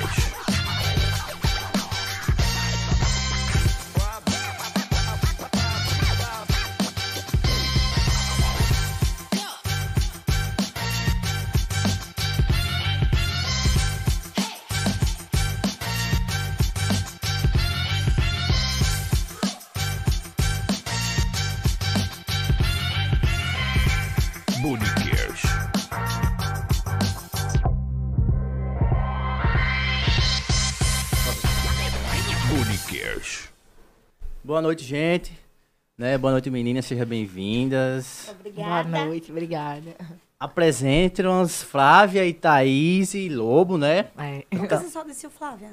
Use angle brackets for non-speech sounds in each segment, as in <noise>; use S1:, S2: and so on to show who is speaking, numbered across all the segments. S1: Podcast. Bonicast. Bonicast.
S2: Boa noite, gente. Né? Boa noite, meninas. Sejam bem-vindas.
S3: Obrigada.
S4: Boa noite, obrigada.
S2: Apresentam-nos Flávia e Thaís e Lobo, né?
S4: É.
S3: Nunca você só disse o Flávia.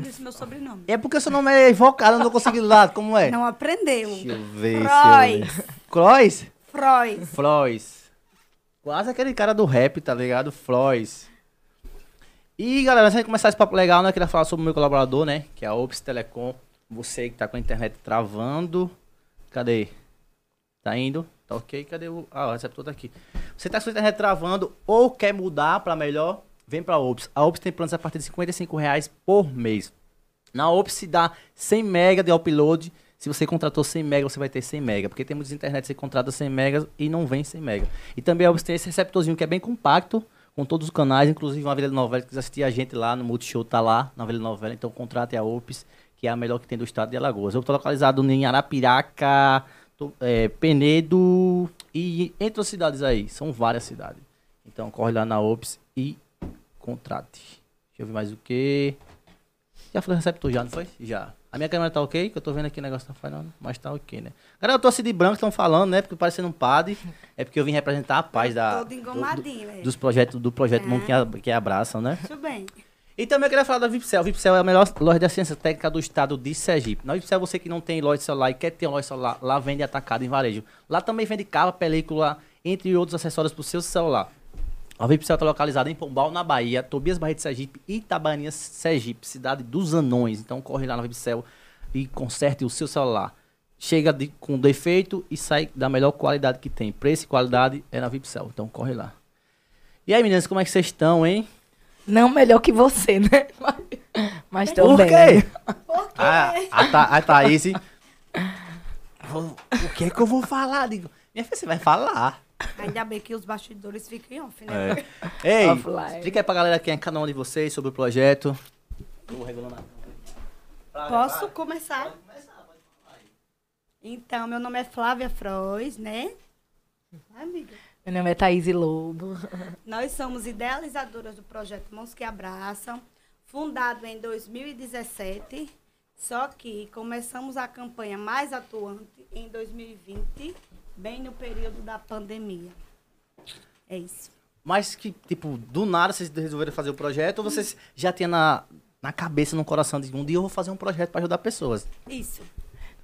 S3: Disse meu sobrenome.
S2: É porque seu nome é invocado, eu não consegui lá. Como é?
S3: Não aprendeu.
S2: Deixa eu ver
S3: Frois.
S2: se eu lembro. Crois?
S3: Frois.
S2: Frois. Quase aquele cara do rap, tá ligado? Frois. E galera, antes de começar esse papo legal, né? Eu queria falar sobre o meu colaborador, né? Que é a Ops Telecom. Você que tá com a internet travando. Cadê? Tá indo? Tá ok? Cadê o. Ah, o receptor tá aqui. Você tá com a sua internet travando ou quer mudar pra melhor? Vem pra Ops. A Ops tem planos a partir de R$ 55 reais por mês. Na Ops se dá 100 mega de upload. Se você contratou 100 mega, você vai ter 100 mega. Porque tem muitas internet que você contrata 100 megas e não vem 100 mega. E também a Ops tem esse receptorzinho que é bem compacto, com todos os canais, inclusive uma Vila Novela. Se quiser assistir a gente lá no Multishow, tá lá na Vila Novela. Então contrate a Ops, que é a melhor que tem do estado de Alagoas. Eu tô localizado em Arapiraca, tô- é, Penedo e entre as cidades aí. São várias cidades. Então corre lá na Ops e contrate. Deixa eu ver mais o que. Já falei receptor já, não foi? Já. A minha câmera tá ok, que eu tô vendo aqui o negócio tá falhando, mas tá ok, né? Galera, eu tô assim de branco, estão falando, né? Porque parecendo um padre. É porque eu vim representar a paz da.
S3: Todo engomadinho,
S2: Tá.
S3: É.
S2: do-
S3: velho.
S2: Dos projetos, do projeto Mão que, a- que abraçam, né?
S3: Tudo bem.
S2: E também eu queria falar da Vipcel. A Vipcel é a melhor loja de assistência técnica do estado de Sergipe. Na Vipcel, você que não tem loja de celular e quer ter uma loja de celular, lá vende atacado em varejo. Lá também vende capa, película, entre outros acessórios para o seu celular. A Vipcel está localizada em Pombal, na Bahia, Tobias Barreto de Sergipe e Itabanias, Sergipe, cidade dos anões. Então corre lá na Vipcel e conserte o seu celular. Chega de- com defeito e sai da melhor qualidade que tem. Preço e qualidade é na Vipcel. Então corre lá. E aí, meninas, como é que vocês estão, hein?
S4: Não melhor que você, né? Mas- Mas tô
S2: Por
S4: bem. né?
S2: quê? A, a, Tha- a Thaís. "Vou- O que é que eu vou falar? Digo, minha filha, você vai falar.
S3: Ainda bem que os bastidores ficam em off, né?
S2: É. Ei,
S4: Offline.
S2: explica aí pra galera quem é cada um de vocês sobre o projeto. É.
S3: Posso começar? Então, meu nome é Flávia Frois, né? Amiga.
S4: Meu nome é Thaís Lobo.
S3: Nós somos idealizadoras do projeto Mãos que Abraçam, fundado em 2017, só que começamos a campanha mais atuante em 2020, bem no período da pandemia. É isso.
S2: Mas que, tipo, do nada vocês resolveram fazer o projeto ou vocês já tinham na, na cabeça, no coração, de um dia eu vou fazer um projeto pra ajudar pessoas?
S3: Isso.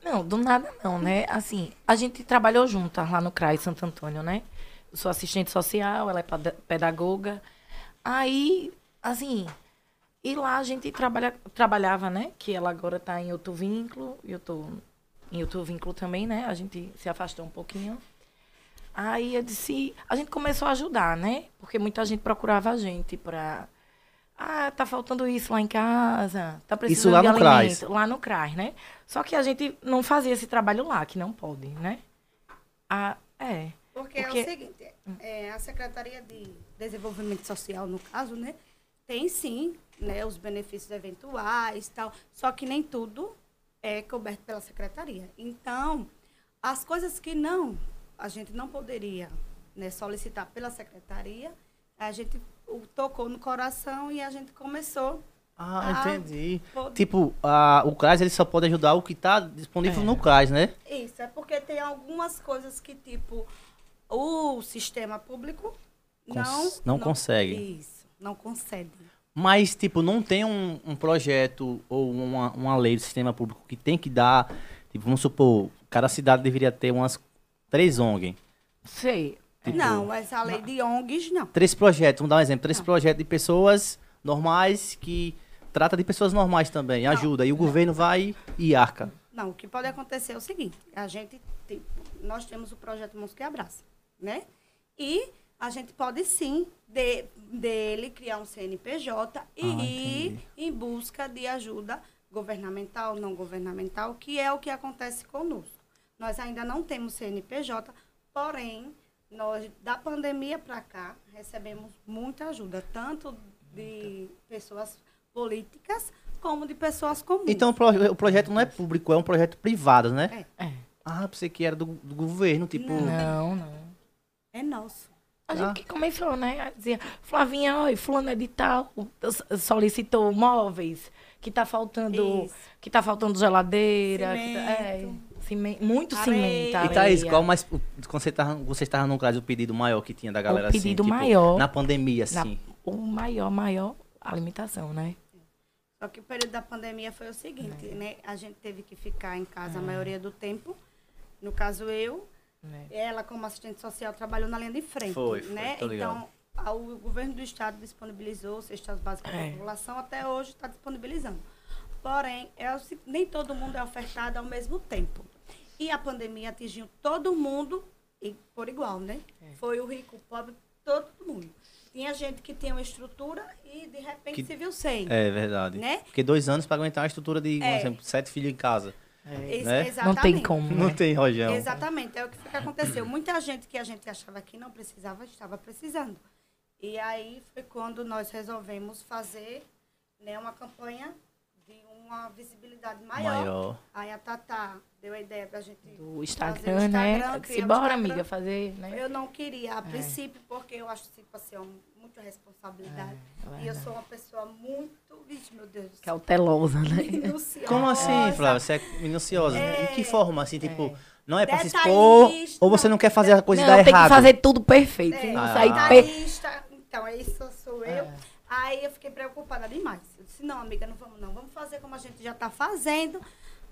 S4: Não, do nada não, né? Assim, a gente trabalhou juntas lá no CRAI Santo Antônio, né? Eu sou assistente social, ela é pada- pedagoga. Aí, assim, e lá a gente trabalha, trabalhava, né? Que ela agora tá em outro vínculo, e eu tô em outro vínculo também, né? A gente se afastou um pouquinho. Aí eu disse, a gente começou a ajudar, né? Porque muita gente procurava a gente pra... Ah, tá faltando isso lá em casa, tá precisando
S2: lá
S4: de
S2: no CRAS.
S4: alimento, lá no CRAS, né? Só que a gente não fazia esse trabalho lá, que não pode, né? Ah, é.
S3: Porque, é
S4: Porque-
S3: o seguinte, é, a Secretaria de Desenvolvimento Social, no caso, né, tem sim né, os benefícios eventuais tal, só que nem tudo é coberto pela Secretaria. Então, as coisas que não, a gente não poderia né, solicitar pela Secretaria, a gente o tocou no coração e a gente começou.
S2: Ah,
S3: Ah,
S2: entendi.
S3: pode.
S2: Tipo, a- o CRAS ele só pode ajudar o que tá disponível
S4: É.
S2: no CRAS, né?
S3: Isso, é porque tem algumas coisas que, tipo, o sistema público
S2: Cons-
S3: não,
S2: não consegue.
S3: Isso, não concede.
S2: Mas, tipo, não tem um, um projeto ou uma, uma lei do sistema público que tem que dar. Tipo, vamos supor, cada cidade deveria ter umas três ONG.
S4: Sei.
S2: Tipo,
S3: não, essa lei de ONGs não.
S2: Três projetos, vamos dar um exemplo.
S4: Ah.
S2: Três projetos de pessoas normais que trata de pessoas normais também, ajuda. E o governo vai e arca.
S3: Não, o que pode acontecer é o seguinte, a gente, tipo, nós temos o projeto Mãos que Abraça, né? E a gente pode sim de- dele criar um CNPJ e
S2: Ah,
S3: ir
S2: entendi.
S3: em busca de ajuda governamental, não governamental, que é o que acontece conosco. Nós ainda não temos CNPJ, porém, nós da pandemia para cá recebemos muita ajuda, tanto de pessoas políticas como de pessoas comuns.
S2: Então o, proje- o projeto não é público, é um projeto privado, né?
S4: É.
S2: Ah, pensei que era do, do governo, tipo.
S4: Não, não.
S3: é nosso.
S4: A
S2: Tá.
S4: gente que começou, né? a dizer, Flavinha, olha, fulano é de tal, s- solicitou móveis, que tá faltando,
S3: Isso.
S4: que tá faltando geladeira, que tá-
S3: Cimento.
S4: é, cimen- muito
S3: Areia.
S4: cimento.
S2: E tá Thaís,
S4: areia.
S2: qual mais. o- Quando você tava, você tava no caso, o pedido maior que tinha da galera assim.
S4: pedido
S2: tipo,
S4: maior-
S2: Na pandemia,
S4: Na-
S2: assim.
S4: o maior, maior alimentação, né?
S3: Só que o período da pandemia foi o seguinte,
S2: É.
S3: né? A gente teve que ficar em casa a maioria do tempo. No caso, eu.
S4: É.
S3: Ela, como assistente social, trabalhou na linha de frente.
S2: Foi, foi,
S3: né?
S2: tô ligado.
S3: então, a- o governo do estado disponibilizou cestas básicas para
S4: É.
S3: a população. Até hoje está disponibilizando. Porém, é o se- nem todo mundo é ofertado ao mesmo tempo. E a pandemia atingiu todo mundo e por igual, né?
S2: É.
S3: Foi o rico, o pobre, todo mundo. Tinha gente que tinha uma estrutura e, de repente,
S2: Que-
S3: se viu sem.
S2: É verdade.
S3: Né?
S2: Porque dois anos pra aguentar uma estrutura de, por
S3: É.
S2: exemplo, sete filhos em casa.
S3: Ex-
S2: né?
S4: Não tem
S3: exatamente.
S4: como.
S2: Não
S4: né?
S2: tem rojão.
S3: Exatamente, é o que foi que aconteceu. Muita gente que a gente achava que não precisava, estava precisando. E aí foi quando nós resolvemos fazer né, uma campanha de uma visibilidade maior.
S2: Maior.
S3: Aí a Tatá deu a ideia pra gente
S4: Do
S3: fazer
S4: Instagram,
S3: o
S4: né?
S3: Instagram,
S4: Eu disse,
S3: criar o
S4: bora,
S3: Instagram."
S4: amiga, fazer, né?
S3: Eu não queria a princípio, porque eu acho tipo assim, é um- muita
S4: É,
S3: responsabilidade.
S4: é
S3: e eu
S4: verdade.
S3: sou uma pessoa muito, vixe, meu Deus
S4: é
S3: do céu,
S4: Cautelosa,
S3: <laughs>
S4: né?
S3: minuciosa.
S2: Como assim, Flávia? Você é minuciosa? Em que forma, assim, tipo, não é pra se expor?
S3: Detalhista.
S2: Ou você não quer fazer a coisa e dar
S4: não, tem
S2: errado?
S4: que fazer tudo perfeito.
S3: É,
S4: não
S2: Ah.
S4: sair
S2: tá
S4: per...
S3: guitarrista. Então, é isso sou eu. Aí eu fiquei preocupada demais. Eu disse, não, amiga, não vamos não. Vamos fazer como a gente já tá fazendo.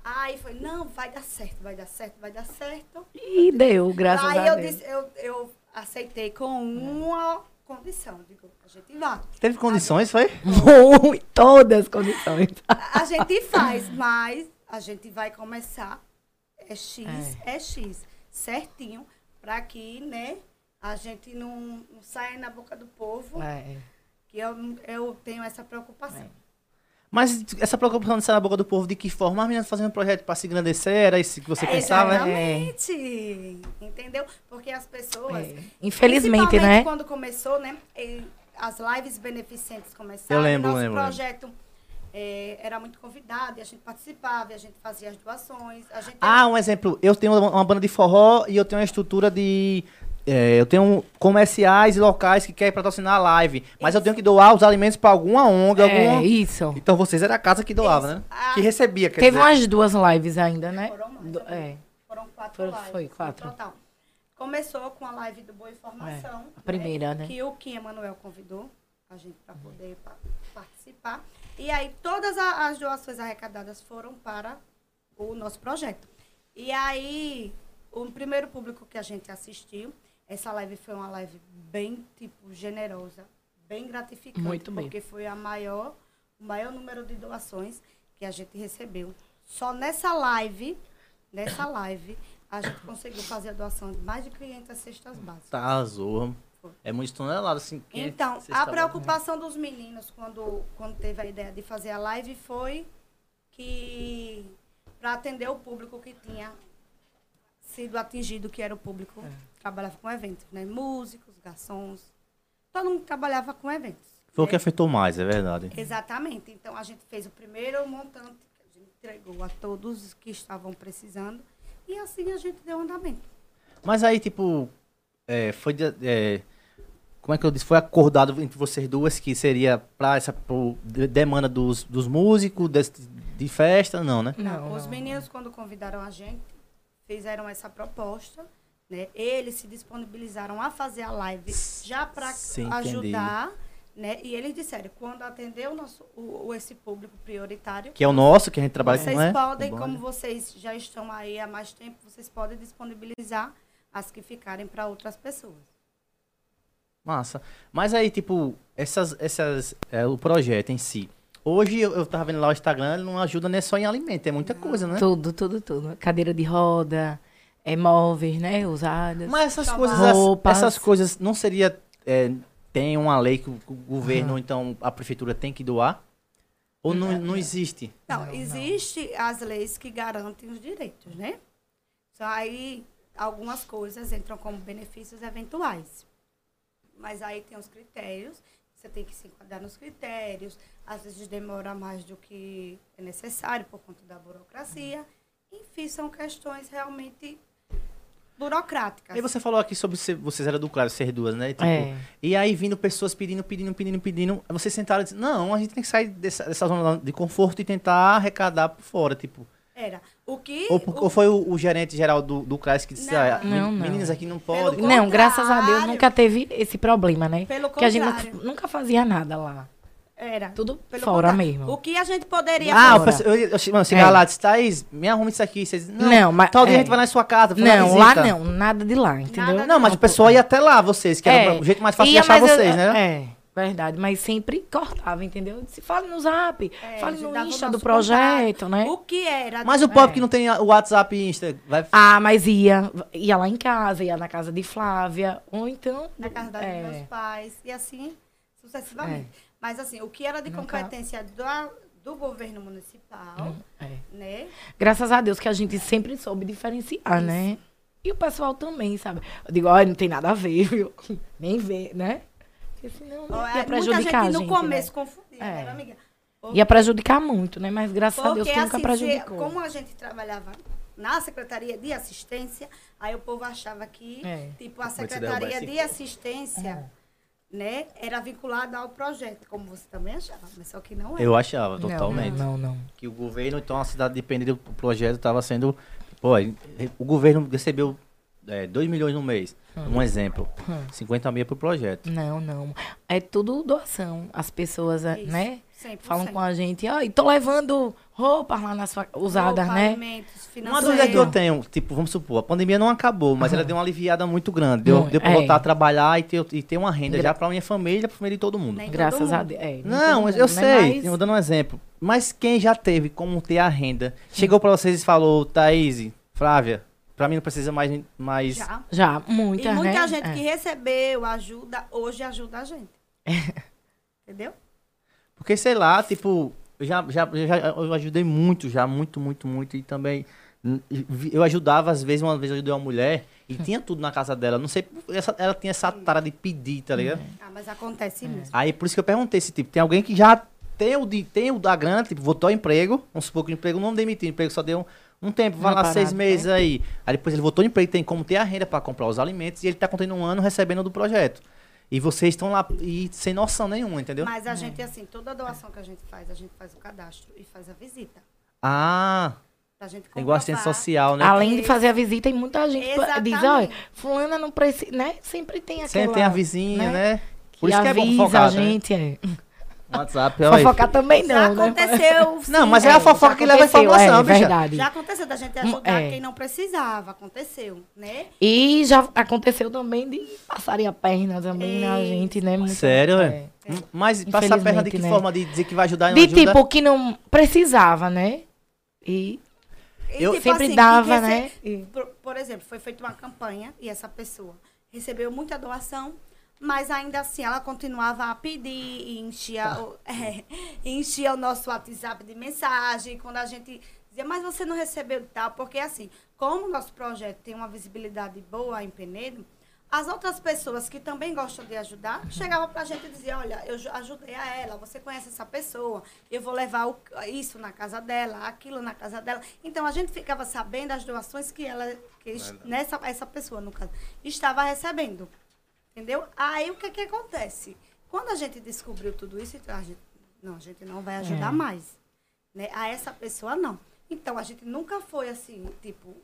S3: Aí foi, não, vai dar certo, vai dar certo, vai dar certo.
S4: E deu, graças
S3: Aí
S4: a Deus.
S3: eu
S4: <laughs> É.
S3: disse, eu, eu aceitei com uma condição. Digo, a gente vai.
S2: Teve condições, foi?
S4: Muito, todas as condições. <laughs>
S3: A gente faz, mas a gente vai começar. É X, é, X. Certinho. Pra que, né, a gente não, não saia na boca do povo.
S4: É.
S3: que eu, eu tenho essa preocupação.
S2: É. Mas essa preocupação de sair na boca do povo, de que forma? As meninas fazendo um projeto pra se engrandecer, era isso que
S3: É,
S2: você pensava? né?
S3: Exatamente. Entendeu? Porque as pessoas.
S4: É. Infelizmente,
S3: principalmente
S4: né?
S3: quando começou, né? e As lives beneficentes começaram.
S2: Eu lembro,
S3: nosso
S2: lembro,
S3: projeto eh, era muito convidado, e a gente participava, e a gente fazia as doações. A gente
S2: Ah, um exemplo. Eu tenho uma uma banda de forró e eu tenho uma estrutura de. é, eu tenho comerciais e locais que querem patrocinar a live. Mas eu tenho que doar os alimentos pra alguma ONG,
S4: É,
S2: alguma.
S4: isso.
S2: Então vocês era a casa que doava, né?
S3: Ah.
S2: Que recebia, quer
S4: Teve
S2: dizer.
S4: umas duas lives ainda, né?
S3: Foram mais,
S4: Do-
S3: também.
S4: é.
S3: Foram quatro
S4: Foram-
S3: lives.
S4: foi
S3: no
S4: quatro.
S3: Total. Começou com a live do Boa Informação.
S4: É, a primeira, né?
S3: Que o Kim Emanuel convidou a gente para poder pa- participar. E aí todas a- as doações arrecadadas foram para o nosso projeto. E aí, o primeiro público que a gente assistiu, essa live foi uma live bem, tipo, generosa, bem gratificante.
S4: Muito bem.
S3: Porque foi a maior, o maior número de doações que a gente recebeu. Só nessa live, nessa live, a gente conseguiu fazer a doação de mais de 500 cestas básicas.
S2: Tá, azul. É muito tonelada, assim. que-
S3: Então,
S2: vocês
S3: a
S2: trabalham.
S3: preocupação dos meninos quando, quando teve a ideia de fazer a live foi que para atender o público que tinha sido atingido, que era o público
S2: É.
S3: que trabalhava com eventos, né? Músicos, garçons, todo mundo que trabalhava com eventos.
S2: Foi o que afetou mais, é verdade.
S3: Exatamente. Então, a gente fez o primeiro montante que a gente entregou a todos que estavam precisando e assim a gente deu andamento.
S2: Mas aí, tipo, é, foi. de- é, como é que eu disse? Foi acordado entre vocês duas que seria pra essa pro- de- demanda dos, dos músicos, desse- de festa? Não, né?
S4: Não,
S3: Tá? Os
S4: não,
S3: meninos, quando convidaram a gente, fizeram essa proposta. Né? Eles se disponibilizaram a fazer a live já para
S2: Sim,
S3: ajudar. Né? E eles disseram, quando atender o nosso, o, o- esse público prioritário,
S2: Que é o nosso, que a gente trabalha
S3: vocês
S2: com, né?
S3: podem,
S2: Com
S3: como
S2: banda.
S3: vocês já estão aí há mais tempo, vocês podem disponibilizar as que ficarem para outras pessoas.
S2: Massa. Mas aí, tipo, essas, essas, é, o projeto em si. Hoje eu, eu tava vendo lá o Instagram, ele não ajuda nem só em alimento, é muita coisa, né?
S4: Tudo, tudo, tudo. Cadeira de roda, é, móveis, né? Usadas.
S2: Mas essas
S3: Chamar.
S2: coisas, as-
S4: Roupas.
S2: essas coisas não seria. é, tem uma lei que o o governo, ou então a prefeitura tem que doar? Ou
S3: É,
S2: não, não existe?
S3: Não, existe as leis que garantem os direitos, né? Só aí algumas coisas entram como benefícios eventuais. Mas aí tem os critérios, você tem que se enquadrar nos critérios, às vezes demora mais do que é necessário por conta da burocracia. Enfim, são questões realmente burocráticas.
S2: Aí você falou aqui sobre ser- vocês eram do claro, ser duas, né? Tipo,
S4: É.
S2: E aí vindo pessoas pedindo, pedindo, pedindo, pedindo. Aí Vocês sentaram e disseram, não, a gente tem que sair dessa, dessa zona de conforto e tentar arrecadar por fora, tipo.
S3: Era. O que.
S2: Ou, por-
S3: o-
S2: ou foi o, o gerente geral do, do CRAS que disse,
S3: Não.
S2: ah, men-
S4: Não, não.
S2: meninas aqui não pode.
S3: Pelo
S4: Não, graças a Deus
S3: contrário.
S4: nunca teve esse problema, né?
S3: Pelo
S4: Porque a gente nunca,
S3: contrário.
S4: nunca fazia nada lá.
S3: Era.
S4: Tudo fora
S3: contrário.
S4: mesmo.
S3: O que a gente poderia
S2: Ah, o
S4: fora.
S2: pessoal- eu, eu, eu, mano, chegar
S4: É.
S2: lá e disse, Thaís, me arruma isso aqui. Vocês, não,
S4: Não, mas-
S2: Tal dia
S4: é.
S2: a gente vai na sua casa. fazer uma
S4: Não, lá
S2: visita."
S4: não, nada de lá, entendeu?
S3: Nada
S2: Não, mas o pessoal ia até lá, vocês, que era
S4: É.
S2: o jeito mais fácil
S4: Ia,
S2: de achar
S4: mas eu-
S2: vocês, né?
S4: É, verdade. Mas sempre cortava, entendeu? Se fala no zap,
S3: É,
S4: fala
S3: a gente
S4: no
S3: dava o
S4: Insta
S3: nosso
S4: do projeto,
S3: contato.
S4: né?
S3: O que era?
S2: Mas o pobre que não tem o WhatsApp e Insta, vai...
S4: Ah, mas ia. Ia lá em casa, ia na casa de Flávia. Ou então.
S3: na casa dos
S4: é,
S3: meus pais e assim sucessivamente. Mas assim, o que era de
S4: Nunca-
S3: competência da- do governo municipal,
S4: é.
S3: né?
S4: Graças a Deus que a gente sempre soube diferenciar, né? E o pessoal também, sabe? Eu digo, olha, não tem nada a ver, viu? <laughs> Nem vê, né? Porque senão né?
S3: Ó,
S4: ia
S3: é, muita
S4: prejudicar
S3: gente
S4: a
S3: no
S4: gente, né?
S3: começo confundia,
S4: É.
S3: né, amiga?
S4: né? Ia prejudicar muito, né? Mas graças a Deus
S3: Porque
S4: que nunca
S3: assim, se-
S4: prejudicou.
S3: como a gente trabalhava na Secretaria de Assistência, aí o povo achava que,
S4: É.
S3: tipo, a
S2: Pode se derrubar
S3: Secretaria
S2: esse
S3: de Assistência,
S4: É.
S3: né, era vinculada ao projeto, como você também achava, mas só que não é. era.
S2: Eu achava,
S4: Não,
S2: totalmente.
S4: Não, não.
S2: que o governo, então a cidade dependendo do projeto, estava sendo. Pô, aí, o governo recebeu 2 milhões no mês.
S4: Hum.
S2: Um exemplo. 50 mil pro projeto.
S4: Não, não. É tudo doação. As pessoas, é,
S3: Isso,
S4: né?
S3: 100%.
S4: Falam com a gente, ó, e tô levando roupas lá na sua usadas,
S3: Roupa,
S4: né?
S3: alimentos,
S2: Uma
S3: financeiros.
S2: dúvida que eu tenho, tipo, vamos supor, a pandemia não acabou, mas ela deu uma aliviada muito grande. Deu,
S4: Muito,
S2: deu pra
S4: é.
S2: voltar a trabalhar e ter, e ter uma renda
S4: Gra-
S2: já pra minha família, pra família de todo mundo.
S3: Nem todo
S4: Graças a
S3: mundo.
S4: Deus. É,
S2: Não,
S4: todo
S2: eu
S4: mundo, né?
S2: sei,
S4: Mas-
S2: eu dando um exemplo. Mas quem já teve como ter a renda, chegou pra vocês e falou, Thaís, Flávia, pra mim não precisa mais. mais...
S3: Já.
S4: Já,
S3: E
S4: muita,
S3: muita
S4: né?
S3: gente
S4: É.
S3: que recebeu ajuda, hoje ajuda a gente.
S4: É.
S3: Entendeu?
S2: Porque, sei lá, tipo, eu já, já, eu já eu ajudei muito, já, muito, muito, muito. E também n- vi- eu ajudava, às vezes, uma vez eu ajudei uma mulher
S4: Hum.
S2: e tinha tudo na casa dela. Não sei, essa- ela tinha essa tara de pedir, tá ligado?
S4: É.
S3: Ah, mas acontece mesmo.
S2: Aí por isso que eu perguntei se, tipo, tem alguém que já tem o, de, tem o da grana, tipo, votou emprego, vamos supor que o emprego não demitiu, o emprego só deu um, um tempo, vai
S4: Uma
S2: lá seis
S4: parada, né?
S2: meses aí. Aí depois ele votou em emprego, tem como ter a renda para comprar os alimentos e ele tá continuando recebendo do projeto. E vocês estão lá e sem noção nenhuma, entendeu?
S3: Mas
S4: É.
S3: a gente, assim, toda doação que a gente faz, a gente faz o cadastro e faz a visita.
S2: Ah,
S3: Pra gente comprovar.
S2: Tem assistência social, né?
S4: Além de fazer a visita, tem muita gente que
S3: Exatamente.
S4: diz, olha, fulana não precisa, né? Sempre tem aquela...
S2: Sempre tem a vizinha, né? Por isso que é bom
S4: avisa
S2: fofocar,
S4: a
S2: né?
S4: gente, é.
S2: WhatsApp, olha aí.
S4: Fofocar também
S3: Já
S4: não, né?
S3: aconteceu. sim.
S2: Não, mas é a fofoca que leva a
S4: Aconteceu,
S2: informação,
S4: é,
S2: bicha.
S4: verdade.
S3: Já aconteceu da gente ajudar
S4: É.
S3: quem não precisava. Aconteceu, né?
S4: E já aconteceu também de passarem a perna também na
S3: Ei.
S4: gente, né? Muito-
S2: Sério,
S4: é.
S2: é. Mas passar a perna de que
S4: Infelizmente, né?
S2: forma de dizer que vai ajudar e não
S4: De
S2: ajuda?
S4: tipo que não precisava, né? E
S3: E,
S2: Eu-
S4: sempre
S3: Tipo assim, que
S4: dava,
S3: quer
S4: né?
S3: ser- Por, por exemplo, foi feita uma campanha e essa pessoa recebeu muita doação, mas ainda assim ela continuava a pedir e enchia, o, <laughs> é, enchia o nosso WhatsApp de mensagem. Quando a gente dizia, mas você não recebeu e tal, porque assim, como o nosso projeto tem uma visibilidade boa em Penedo, as outras pessoas que também gostam de ajudar chegavam pra gente e diziam, olha, eu ju- ajudei a ela, você conhece essa pessoa, eu vou levar o- isso na casa dela, aquilo na casa dela. Então a gente ficava sabendo as doações que ela, que es- nessa, essa pessoa, no caso, estava recebendo. Entendeu? Aí o que, que acontece? Quando a gente descobriu tudo isso, então a gente, não, a gente não vai ajudar mais. Né? A essa pessoa não. Então a gente nunca foi assim, tipo,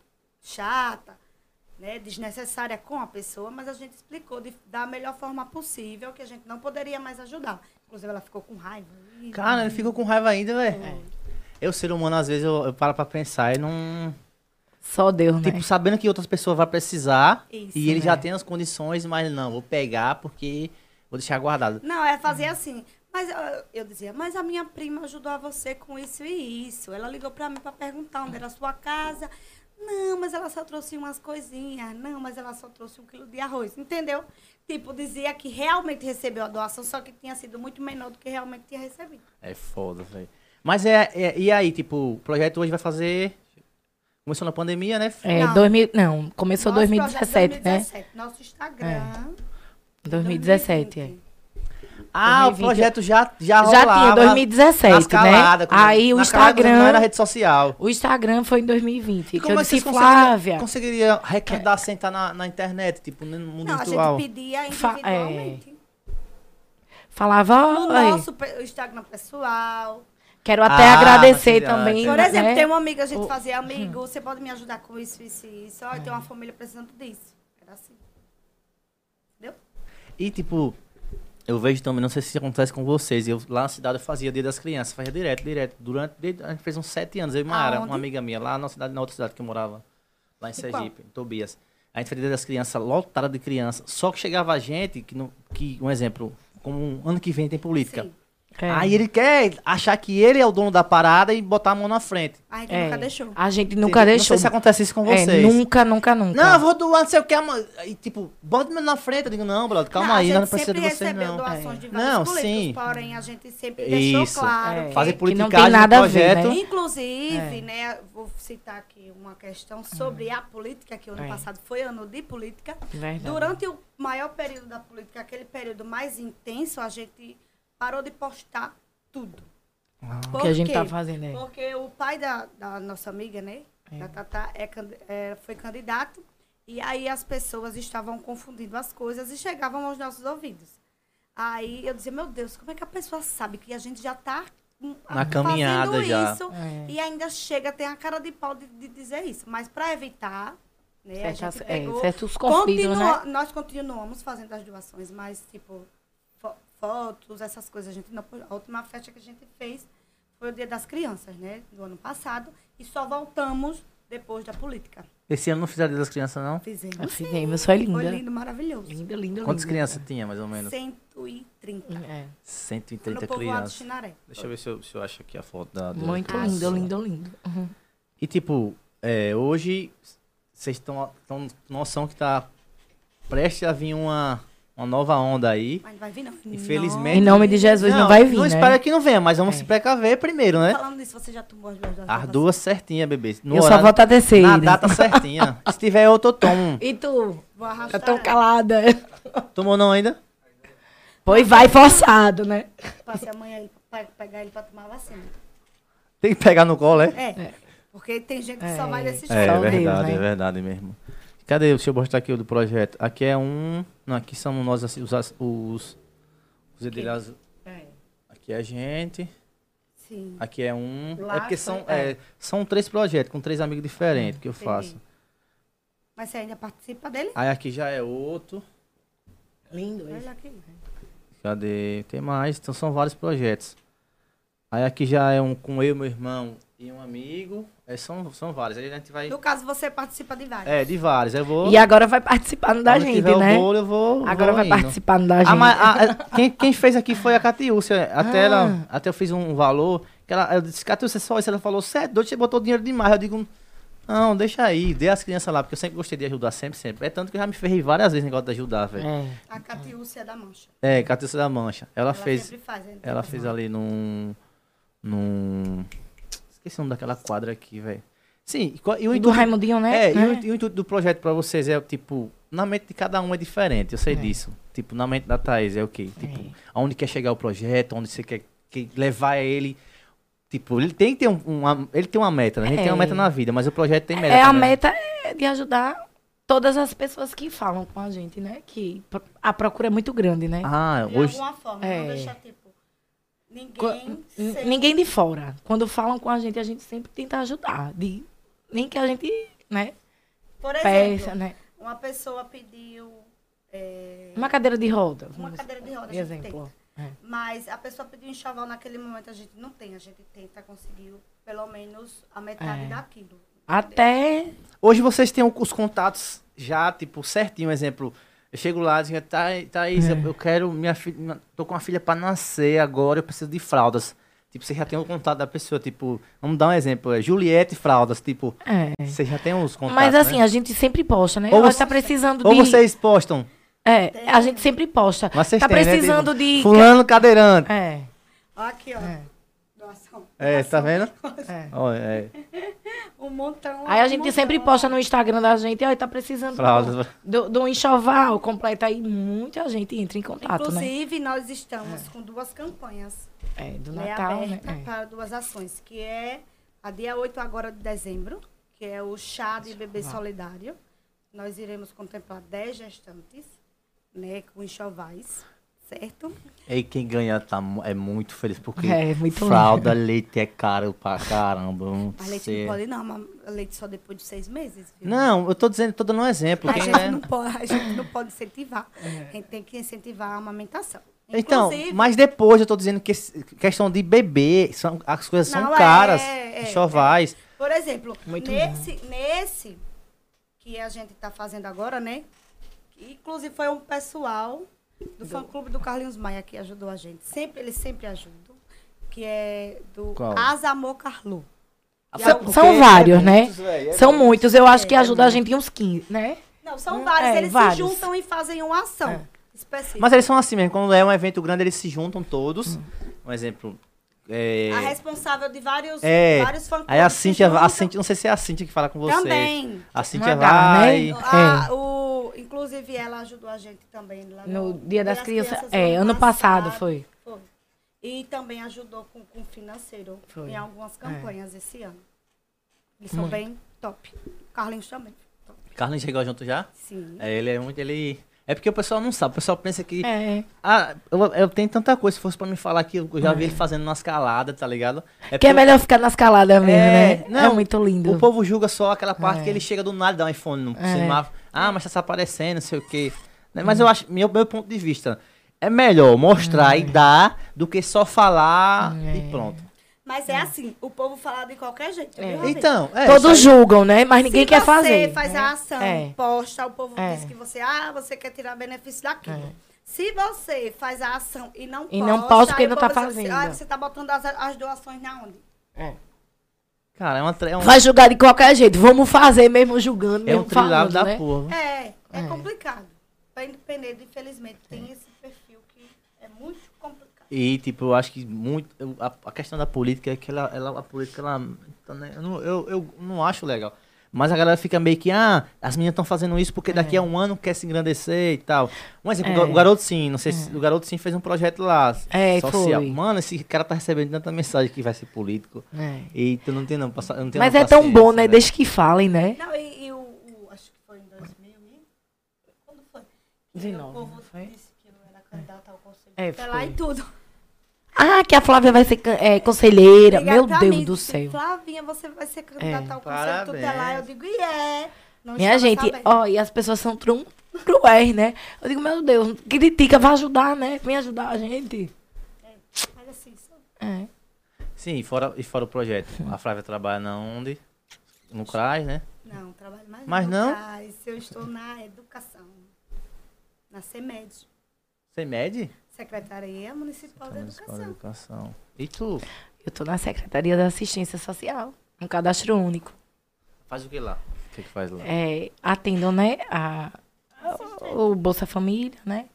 S3: chata, né, desnecessária com a pessoa, mas a gente explicou de- da melhor forma possível que a gente não poderia mais ajudar. Inclusive ela ficou com raiva. Ih,
S2: Cara, ele ficou com raiva ainda, velho.
S4: É.
S2: Eu, ser humano, às vezes eu, eu paro pra pensar e não...
S4: só Deus, né?
S2: Tipo, sabendo que outras pessoas vão precisar
S3: Isso,
S2: e ele já
S4: né?
S2: tem as condições, mas não, vou pegar porque vou deixar guardado.
S3: Não, é fazer assim. Mas ah, eu dizia, mas a minha prima ajudou a você com isso e isso. Ela ligou pra mim pra perguntar onde era a sua casa. Não, mas ela só trouxe umas coisinhas. Não, mas ela só trouxe um quilo de arroz. Entendeu? Tipo, dizia que realmente recebeu a doação, só que tinha sido muito menor do que realmente tinha recebido.
S2: É foda, velho. Mas é, é- E aí, tipo, o projeto hoje vai fazer. Começou na pandemia, né? filho?
S4: É,
S3: Não. é
S4: 2000, não, começou
S3: Nosso projeto
S4: 2017, né? É.
S3: 2017, Nosso Instagram.
S4: 2017, é.
S3: 2020.
S2: Ah, o
S4: 2020.
S2: projeto já já
S4: um. Já
S2: rolava
S4: tinha
S2: nas
S4: 2017, né?
S2: caladas, quando-
S4: Aí o
S2: na calada, quando Não
S4: Instagram,
S2: era rede social.
S4: o Instagram foi em 2020, que eu
S2: como é que
S4: disse,
S2: vocês conseguiriam-
S4: Flávia,
S2: Conseguiria arrecadar sem estar na, na internet, tipo, no mundo
S3: Não, a
S2: virtual?
S3: gente pedia
S4: Fa- é.
S3: individualmente.
S4: falava,
S3: No
S4: "Oi,
S3: nosso pe- Instagram pessoal.
S4: quero até
S2: Ah, é,
S4: agradecer
S2: sim,
S4: também,
S3: Por exemplo,
S4: né?
S2: um-
S3: tem uma amiga, a gente
S4: O- Hum.
S3: fazia amigo, você pode me ajudar com isso, isso e isso. Olha, tem uma família precisando disso. Era assim.
S2: E, tipo, eu vejo também, não sei se isso acontece com vocês, eu lá na cidade eu fazia Dia das Crianças, fazia direto, direto. Durante, desde- a gente fez uns sete anos, eu e Mara,
S3: Aonde?
S2: uma amiga minha, lá na cidade, na outra cidade que eu morava, lá em
S3: E qual?
S2: Sergipe, em Tobias. A gente fazia Dia das Crianças, lotada de criança. Só que chegava a gente, que, não, que um exemplo, como um ano que vem tem política.
S3: Sim.
S4: É.
S2: Aí ele quer achar que ele é o dono da parada e botar a mão na frente.
S3: A gente
S4: É.
S3: nunca deixou.
S4: A gente nunca
S2: Entendeu? Não
S4: deixou.
S2: sei se acontece isso com
S4: É,
S2: vocês.
S4: nunca, nunca, nunca.
S2: Não, eu vou doar, não sei o que. ama- E, tipo, bota meu na frente. Eu digo, não, brother, calma
S3: Não,
S2: aí,
S3: a
S2: nós não
S3: gente sempre
S2: precisamos de vocês,
S3: recebeu
S2: não.
S3: doações
S2: É.
S3: de vários
S2: Não,
S3: políticos,
S2: sim.
S3: porém a gente sempre
S2: Isso.
S3: deixou claro
S4: É.
S3: que-
S2: Fazer É.
S4: que não tem
S2: politicagem no
S4: nada a ver,
S2: projeto.
S4: né?
S3: Inclusive, né, vou citar aqui uma questão sobre a política, que o ano
S4: É.
S3: passado foi ano de política.
S4: Verdade.
S3: Durante o maior período da política, aquele período mais intenso, a gente parou de postar tudo. Por
S2: Ah. um
S4: que a gente
S3: quê?
S4: tá fazendo,
S2: né?
S4: é.
S3: Porque o pai da, da nossa amiga, né, da Tatá, é can- é, foi candidato, e aí as pessoas estavam confundindo as coisas e chegavam aos nossos ouvidos. Aí eu dizia, meu Deus, como é que a pessoa sabe que a gente já está
S2: Na caminhada já.
S3: isso
S4: É.
S3: e ainda chega, tem a cara de pau de, de dizer isso. Mas para evitar, né, a
S4: Certas-
S3: gente
S4: é,
S3: pegou,
S4: certos né? conflitos,
S3: continua- Nós continuamos fazendo as doações, mas tipo, fo- fotos, essas coisas, a gente não... A última festa que a gente fez foi o Dia das Crianças, né, do ano passado, e só voltamos depois da política.
S2: Esse ano não fizeram Dia das Crianças, não?
S3: Fizemos.
S4: Ah,
S3: sim.
S4: fizemos, foi linda.
S3: lindo, maravilhoso.
S4: Linda, linda,
S2: Quantas
S4: linda.
S2: crianças tinha, mais ou menos?
S3: 130.
S4: É.
S3: Foi no
S2: 130
S3: povoado de
S2: crianças.
S3: Chinaré.
S2: Deixa eu ver se eu, se eu acho aqui a foto da... da
S4: Muito
S2: criança.
S4: lindo, lindo, lindo. Uhum.
S2: E, tipo, é, hoje, vocês estão com noção que tá prestes a vir uma, uma nova onda aí.
S3: Mas não vai vir, não.
S2: Infelizmente-
S4: Em nome de Jesus não, vai vir,
S2: Não
S4: né?
S2: espera que não venha, mas vamos
S4: É.
S2: se precaver primeiro, né?
S3: Falando nisso, você já tomou as duas doses da
S2: As
S3: vacina?
S2: duas certinhas, bebê. No
S4: Eu só
S2: horário-
S4: volto a descer. né?
S2: Na data
S4: <laughs>
S2: certinha. Se tiver outro, eu tomo.
S4: E tu?
S3: Vou
S4: Tá
S3: arrastar
S4: tão calada.
S2: Tomou não ainda?
S4: Pois vai forçado, né?
S3: Passei amanhã ele pra pegar ele pra tomar a vacina.
S2: Tem que pegar no colo, é?
S3: É. Porque tem gente que só
S4: É.
S3: vai desse
S4: É,
S3: jeito.
S4: Só o Deus, né?
S2: verdade mesmo. Cadê? Deixa eu mostrar aqui o do projeto. Aqui é um... Não, aqui somos nós, assim, os... as- Os, os edilhados. Aqui é a gente.
S3: Sim.
S2: Aqui é um...
S4: Lá
S2: é porque
S4: foi-
S2: são,
S4: é.
S2: é, são três projetos, com três amigos diferentes que eu
S3: Entendi.
S2: faço.
S3: Mas você ainda participa dele?
S2: Aí aqui já é outro.
S4: Lindo isso.
S3: Olha aqui.
S2: Cadê? Tem mais. Então são vários projetos. Aí aqui já é um com eu, meu irmão e um amigo. É, são, são vários. Aí a gente vai...
S3: No caso, você participa de vários.
S2: É, de vários. Eu vou.
S4: E agora vai participando da
S2: quando
S4: gente,
S2: tiver o
S4: né?
S2: bolo, eu vou.
S4: Agora
S2: vou
S4: vai
S2: indo.
S4: participando da gente.
S2: Ah, mas a- a- quem, quem fez aqui foi a Catiúcia. Até, ela, até eu fiz um valor. Que ela, eu disse, Catiúcia, só isso. Ela falou, você é doido, você botou dinheiro demais. Eu digo, não, deixa aí, dê as crianças lá, porque eu sempre gostei de ajudar, sempre, sempre. É tanto que eu já me ferrei várias vezes no negócio de ajudar, velho.
S4: É.
S3: A Catiúcia da Mancha.
S2: É, Catiúcia da Mancha. Ela, fez.
S3: sempre faz. né? Ela,
S2: Ela fez né? ali num. num. Esqueci o nome daquela quadra aqui, velho. Sim, e qual- e o
S4: E do
S2: intuito-
S4: Raimundinho, né?
S2: É, e
S4: né?
S2: o, e o intuito do projeto pra vocês é, tipo, na mente de cada um é diferente, eu sei disso. Tipo, na mente da Thaís é o quê? Tipo, aonde quer chegar o projeto, onde você quer que levar ele. Tipo, ele tem que ter um- uma, ele tem uma meta, né? A gente tem uma
S4: É.
S2: meta na vida, mas o projeto tem meta
S4: É, a
S2: também.
S4: meta é de ajudar todas as pessoas que falam com a gente, né? Que pro- a procura é muito grande, né?
S2: Ah,
S3: De
S2: hoje...
S3: alguma forma.
S4: É.
S3: Não deixa, tipo,
S4: Co-
S3: ninguém...
S4: n-
S3: ser-
S4: Ninguém de fora. Quando falam com a gente, a gente sempre tenta ajudar. De... Nem que a gente, né?
S3: Por
S4: Peça,
S3: exemplo,
S4: né?
S3: uma pessoa pediu... é,
S4: Uma cadeira de roda.
S3: uma
S4: vamos-
S3: cadeira de roda, a gente tenta.
S4: Exemplo. É.
S3: Mas a pessoa pediu enxoval naquele momento, a gente não tem. A gente tenta conseguir pelo menos a metade
S4: É.
S3: daquilo.
S4: Até
S2: Hoje vocês têm o- os contatos já, tipo, certinho, exemplo. Eu chego lá e digo, "Tá,
S4: É.
S2: Tha- Thaís, eu- eu quero, minha filha, tô com uma filha pra nascer agora, eu preciso de fraldas. Tipo, você já tem o contato da pessoa, tipo, vamos dar um exemplo, é Juliette Fraldas, tipo,
S4: É.
S2: você já tem os contatos,
S4: Mas assim,
S2: né?
S4: a gente sempre posta, né?
S2: Ou
S4: Ela
S2: você-
S4: tá precisando
S2: Ou
S4: de.
S2: vocês postam,
S4: É, a gente sempre posta.
S2: mas vocês
S4: tá
S2: têm, né? Tipo,
S4: precisando de.
S2: Fulano cadeirante.
S4: É.
S3: Ó, aqui, ó.
S4: É.
S3: Doação.
S2: É, tá vendo?
S4: É.
S2: Ó, é,
S3: Um montão.
S4: Aí a
S3: um
S4: gente
S3: montão.
S4: sempre posta no Instagram da gente, olha, tá precisando
S2: Fraldas.
S4: do, do enxoval completo. Aí muita gente entra em contato, né?
S3: Inclusive, nós estamos com duas campanhas.
S4: É, do
S3: né,
S4: Natal, né?
S3: aberta para duas ações, que é a dia 8 agora de dezembro, que é o chá de bebê solidário. Nós iremos contemplar 10 gestantes, né, com enxovais, certo?
S2: E quem ganha tá, mu- é muito feliz, porque
S4: É, muito
S2: fralda, leite é caro pra caramba. não
S3: Mas leite
S2: sei.
S3: não pode não, mas leite só depois de seis meses, viu?
S2: Não, eu tô dizendo, tô dando um exemplo.
S3: A
S2: Quem
S3: gente,
S2: ganha-
S3: não pode, a gente não pode incentivar. A gente tem que incentivar a amamentação.
S2: Então,
S3: Inclusive,
S2: mas depois eu tô dizendo que esse- questão de bebê, são, as coisas são
S3: Não, é,
S2: caras,
S3: é,
S2: enxovais.
S3: Por exemplo,
S4: Muito
S3: nesse, nesse que a gente está fazendo agora, né? que Inclusive foi um pessoal do fã clube do Carlinhos Maia que ajudou a gente. Sempre, eles sempre ajudam. Que é do
S2: Qual?
S3: Asa Amor Carlu. E
S4: São,
S3: algum-
S4: são
S2: É
S4: vários, né? são muitos. Eu acho que ajuda
S3: É.
S4: a gente em uns 15, né?
S3: Não, são
S4: Hum,
S3: vários.
S4: é,
S3: eles
S4: vários. É.
S3: se juntam e fazem uma ação específica.
S2: Mas eles são assim mesmo, quando é um evento grande, eles se juntam todos.
S4: Hum.
S2: Um exemplo. É,
S3: A responsável de vários,
S2: é,
S3: vários fã clubes.
S2: aí a
S3: se
S2: Cintia, a
S3: juntam.
S2: Cintia, não sei se é a Cintia que fala com você.
S3: Também.
S2: A Cintia
S4: H,
S2: vai.
S4: né?
S3: A- o, inclusive, ela ajudou a gente também. Lá
S4: No Dia das Crianças. É,
S3: no
S4: ano passado foi.
S3: Foi. E também ajudou com, com financeiro
S4: Foi. É.
S3: em algumas campanhas esse ano. Eles são bem top. Carlinhos também. top.
S2: Carlos chegou junto já?
S3: Sim.
S2: É, ele é muito. Ele... É porque o pessoal não sabe, o pessoal pensa que.
S4: É.
S2: Ah, eu, eu tenho tanta coisa, se fosse pra me falar que eu já vi ele fazendo umas caladas, tá ligado? É
S4: Que é
S2: porque-
S4: melhor ficar nas caladas mesmo,
S2: É,
S4: né?
S2: não,
S4: é muito lindo.
S2: O povo julga só aquela parte
S4: É.
S2: que ele chega do nada, dá um iPhone no
S4: É.
S2: semáforo. Ah, mas tá se aparecendo, não sei o quê. Né, Mas eu acho, meu, meu ponto de vista, é melhor mostrar
S4: É.
S2: e dar do que só falar e pronto.
S3: Mas é assim, o povo fala de qualquer jeito. viu, Rabelo?
S2: Então, é.
S4: Todos
S2: isso
S4: julgam, né? Mas ninguém
S3: Se
S4: quer
S3: você
S4: fazer.
S3: faz
S4: né?
S3: a ação,
S4: É.
S3: posta, o povo
S4: É.
S3: diz que você, ah, você quer tirar benefício daquilo. Se você faz a ação e não
S4: E
S3: posta,
S4: não posta porque
S3: aí o
S4: não tá
S3: povo diz assim,
S4: fazendo.
S3: Ah, você tá botando as, as doações na onde?
S4: É.
S2: aí. Cara, é, uma, tre- é um,
S4: Vai julgar de qualquer jeito. Vamos fazer mesmo julgando,
S2: é
S4: mesmo
S2: um trilhado
S4: falando,
S2: da
S4: né?
S2: porra.
S3: É, é,
S4: É.
S3: complicado. Pene- Penedo, infelizmente, tem esse perfil que é muito complicado.
S2: E, tipo, eu acho que muito. eu- a, a questão da política é que ela. ela a política, ela. tá, né, Eu não, eu, eu não acho legal. Mas a galera fica meio que, ah, as meninas estão fazendo isso porque daqui a um ano quer se engrandecer e tal. Um exemplo,
S4: É.
S2: o Garoto Sim, não sei se. O Garoto Sim fez um projeto lá.
S4: É,
S2: social.
S4: foi.
S2: Mano, esse cara tá recebendo tanta mensagem que vai ser político.
S4: É.
S2: E tu não tem não, passa- não tem
S4: Mas
S2: não
S4: é tão
S2: paciência,
S4: bom, né? Desde que falem, né?
S3: Não, e, e o, o- Acho que foi em 2000. e- Quando foi? Que
S4: 19,
S3: o povo
S4: não foi?
S3: disse que não era candidata ao conselho.
S4: É,
S3: Foi lá
S4: foi.
S3: e tudo.
S4: Ah, que a Flávia vai ser can- é, conselheira.
S3: Ligaram
S4: Meu
S3: pra
S4: Deus
S3: mim,
S4: do
S3: disse,
S4: céu. É.
S3: Flavinha, você vai ser candidata ao conselho
S2: Parabéns.
S3: tutelar. Eu digo, e é. Não
S4: Minha
S3: estava
S4: gente,
S3: sabendo.
S4: ó, e as pessoas são trum, cruéis, né? Eu digo, meu Deus, critica, vai ajudar, né? Vem ajudar a gente.
S3: Mas assim, só-
S4: É.
S2: Sim, e fora, e fora o projeto. A Flávia trabalha na onde? No CRAS, né?
S3: não, trabalho mais
S2: Mas
S3: no
S2: não?
S3: CRAS, Eu estou na educação. Na CEMED.
S2: Você mede?
S3: Secretaria Municipal da
S2: Escola de
S3: Educação.
S2: Educação. E tu?
S4: Eu tô na Secretaria da Assistência Social, um cadastro único.
S2: Faz o que lá? O que, que faz lá?
S4: É, atendam, né? a- o Bolsa Família, né?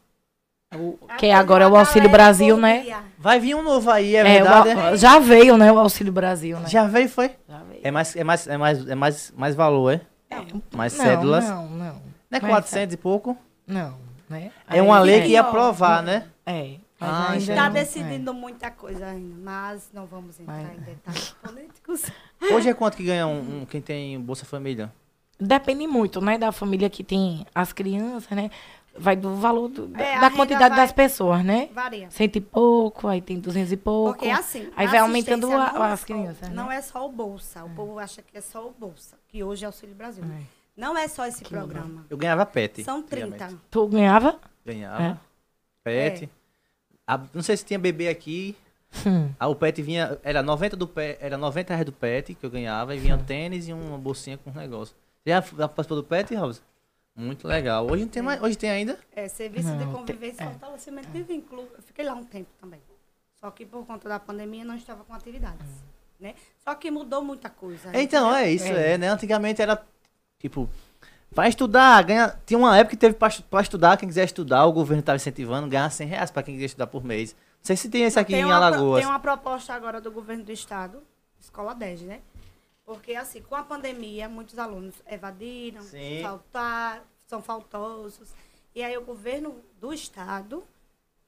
S4: O- que
S3: Apoio
S4: agora é o
S3: a
S4: Auxílio
S3: galera
S4: Brasil,
S3: por
S4: né?
S3: dia.
S2: Vai vir um novo aí, é,
S4: É, o
S2: verdade?
S4: au-
S2: é?
S4: já veio, né? O Auxílio Brasil, né?
S2: Já veio, foi?
S4: Já veio.
S2: É mais, é mais, é mais, é mais, mais valor, é? Mais cédulas. Não,
S4: Não, não.
S2: é
S4: Mas,
S2: 400 e pouco?
S4: Não, né?
S2: é uma
S4: Aí-
S2: lei que ia
S3: pior.
S2: aprovar, né?
S4: É.
S2: Ah,
S4: mas ainda
S2: entendi.
S3: Está
S4: não-
S3: Tá
S4: é.
S3: decidindo muita coisa ainda, mas não vamos entrar
S4: Mas-
S3: em detalhes políticos.
S2: Hoje é quanto que ganha um, um- quem tem Bolsa Família?
S4: é. Depende muito, né? Da família que tem as crianças, né? Vai do valor do- da-
S3: É, a
S4: da
S3: renda
S4: quantidade
S3: vai-
S4: das pessoas, né?
S3: Varia.
S4: Cento e pouco, aí tem duzentos e pouco.
S3: Porque é assim.
S4: Aí
S3: a
S4: vai aumentando
S3: assistência
S4: a-
S3: não é
S4: as
S3: só-
S4: crianças.
S3: Não
S4: né?
S3: é só o Bolsa. O povo acha que é só o Bolsa, que hoje é o Auxílio Brasil. né? Não é só esse programa.
S2: Eu ganhava pet.
S3: São
S2: antigamente.
S3: 30.
S4: Tu ganhava?
S2: Ganhava. Pet. A- não sei se tinha bebê aqui.
S4: Hum.
S2: Ah, o pet vinha. Era 90, do pet, era 90 reais do pet que eu ganhava e vinha um tênis e uma bolsinha com um negócio. Já, já participou do pet, Rosa? Muito legal. Hoje não tem mais. Hoje tem ainda?
S3: É, serviço de
S4: Não, É. tem-
S3: convivência e fortalecimento de vínculo. Eu fiquei lá um tempo também. Só Só que por conta da pandemia não estava com atividades.
S4: É.
S3: Né? Só que mudou muita coisa.
S2: Então,
S3: entendeu?
S2: é isso, é. né? Antigamente era, tipo, vai estudar, ganha... Tinha uma época que teve pra, estu- pra estudar, quem quiser estudar, o governo tava incentivando, ganhar 100 reais pra quem quiser estudar por mês. Não sei se tem esse aqui
S3: Tem
S2: em
S3: uma pro-
S2: Alagoas.
S3: Tem uma proposta agora do governo do estado, escola 10, né? Porque, assim, com a pandemia, muitos alunos evadiram,
S2: Sim.
S3: faltaram, são faltosos. E aí o governo do estado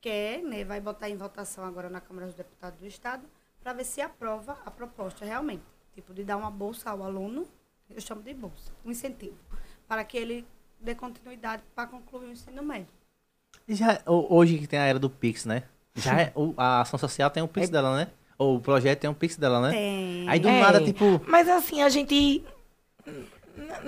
S3: quer, né, vai botar em votação agora na Câmara dos Deputados do Estado, para ver se aprova a proposta realmente. Tipo, de dar uma bolsa ao aluno, eu chamo de bolsa, um incentivo, para que ele dê continuidade para concluir o ensino médio.
S2: E já- ho- hoje que tem a era do Pix, né? Já é- o- a ação social tem um Pix dela, né? Ou o projeto tem um Pix dela, né?
S3: Tem.
S2: Aí do
S4: É.
S2: nada, tipo,
S4: Mas assim, a gente n-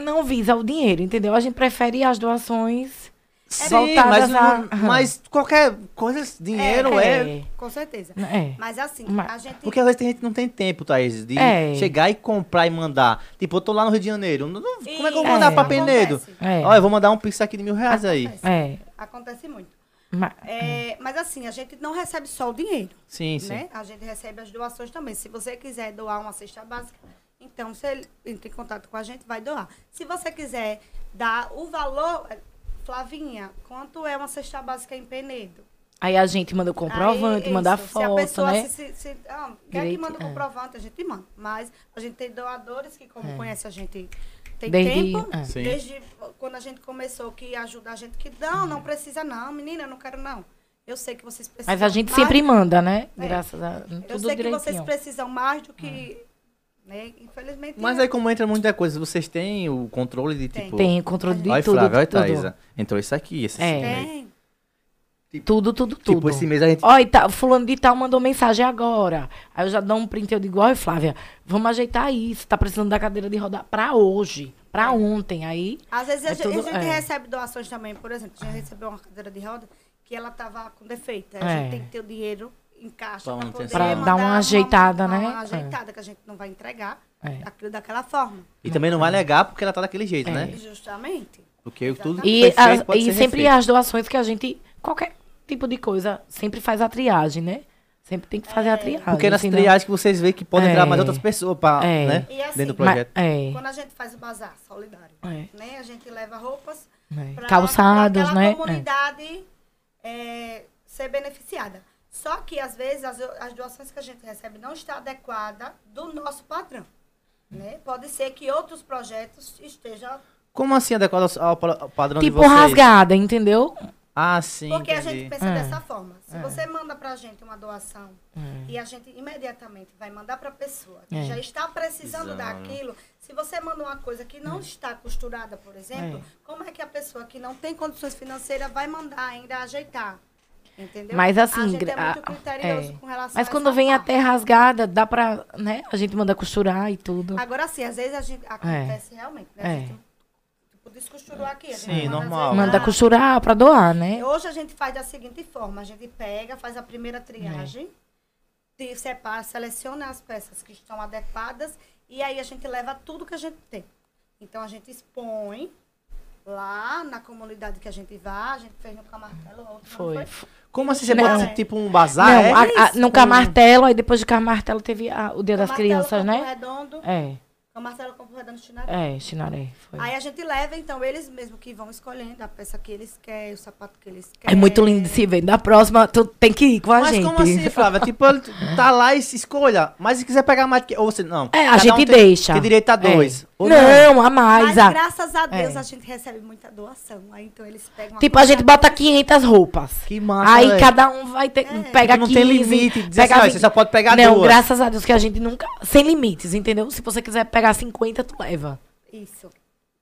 S4: não visa o dinheiro, entendeu? A gente prefere as doações.
S2: sim,
S4: voltada
S2: mas,
S4: na-
S2: não- mas qualquer coisa, dinheiro é...
S3: Com certeza.
S4: É.
S3: Mas assim,
S4: Mas-
S3: a gente.
S2: Porque às vezes tem gente que não tem tempo, Thaís, de
S4: É.
S2: chegar e comprar e mandar. Tipo, eu tô lá no Rio de Janeiro, não- não- como é que eu vou
S3: Isso,
S2: mandar pra
S4: É.
S2: Penedo?
S3: Acontece,
S4: É.
S2: Ó, eu vou mandar um pix aqui de mil reais aí.
S3: Acontece.
S4: É.
S3: acontece muito.
S4: Ma-
S3: É, Mas assim, a gente não recebe só o dinheiro,
S2: Sim, sim.
S3: né? A gente recebe as doações também. Se você quiser doar uma cesta básica, então você entra em contato com a gente, vai doar. Se você quiser dar o valor, Flavinha, quanto é uma cesta básica em Penedo?
S4: Aí a gente manda o Um comprovante,
S3: Aí,
S4: manda a
S3: isso,
S4: foto,
S3: se a pessoa
S4: né?
S3: Se, se, se, ah, quer que
S4: Direito,
S3: manda o
S4: é.
S3: comprovante, a gente manda. Mas a gente tem doadores que,
S4: É.
S3: como conhece a gente, tem
S4: Desde-
S3: tempo.
S4: é.
S2: Sim.
S3: Desde quando a gente começou, que ajuda a gente, que não, não precisa não, menina, eu não quero não. Eu sei que vocês precisam
S4: Mas a gente
S3: mais-
S4: sempre manda, né?
S3: É.
S4: Graças a
S3: Eu
S4: tudo
S3: sei que vocês
S4: direitinho.
S3: precisam mais do que... Né? Infelizmente...
S2: É. Mas
S3: é-
S2: aí como entra muita coisa, vocês têm o controle de tipo...
S4: Tem controle de
S2: Olha,
S4: tudo.
S2: Flávia, olha,
S4: tudo.
S2: Thaisa. Entrou isso aqui, esse
S4: É.
S2: mês.
S3: Tem.
S4: Tudo, tudo, tudo.
S2: Tipo, esse mês a gente...
S4: Ó, e tá, fulano de tal mandou mensagem agora. Aí eu já dou um print, eu digo, ó, Flávia, vamos ajeitar isso. Tá precisando da cadeira de rodar pra hoje, pra ontem. Aí,
S3: Às vezes
S4: É
S3: a, gente- a
S4: tudo-
S3: gente
S4: é.
S3: recebe doações também, por exemplo, a gente recebeu uma cadeira de roda que ela estava com defeito. Aí A
S4: É.
S3: gente tem que ter o dinheiro em caixa
S2: Pra
S3: para poder
S2: manutenção. Pra dar
S3: mandar
S4: uma ajeitada,
S3: uma,
S4: né?
S3: Uma ajeitada que a gente não vai entregar
S4: É.
S3: aquilo daquela forma.
S2: E também não vai negar porque ela tá daquele jeito,
S4: É.
S2: né?
S3: Justamente.
S2: Porque
S3: Ah,
S2: tudo
S4: e,
S2: perfeito
S4: as-
S2: pode
S4: e
S2: ser
S4: sempre
S2: refeito.
S4: as doações que a gente, qualquer tipo de coisa, sempre faz a triagem, né? Sempre tem que fazer
S3: É.
S4: a triagem.
S2: Porque nas
S4: senão-
S2: triagens que vocês veem que podem
S4: É.
S2: entrar mais outras pessoas pra,
S4: É.
S2: né?
S3: E assim,
S2: Dentro do
S4: Mas-
S2: projeto.
S4: é,
S3: Quando a gente faz o bazar solidário,
S4: É.
S3: né? A gente leva roupas
S4: É.
S3: pra-
S4: Calçados,
S3: pra aquela
S4: né?
S3: comunidade é, ser beneficiada. Só que, às vezes, as, as doações que a gente recebe não está adequada do nosso padrão. Né? Pode ser que outros projetos estejam...
S2: Como assim adequado ao- ao pa- ao padrão de
S4: Tipo
S2: vocês?
S4: rasgada, entendeu?
S2: Ah, sim,
S3: Porque a
S2: entendi.
S3: gente pensa
S4: É.
S3: dessa forma. Se você manda pra gente uma doação e a gente imediatamente vai mandar pra pessoa que
S4: É.
S3: já está precisando
S2: Precisando.
S3: daquilo, se você manda uma coisa que
S4: É.
S3: não está costurada, por exemplo, como é que a pessoa que não tem condições financeiras vai mandar ainda ajeitar? Entendeu?
S4: Mas
S3: a
S4: assim,
S3: gente é
S4: gra-
S3: muito
S4: a-
S3: criterioso
S4: é.
S3: com relação a
S4: mas
S3: essa
S4: quando vem
S3: parte.
S4: até rasgada, dá pra, né? A gente manda costurar e tudo.
S3: Agora sim, às vezes a gente acontece realmente, né? A
S4: É.
S3: gente, tipo, descosturou aqui. A gente
S2: Sim,
S3: manda
S2: normal.
S3: ajeitar.
S4: Manda costurar pra doar, né?
S3: Hoje a gente faz da seguinte forma: a gente pega, faz a primeira
S4: É.
S3: triagem, te- separa, seleciona as peças que estão adequadas e aí a gente leva tudo que a gente tem. Então a gente expõe lá na comunidade que a gente vai, a gente fez no Camartelo ontem, não
S4: Foi.
S2: Como assim você
S4: Não.
S2: passa tipo um bazar?
S4: não,
S2: é?
S4: a- a- no Camartelo, aí depois de Camartelo teve a- o Dia das
S3: Camartelo,
S4: Crianças,
S3: Campo
S4: né?
S3: Redondo,
S4: É,
S3: Camartelo Campo Redondo Chinaré.
S4: é, Chinaré. Foi.
S3: Aí a gente leva, então, eles mesmo que vão escolhendo a peça que eles querem, o sapato que eles
S4: É
S3: querem.
S4: muito lindo de se ver. Da próxima, tu tem que ir com a
S2: Mas
S4: gente.
S2: como assim, Flávia? tipo, ele <laughs> tá lá e se escolha. Mas se quiser pegar mais que. Ou você. Não.
S4: É, a
S2: Cada um
S4: gente
S2: tem-
S4: deixa.
S2: Tem direito a
S4: É.
S2: dois. Ou
S4: Não, a
S3: Mas
S4: mais. a-
S3: graças a Deus
S4: É.
S3: a gente recebe muita doação. Aí então eles pegam. uma
S4: Tipo, a gente
S3: quantidade-
S4: bota 500 roupas.
S2: Que massa,
S4: Aí
S2: véi.
S4: cada um vai
S3: É.
S4: ter. Pega
S2: Não
S4: 15,
S2: tem limite, diz assim,
S4: Pega
S2: ó, você só pode pegar
S4: Não,
S2: duas.
S4: graças a Deus que a gente nunca. Sem limites, entendeu? Se você quiser pegar 50, tu leva.
S3: Isso.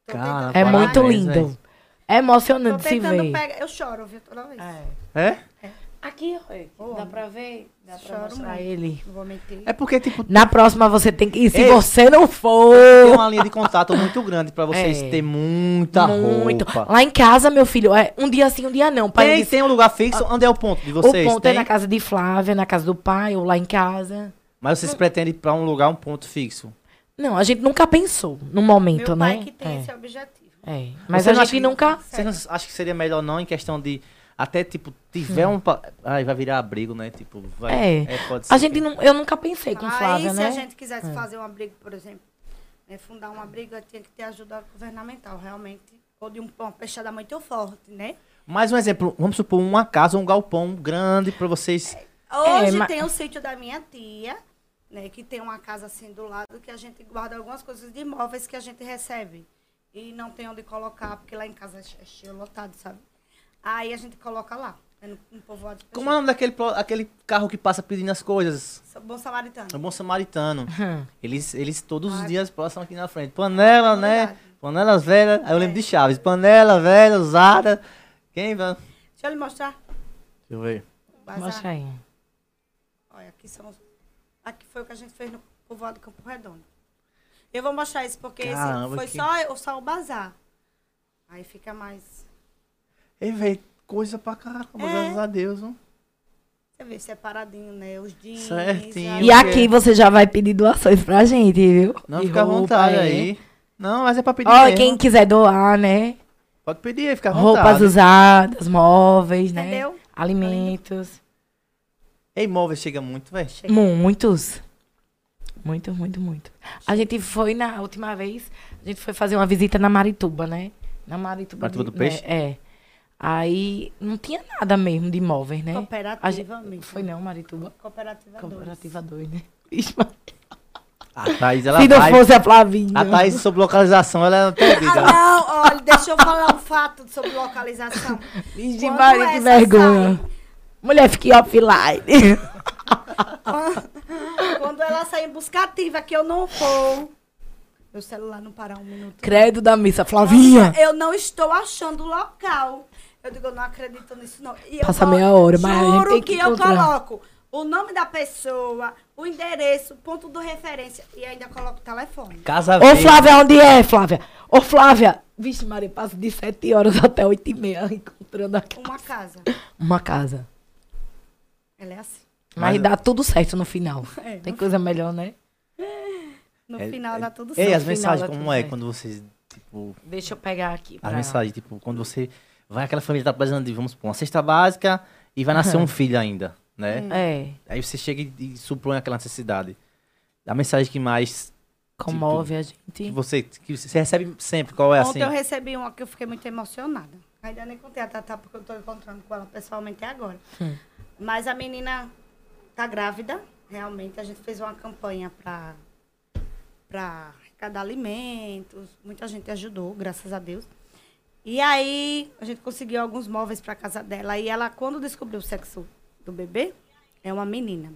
S3: Tô
S2: Cara,
S3: tentando-
S2: Tá
S4: É
S2: Parabéns,
S4: muito
S2: véi.
S4: lindo. É
S3: Tô
S4: emocionante se
S3: tentando
S4: ver.
S3: pegar. Eu choro, viu? Toda vez.
S2: É?
S4: Aqui, ó.
S3: Dá
S4: pra ver? Dá
S3: pra mostrar
S4: ele.
S3: Não vou mentir.
S2: É porque, tipo,
S4: Na próxima você tem que. E se
S2: Ei.
S4: você não
S2: tem
S4: for.
S2: uma linha de contato muito grande pra vocês
S4: É.
S2: terem muita
S4: muito.
S2: roupa.
S4: Lá em casa, meu filho, é um dia sim, um dia não. Pai,
S2: Tem,
S4: disse,
S2: tem um lugar fixo? Onde é o ponto de
S4: Ah, o
S2: vocês?
S4: ponto é
S2: tem?
S4: na casa de Flávia, na casa do pai, ou lá em casa.
S2: Mas vocês pretendem ir pra um lugar, um ponto fixo?
S4: Não, a gente nunca pensou no momento,
S3: Meu pai
S4: né?
S3: que tem
S4: é.
S3: esse objetivo.
S4: é. Mas
S2: Você
S4: a
S2: não
S4: gente
S2: acha que-
S4: nunca.
S2: Vocês não acham que seria melhor não em questão de até, tipo, tiver um. pa- Ai, vai virar abrigo, né? Tipo, vai.
S4: Hum. É.
S2: pode
S4: A
S2: ser.
S4: gente não, eu nunca pensei com
S3: Aí,
S4: Flávia,
S3: se
S4: né?
S3: a gente quisesse fazer um abrigo, por exemplo, né, fundar um abrigo, tinha que ter ajuda governamental, realmente. Ou de um, uma peixada muito forte, né?
S2: Mais um exemplo, vamos supor uma casa, um galpão grande pra vocês.
S3: Hoje
S2: É,
S4: ma-
S3: tem o sítio da minha tia, né, que tem uma casa assim do lado que a gente guarda algumas coisas de imóveis que a gente recebe e não tem onde colocar porque lá em casa é che- é cheio, lotado, sabe? Aí a gente coloca lá, né, no, no povoado. de
S2: Como é o nome daquele pro- aquele carro que passa pedindo as coisas?
S3: Peixoto. Bom samaritano.
S2: É o Bom Samaritano.
S4: <laughs>
S2: Eles, eles todos os
S3: Ah.
S2: dias passam aqui na frente. Panela, né?
S3: Verdade. É.
S2: Panela velha. Aí eu lembro de Chaves. Panela velha, usada. Quem vai? Deixa
S3: Deixa eu lhe mostrar.
S2: eu ver.
S3: o bazar.
S4: Mostra aí.
S3: Olha, aqui são os- Aqui foi o que a gente fez no povoado de Campo Redondo. Eu vou mostrar isso porque esse
S2: Caramba,
S3: foi
S2: que-
S3: só, só o bazar. Aí fica mais.
S2: Ei, velho, coisa pra caramba,
S3: É.
S2: graças a Deus. Viu?
S3: Você vê, separadinho, né? Os jeans.
S2: Certinho.
S3: aí-
S2: E
S4: E
S2: o quê?
S4: aqui você já vai pedir doações pra gente, viu?
S2: Não,
S4: De
S2: fica à
S4: roupa,
S2: vontade
S4: é.
S2: aí. Não, mas é pra pedir.
S4: Ó,
S2: mesmo.
S4: quem quiser doar, né?
S2: Pode pedir aí, fica à vontade.
S4: Roupas usadas, móveis, né?
S3: Entendeu?
S4: Alimentos.
S2: Ei, móveis chega muito, velho.
S4: Muitos. Muito, muito, muito. A gente foi na última vez, a gente foi fazer uma visita na Marituba, né? Na Marituba.
S2: Marituba
S4: de-
S2: do Peixe?
S4: né? É. Aí não tinha nada mesmo de imóveis, né? A gente-
S3: Cooperativa mesmo.
S4: Foi não, Marituba?
S3: Cooperativa dois.
S4: Cooperativa 2, né? Tá <laughs> Ixi, mas-
S2: A Thaís, ela
S4: Se não
S2: vai.
S4: fosse a Flavinha.
S2: A Thaís, sobre localização, ela é perdida.
S3: Ah, não, olha, deixa eu falar um fato sobre localização.
S4: Ixi,
S3: Quando
S4: Maria, que
S3: essa
S4: vergonha. Mulher, fique offline.
S3: sai- quando ela sair buscativa, que eu não vou. Meu celular não parar um minuto.
S4: <laughs> Credo da missa, Flavinha.
S3: Eu não estou achando o local. Eu digo, eu não acredito nisso, não. E eu
S4: Passa
S3: colo-
S4: meia hora, mas a gente
S3: juro
S4: tem que
S3: eu
S4: encontrar.
S3: coloco o nome da pessoa, o endereço, o ponto do referência e ainda coloco o telefone.
S2: Casa
S4: Ô,
S2: Verde.
S4: Flávia, onde é, Flávia? Ô, Flávia. Vixe, Maria, passa de 7 horas até 8 e meia <laughs> encontrando aqui.
S3: Uma casa.
S4: uma casa.
S3: Ela é assim.
S4: Mas,
S2: Mas-
S4: dá tudo certo no final.
S3: É,
S4: Tem coisa melhor, né?
S3: No
S2: É-
S3: final dá tudo certo.
S2: Ei, as
S4: final,
S2: mensagens,
S4: dá
S2: como
S4: tudo
S2: é
S4: certo.
S2: quando vocês, tipo,
S4: Deixa eu pegar aqui.
S2: As
S4: pra-
S2: mensagens, tipo, quando você vai, aquela família tá precisando de, vamos supor, uma cesta básica e vai nascer um filho ainda, né?
S3: Hum.
S4: É,
S2: Aí você chega e, e supõe aquela necessidade. A mensagem que mais
S4: comove a
S2: que
S4: gente.
S2: você, que você recebe sempre, qual é
S3: Ontem eu
S2: assim?
S3: recebi uma que eu fiquei muito emocionada. Ainda nem contei a Tatá, porque eu estou encontrando com ela pessoalmente agora. Mas a menina tá grávida, realmente. A gente fez uma campanha para para arrecadar alimentos. Muita gente ajudou, graças a Deus. E aí a gente conseguiu alguns móveis para casa dela. E ela, quando descobriu o sexo do bebê, é uma menina.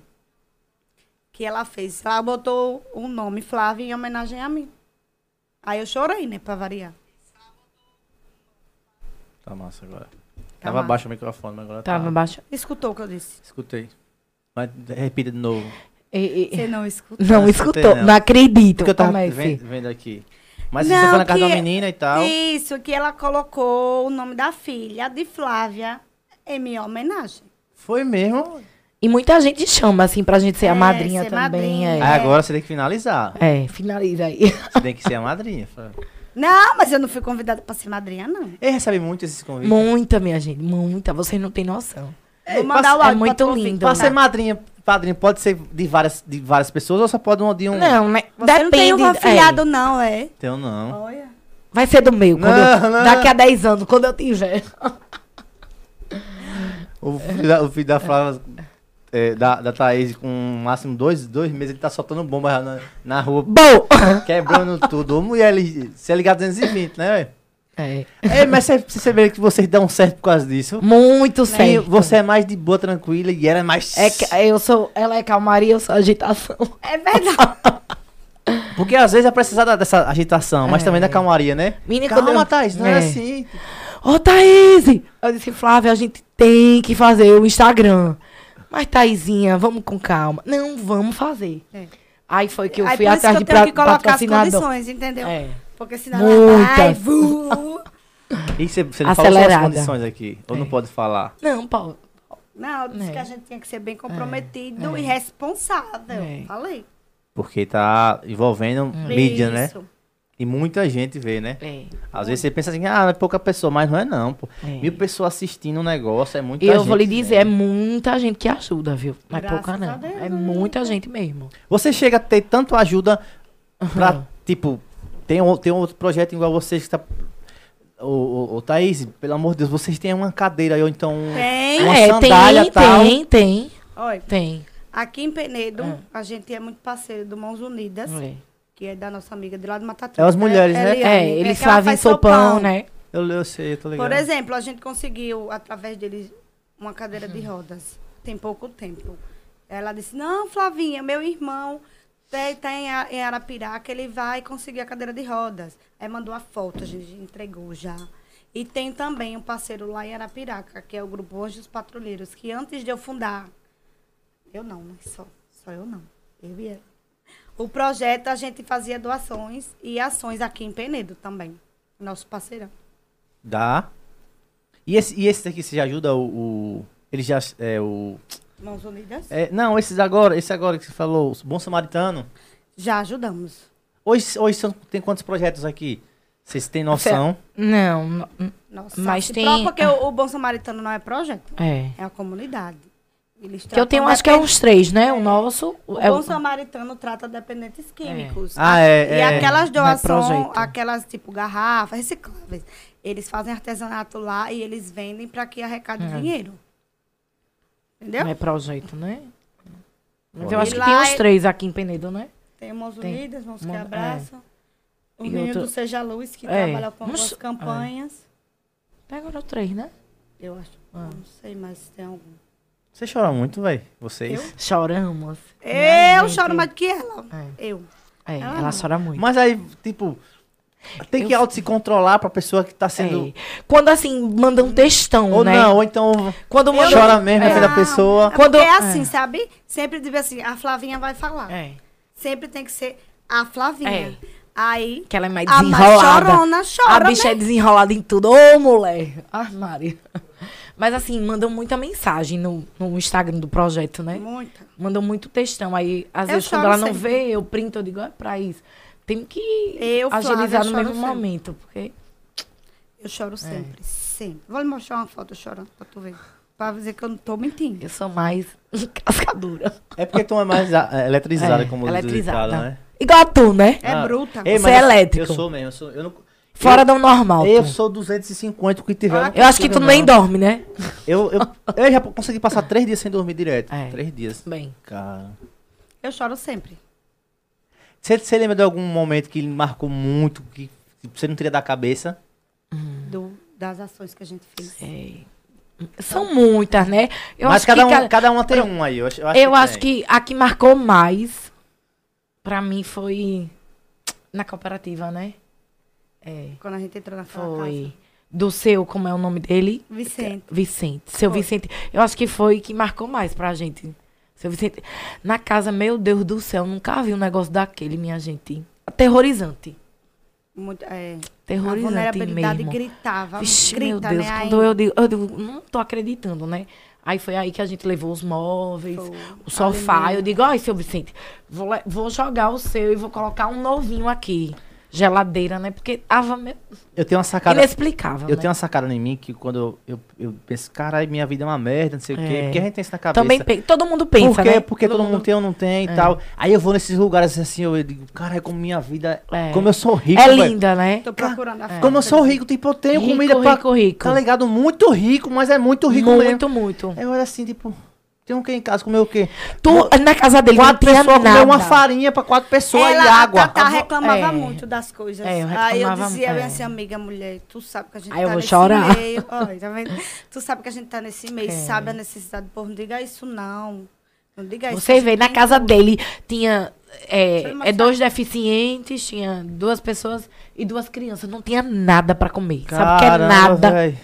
S3: Que ela fez. Ela botou o nome Flávia em homenagem a mim. Aí eu chorei, né, pra variar.
S2: Tá massa agora. Tava
S3: massa.
S2: abaixo o microfone, mas agora tá.
S4: Tava baixo.
S3: Escutou o que eu disse?
S2: Escutei. Mas repita de novo.
S4: E- e-
S3: Você
S4: <laughs>
S3: não escutou.
S4: Não
S2: não escutei,
S4: escutou,
S2: não.
S4: não, acredito.
S2: tá
S4: é
S2: Porque eu tava
S4: Comece.
S2: ven- vendo aqui. Mas
S3: Não,
S2: você foi na casa de
S3: que-
S2: uma menina e tal.
S3: Isso, que ela colocou o nome da filha de Flávia em minha homenagem.
S2: Foi mesmo.
S4: E muita gente chama, assim, pra gente ser
S3: É,
S4: a madrinha
S3: ser
S4: também.
S3: madrinha.
S2: Aí agora você tem que finalizar.
S4: É. é,
S2: <laughs>
S4: finaliza aí.
S2: Você tem que ser a madrinha. Fala.
S3: Não, mas eu não fui convidada pra ser madrinha, não.
S2: E recebe muito esses convites.
S4: Muita, minha gente, muita. Vocês não têm noção.
S3: Vou mandar
S2: passa-
S3: o áudio
S4: é muito
S3: pra tu ouvir.
S4: lindo.
S2: Pra ser
S4: Tá.
S2: madrinha, padrinho, pode ser de várias, de várias pessoas ou só pode um de um?
S4: Não, né?
S3: Você
S4: Depende.
S3: não tem um
S4: é.
S3: afilhado, não, é?
S2: Então não.
S3: Olha.
S4: Vai ser do meu. quando eu-
S2: Não, não,
S4: Daqui a 10 anos, quando eu tiver.
S2: O filho da, o filho da Flávia, é, da, da Thaís, com no máximo dois, dois meses, ele tá soltando bomba na, na rua,
S4: Bom. <laughs>
S2: quebrando <laughs> tudo. Ô, mulher, ele, você é ligado 220, né, velho?
S4: É.
S2: É, mas você, você vê que vocês dão certo por causa disso.
S4: Muito
S2: E
S4: sério.
S2: você é mais de boa, tranquila, e ela é mais...
S4: É que eu sou, ela é calmaria, eu sou agitação.
S3: É verdade.
S2: Porque às vezes é precisada dessa agitação, mas
S4: É.
S2: também da calmaria, né?
S4: Menina,
S2: Calma,
S4: quando eu-
S2: Thaís, não é,
S4: É.
S2: assim.
S4: Ô, Thaís! Eu disse, Flávia, a gente tem que fazer o Instagram. Mas, Thaizinha, vamos com calma. Não, vamos fazer.
S3: É.
S4: Aí foi que eu
S3: Aí
S4: fui
S3: por isso
S4: atrás
S3: que eu
S4: de
S3: tenho
S4: pra,
S3: que colocar as
S4: patrocinador.
S3: condições, entendeu?
S4: É.
S3: Porque senão ela vai...
S4: Muitas.
S3: <laughs> vu.
S2: E você, você não falou suas
S4: Acelerada.
S2: condições aqui, ou não
S4: É.
S2: pode falar?
S4: Não, Paulo.
S3: Não, eu disse
S4: É.
S3: que a gente tinha que ser bem comprometido e responsável.
S4: É.
S3: Falei.
S2: Porque tá envolvendo mídia, né?
S3: Isso.
S2: E muita gente vê, né?
S4: É.
S2: Às vezes você pensa assim, ah, é pouca pessoa, mas não é não, pô.
S4: É.
S2: Mil pessoas assistindo um negócio, é muita
S4: E eu
S2: gente
S4: vou lhe dizer, é
S2: vendo.
S4: muita gente que ajuda, viu? Não é
S3: Graças
S4: pouca,
S3: a
S4: não.
S3: Deus,
S4: é
S3: né?
S4: muita gente mesmo.
S2: Você chega a ter tanto ajuda pra, tipo, tem, um- tem um outro projeto igual vocês que tá... Ô, ô, ô, Thaís, pelo amor de Deus, vocês têm uma cadeira aí, ou então...
S3: Tem.
S2: Uma
S4: é,
S2: sandália,
S4: tem,
S2: tal.
S4: tem, tem,
S3: Olha,
S4: tem.
S3: aqui em Penedo,
S4: Ah.
S3: a gente é muito parceiro do Mãos Unidas,
S4: É.
S3: que é da nossa amiga de lá do Matatu.
S2: É as mulheres, né?
S3: Eliane,
S4: É,
S3: que
S4: eles
S3: que ela
S4: fazem
S3: faz
S4: sopão, né?
S2: Eu, eu sei, eu tô ligado.
S3: Por exemplo, a gente conseguiu, através deles, uma cadeira de rodas. Tem pouco tempo. Ela disse, não, Flavinha, meu irmão está em, A- em Arapiraca, ele vai conseguir a cadeira de rodas. Aí mandou a foto, a gente entregou já. E tem também um parceiro lá em Arapiraca, que é o Grupo Anjos Patrulheiros, que antes de eu fundar, eu não, mas só, só eu não, eu e ela. O projeto a gente fazia doações e ações aqui em Penedo também, nosso parceirão.
S2: Dá. E esse, e esse daqui, você já ajuda o... o- ele já... É, o...
S3: Mãos Unidas?
S2: é, não, esses agora, esse agora que você falou, o Bom Samaritano.
S3: Já ajudamos.
S2: Hoje, hoje são- tem quantos projetos aqui? Vocês têm
S3: <laughs>
S2: noção?
S4: Não, não,
S3: Nossa,
S4: Mas
S3: se
S4: tem-
S3: prova porque o, o Bom Samaritano não é projeto,
S4: é.
S3: é a comunidade. Eles
S4: Que eu
S3: tratam
S4: tenho, acho que é
S3: depen-
S4: uns três, né? O nosso.
S3: então, O
S4: é
S3: Bom
S4: o-
S3: Samaritano trata dependentes químicos.
S2: Ah, é,
S3: E
S2: é.
S3: aquelas
S4: Não é
S3: doações,
S4: projeto.
S3: aquelas tipo garrafas, recicláveis. Eles fazem artesanato lá e eles vendem para que arrecade
S4: Uhum.
S3: dinheiro. Entendeu?
S4: Não é projeto, né? Mas
S2: Olha.
S4: eu acho
S3: E
S4: que
S3: lá
S4: tem uns
S3: é-
S4: três aqui em Penedo, né?
S3: Tem mãos
S4: Tem.
S3: unidas, mãos que
S4: Mão- é.
S3: abraçam. O
S4: E
S3: menino
S4: outro-
S3: do Seja Luz, que
S4: É.
S3: trabalha com
S4: Não
S3: algumas
S4: sou- é.
S3: campanhas.
S4: Até agora o três, né?
S3: Eu acho.
S4: Ah.
S3: Não sei mais se tem algum.
S2: Você chora muito, velho. Vocês.
S4: Choramos.
S3: Eu
S4: Né, gente?
S3: choro Ah. mais do que ela. Eu.
S4: É,
S3: Ela
S4: ela
S3: não.
S4: chora muito.
S2: Mas aí, tipo, tem
S4: Eu
S2: que auto se controlar pra pessoa que tá sendo.
S4: É. Quando assim, manda um textão,
S2: Ou
S4: né?
S2: não, ou então
S4: Quando manda.
S2: chora mesmo
S4: é.
S2: é. da pessoa.
S3: É Quando
S4: Quando-
S3: é assim,
S4: é.
S3: sabe? Sempre diz assim, a Flavinha vai falar.
S2: assim.
S4: É.
S3: Sempre tem que ser a Flavinha.
S4: É.
S3: Aí
S4: Que ela é mais
S3: a mais
S4: desenrolada.
S3: Ah, chorona
S4: a
S3: chora.
S4: bicha é
S3: né?
S4: desenrolada em tudo. Ô, mulher! Armário. <laughs> Mas assim, mandam muita mensagem no, no Instagram do projeto, né?
S3: Muita.
S4: Mandam muito textão. Aí, às
S3: Eu
S4: vezes, quando
S3: choro
S4: ela não
S3: sempre.
S4: vê, eu printo, eu digo, é pra isso. Tem que
S3: Eu, Flávia,
S4: agilizar
S3: eu
S4: no
S3: choro
S4: mesmo
S3: sempre.
S4: momento, porque.
S3: Eu
S4: É.
S3: choro sempre. Sempre. Vou lhe mostrar uma foto chorando pra tu ver. Pra dizer que eu não tô mentindo.
S4: Eu sou mais <laughs> cascadura.
S2: É porque tu é mais a- é, eletrizada,
S4: É,
S2: como diz o
S4: eletrizada.
S2: ditado, né? Ah,
S4: Igual a tu, né?
S3: É bruta.
S2: ei,
S4: Você
S2: mas
S4: é
S2: eu-
S4: elétrico.
S2: Eu sou mesmo. Eu, sou, eu, não,
S4: Fora do normal.
S2: eu
S4: tu.
S2: sou 250 que
S3: Ah.
S2: tiver.
S4: Eu acho que tu nem dorme, né?
S2: Eu, eu, eu já consegui passar três dias sem dormir direto.
S4: É.
S2: Três dias.
S4: Bem.
S2: Cara.
S3: Eu choro sempre.
S2: Você- Você lembra de algum momento que lhe marcou muito, que tipo, você não teria da cabeça?
S3: do- das ações que a gente fez.
S4: É, São muitas, né? Eu
S2: Mas
S4: acho
S2: cada,
S4: que
S2: um, cada uma tem um aí. Eu acho, eu acho,
S4: Eu acho
S2: tem.
S4: que a que marcou mais pra mim foi na cooperativa, né? É,
S3: Quando a gente entrou na sua
S4: foi do seu, como é o nome dele?
S3: casa. Vicente.
S4: Vicente. Seu
S3: Foi.
S4: Vicente. Eu acho que foi que marcou mais pra gente. Seu Vicente. Na casa, meu Deus do céu, nunca vi um negócio daquele, minha gente. Aterrorizante.
S3: Muito, é, a
S4: Terrorizante
S3: vulnerabilidade
S4: mesmo.
S3: gritava.
S4: Vixe,
S3: grita,
S4: meu Deus,
S3: né?
S4: quando
S3: ainda.
S4: eu digo, eu digo, não tô acreditando, né? Aí foi aí que a gente levou os móveis,
S3: Foi.
S4: o sofá. Eu digo, ai, seu Vicente, vou, le- vou jogar o seu e vou colocar um novinho aqui. Geladeira, né? Porque tava meio
S2: Eu tenho uma sacada.
S4: inexplicável,
S2: Eu
S4: né?
S2: tenho uma sacada em mim que quando eu, eu, eu penso, caralho, minha vida é uma merda, não sei o quê.
S4: É.
S2: Porque a gente tem isso na cabeça.
S4: Também pe- todo mundo pensa,
S2: Por quê?
S4: né? É.
S2: Porque todo, mundo tem ou não tem e tal. Aí eu vou nesses lugares assim, eu digo, caralho, como minha vida.
S4: É.
S2: Como eu sou rico,
S4: É
S2: velho.
S4: linda, né?
S3: Tô procurando a foto.
S2: Como eu sou rico, tipo, eu tenho
S4: Rico,
S2: comida pra.
S4: rico, rico.
S2: Tá ligado? Muito rico, mas é muito rico
S4: muito,
S2: mesmo.
S4: muito.
S2: Aí Eu olho assim, tipo, tem um que em casa comer o quê?
S4: Tu, na casa dele não
S2: Quatro
S4: tinha
S2: pessoas comer
S4: nada.
S2: uma farinha pra quatro pessoas
S3: ela,
S2: e água.
S3: A Tatá
S2: Eu vou-
S3: reclamava
S4: é.
S3: muito das coisas.
S4: É, eu
S3: Aí eu
S4: reclamava-
S3: dizia bem
S4: é.
S3: assim, amiga, mulher, tu sabe que a gente
S4: Aí eu
S3: tá
S4: vou
S3: nesse
S4: chorar. <laughs>
S3: meio. Olha, tá vendo? Tu sabe que a gente tá nesse meio, sabe a necessidade do povo. Não diga isso, não. Não diga isso.
S4: Você vê, na casa dele tinha
S3: um Deixa eu
S4: é,
S3: lhe
S4: é dois deficientes, tinha duas pessoas e duas crianças. Não tinha nada pra comer. Sabe o que é
S2: Caramba,
S4: nada?
S2: velho.